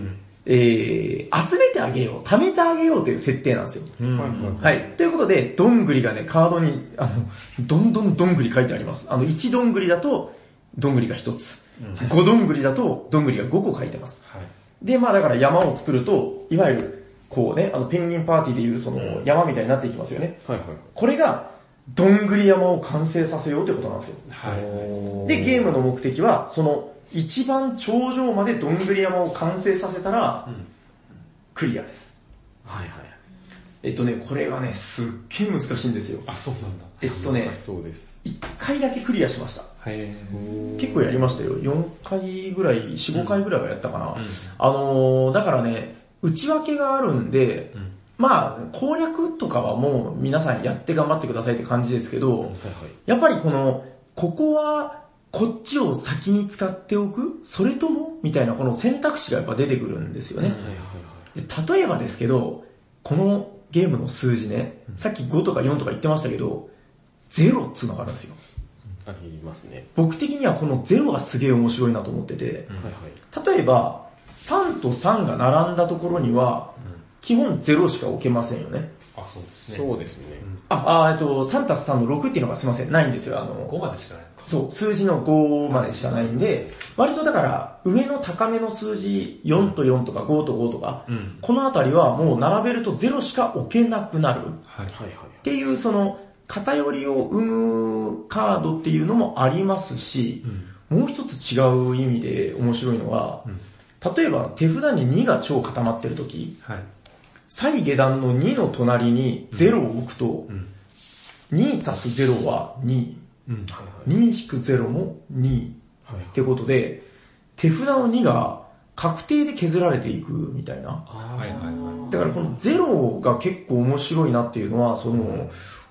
Speaker 2: えー、集めてあげよう、貯めてあげようという設定なんですよ。
Speaker 1: はいはい
Speaker 2: はい。ということで、どんぐりがね、カードに、あの、どんどんどんぐり書いてあります。あの、1どんぐりだと、どんぐりが1つ。5どんぐりだと、どんぐりが5個書いてます。で、まあだから山を作ると、いわゆる、こうね、あの、ペンギンパーティーでいう、その、山みたいになっていきますよね。
Speaker 1: はいはい。
Speaker 2: これが、どんぐり山を完成させようということなんですよ。で、ゲームの目的は、その、一番頂上までどんぐり山を完成させたら、クリアです。
Speaker 1: はいはい。
Speaker 2: えっとね、これがね、すっげえ難しいんですよ。
Speaker 5: あ、そうなんだ。
Speaker 2: えっとね
Speaker 1: 難し、そうです。
Speaker 2: 一回だけクリアしました。
Speaker 5: へ
Speaker 2: 結構やりましたよ。4回ぐらい、4、5回ぐらいはやったかな。あのー、だからね、内訳があるんで、まあ、攻略とかはもう皆さんやって頑張ってくださいって感じですけど、
Speaker 1: はいはい。
Speaker 2: やっぱりこの、ここは、こっちを先に使っておくそれともみたいなこの選択肢がやっぱ出てくるんですよね。
Speaker 1: はいはい
Speaker 2: で例えばですけど、このゲームの数字ね、さっき5とか4とか言ってましたけど、0っつうのがあるんですよ。
Speaker 1: ありますね。
Speaker 2: 僕的にはこの0がすげえ面白いなと思ってて、
Speaker 1: はいはい。
Speaker 2: 例えば、3と3が並んだところには、基本0しか置けませんよね。
Speaker 5: あ、そうですね。
Speaker 1: そうですね。
Speaker 2: あ、あえっと、3たす3の6っていうのがすいません、ないんですよ。あの、
Speaker 5: 5までしかない。
Speaker 2: そう、数字の5までしかないんで、割とだから、上の高めの数字、4と4とか5と5とか、
Speaker 5: うん。
Speaker 2: このあたりはもう並べると0しか置けなくなるっ
Speaker 5: はい。
Speaker 1: はいはい。
Speaker 2: ていう、その、偏りを生むカードっていうのもありますし
Speaker 5: う、ん。
Speaker 2: もう一つ違う意味で面白いのは、
Speaker 5: うん
Speaker 2: 例えば手札に2が超固まってる時、
Speaker 5: はい。
Speaker 2: 最下段の2の隣に0を置くと
Speaker 5: う、ん。
Speaker 2: 2足す0は2、
Speaker 5: うん。
Speaker 1: はいはい。
Speaker 2: 2引く0も2、
Speaker 1: はいはい
Speaker 2: ってことで、手札の2が確定で削られていくみたいな。
Speaker 1: あ
Speaker 5: はいはいは
Speaker 2: だからこの0が結構面白いなっていうのは、その、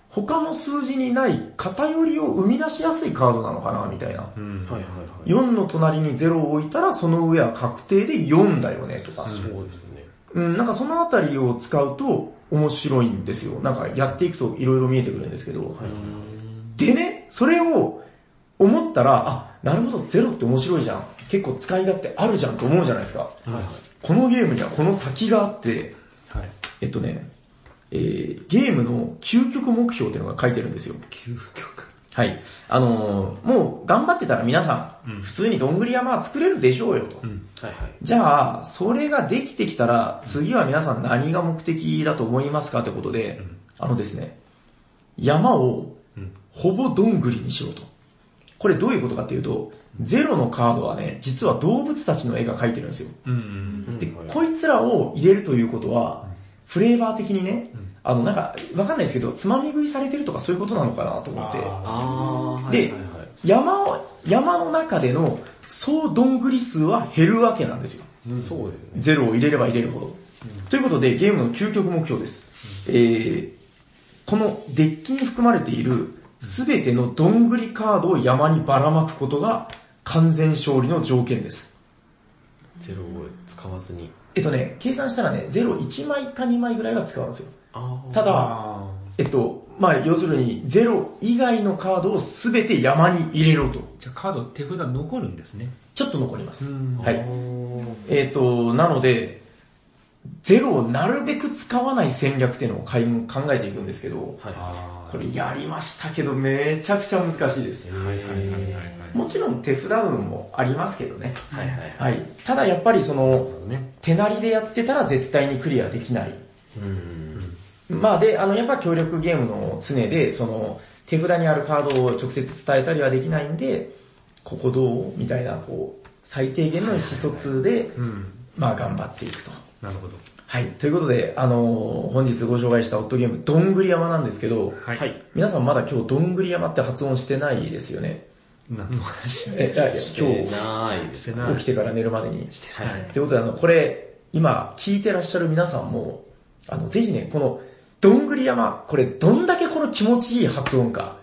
Speaker 2: 他の数字にない偏りを生み出しやすいカードなのかなみたいな。
Speaker 5: い。うん。
Speaker 1: はいはいはい。
Speaker 2: 4の隣に0を置いたら、その上は確定で4だよねとか。
Speaker 1: そうですね。
Speaker 2: うん、なんかそのあたりを使うと面白いんですよ。なんかやっていくと色々見えてくるんですけど。でね、それを思ったら、あ、なるほど、ゼロって面白いじゃん。結構使い勝手あるじゃんと思うじゃないですか。
Speaker 1: はいはい。
Speaker 2: このゲームにはこの先があって、
Speaker 5: はい。
Speaker 2: えっとね、えー、ゲームの究極目標っていうのが書いてるんですよ。
Speaker 5: 究極。
Speaker 2: はい。あのーもう頑張ってたら皆さん、普通にどんぐり山は作れるでしょうよと。
Speaker 5: うん。
Speaker 1: はいはい。
Speaker 2: じゃあ、それができてきたら、次は皆さん何が目的だと思いますかってことで、あのですね、山を
Speaker 5: うん
Speaker 2: ほぼどんぐりにしようと。これどういうことかっていうと、ゼロのカードはね、実は動物たちの絵が描いてるんですよ。
Speaker 5: うん。
Speaker 2: で、
Speaker 1: うんはい
Speaker 2: こいつらを入れるということは、フレーバー的にね、あの、なんか、わかんないですけど、つまみ食いされてるとかそういうことなのかなと思って、
Speaker 1: あー、
Speaker 2: で
Speaker 1: はいはいはい。
Speaker 2: 山を、山の中での総どんぐり数は減るわけなんですよ。
Speaker 1: そうですね。
Speaker 2: ゼロを入れれば入れるほど。ということで、ゲームの究極目標です。えー、このデッキに含まれているすべてのどんぐりカードを山にばらまくことが完全勝利の条件です。
Speaker 1: ゼロを使わずに。
Speaker 2: えっとね、計算したらね、ゼロ1枚か2枚ぐらいは使うんですよ。
Speaker 1: あ
Speaker 2: ただ、
Speaker 5: ああ。
Speaker 2: えっと、まあ要するに、ゼロ以外のカードをすべて山に入れろと。
Speaker 5: じゃあカード手札残るんですね。
Speaker 2: ちょっと残ります。
Speaker 5: ん
Speaker 2: はい。えっ、と、なので、ゼロをなるべく使わない戦略っていうのを買い考えていくんですけど、
Speaker 1: はいは
Speaker 5: あ
Speaker 2: これやりましたけどめちゃくちゃ難しいです。
Speaker 1: い。は
Speaker 5: あ。
Speaker 1: い
Speaker 5: はいはいはいはい。
Speaker 2: もちろん手札運もありますけどね。
Speaker 1: はいはい。
Speaker 2: はい。ただやっぱりその、
Speaker 5: ね。
Speaker 2: 手なりでやってたら絶対にクリアできない。
Speaker 1: うん。
Speaker 2: まあで、あの、やっぱ協力ゲームの常で、その、手札にあるカードを直接伝えたりはできないんで、ここどうみたいな、こう、最低限の意思疎通で、
Speaker 5: うん。
Speaker 2: まあ頑張っていくと。
Speaker 5: なるほど。
Speaker 2: はい。ということで、あのー本日ご紹介したオットゲーム、どんぐり山なんですけど、
Speaker 5: はい。
Speaker 1: はい。
Speaker 2: 皆さんまだ今日どんぐり山って発音してないですよね。
Speaker 5: 何の話
Speaker 2: え、いやいや
Speaker 1: して
Speaker 2: 今
Speaker 1: ないで
Speaker 5: し
Speaker 1: す。
Speaker 5: て
Speaker 1: は
Speaker 5: ない
Speaker 2: 日、起きてから寝るまでに。
Speaker 1: い
Speaker 5: はい
Speaker 2: ということで、あの、これ、今、聞いてらっしゃる皆さんも、あの、ぜひね、この、どんぐり山、これ、どんだけこの気持ちいい発音か、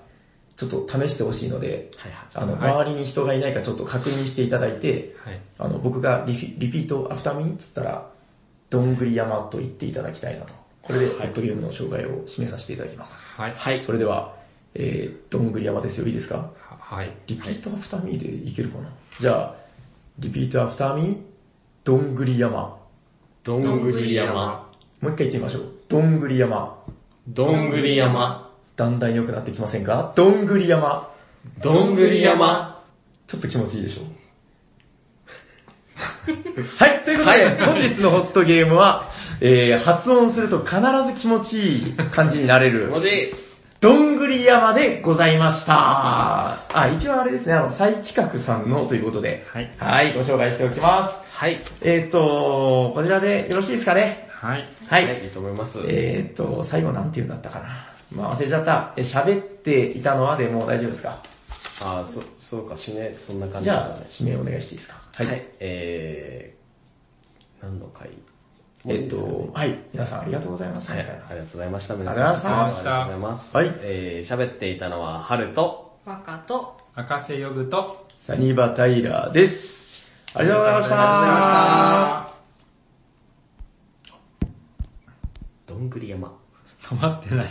Speaker 2: ちょっと試してほしいので、
Speaker 1: はいはい。
Speaker 2: あの、
Speaker 5: はい
Speaker 2: 周りに人がいないかちょっと確認していただいて、
Speaker 5: はい。
Speaker 2: あの、僕がリフィリピートアフターミーっつったら、どんぐり山と言っていただきたいなと。これで、ホットゲームの紹介を締めさせていただきます。
Speaker 5: はい。
Speaker 1: はい。
Speaker 2: それでは、えー、どんぐり山ですよ、いいですか
Speaker 5: はい。
Speaker 2: リピートアフターミーでいけるかなじゃあ、リピートアフターミー、どんぐり山。
Speaker 1: どんぐり山。
Speaker 2: もう一回言ってみましょう。どんぐり山。
Speaker 1: どんぐり山。
Speaker 2: だんだん良くなってきませんかどんぐり山。
Speaker 1: どんぐり山。
Speaker 2: ちょっと気持ちいいでしょ はい、ということで、本日のホットゲームは、えー、発音すると必ず気持ちいい感じにな れる
Speaker 1: 文、字。
Speaker 2: どんぐり山でございました。あ、一応あれですね、あの、再企画さんのということで、
Speaker 5: はい。
Speaker 2: はい、ご紹介しておきます。
Speaker 1: はい。
Speaker 2: えっ、ー、と、こちらでよろしいですかね
Speaker 5: はい。
Speaker 2: はい。
Speaker 1: いいと思います。
Speaker 2: えーっと、最後なんて言うんだったかな。まあ忘れちゃった。え喋っていたのはでもう大丈夫ですか
Speaker 1: あー、そ、そうか、しね、そんな感じ
Speaker 2: じ
Speaker 1: で
Speaker 2: ゃ
Speaker 1: した
Speaker 2: あ
Speaker 1: ね、。
Speaker 2: 指名お願いしていいですかは
Speaker 1: はい。えー、何の回
Speaker 2: えーっと、はい。皆さんありがとうございました。
Speaker 1: はい、あ
Speaker 2: み
Speaker 1: り
Speaker 2: たい
Speaker 1: が
Speaker 2: な
Speaker 1: とうございました。皆
Speaker 2: が
Speaker 1: さ
Speaker 2: と
Speaker 1: ん
Speaker 2: うございま
Speaker 5: した
Speaker 1: ありがとうございます。
Speaker 2: はい
Speaker 1: えー、喋っていたのは、春と、
Speaker 3: バカと、
Speaker 5: 赤瀬ヨグと、
Speaker 2: サニバタイラーです。ありがとうございました。
Speaker 1: ありがとうございました。
Speaker 7: んぐり山。
Speaker 4: 止まってない。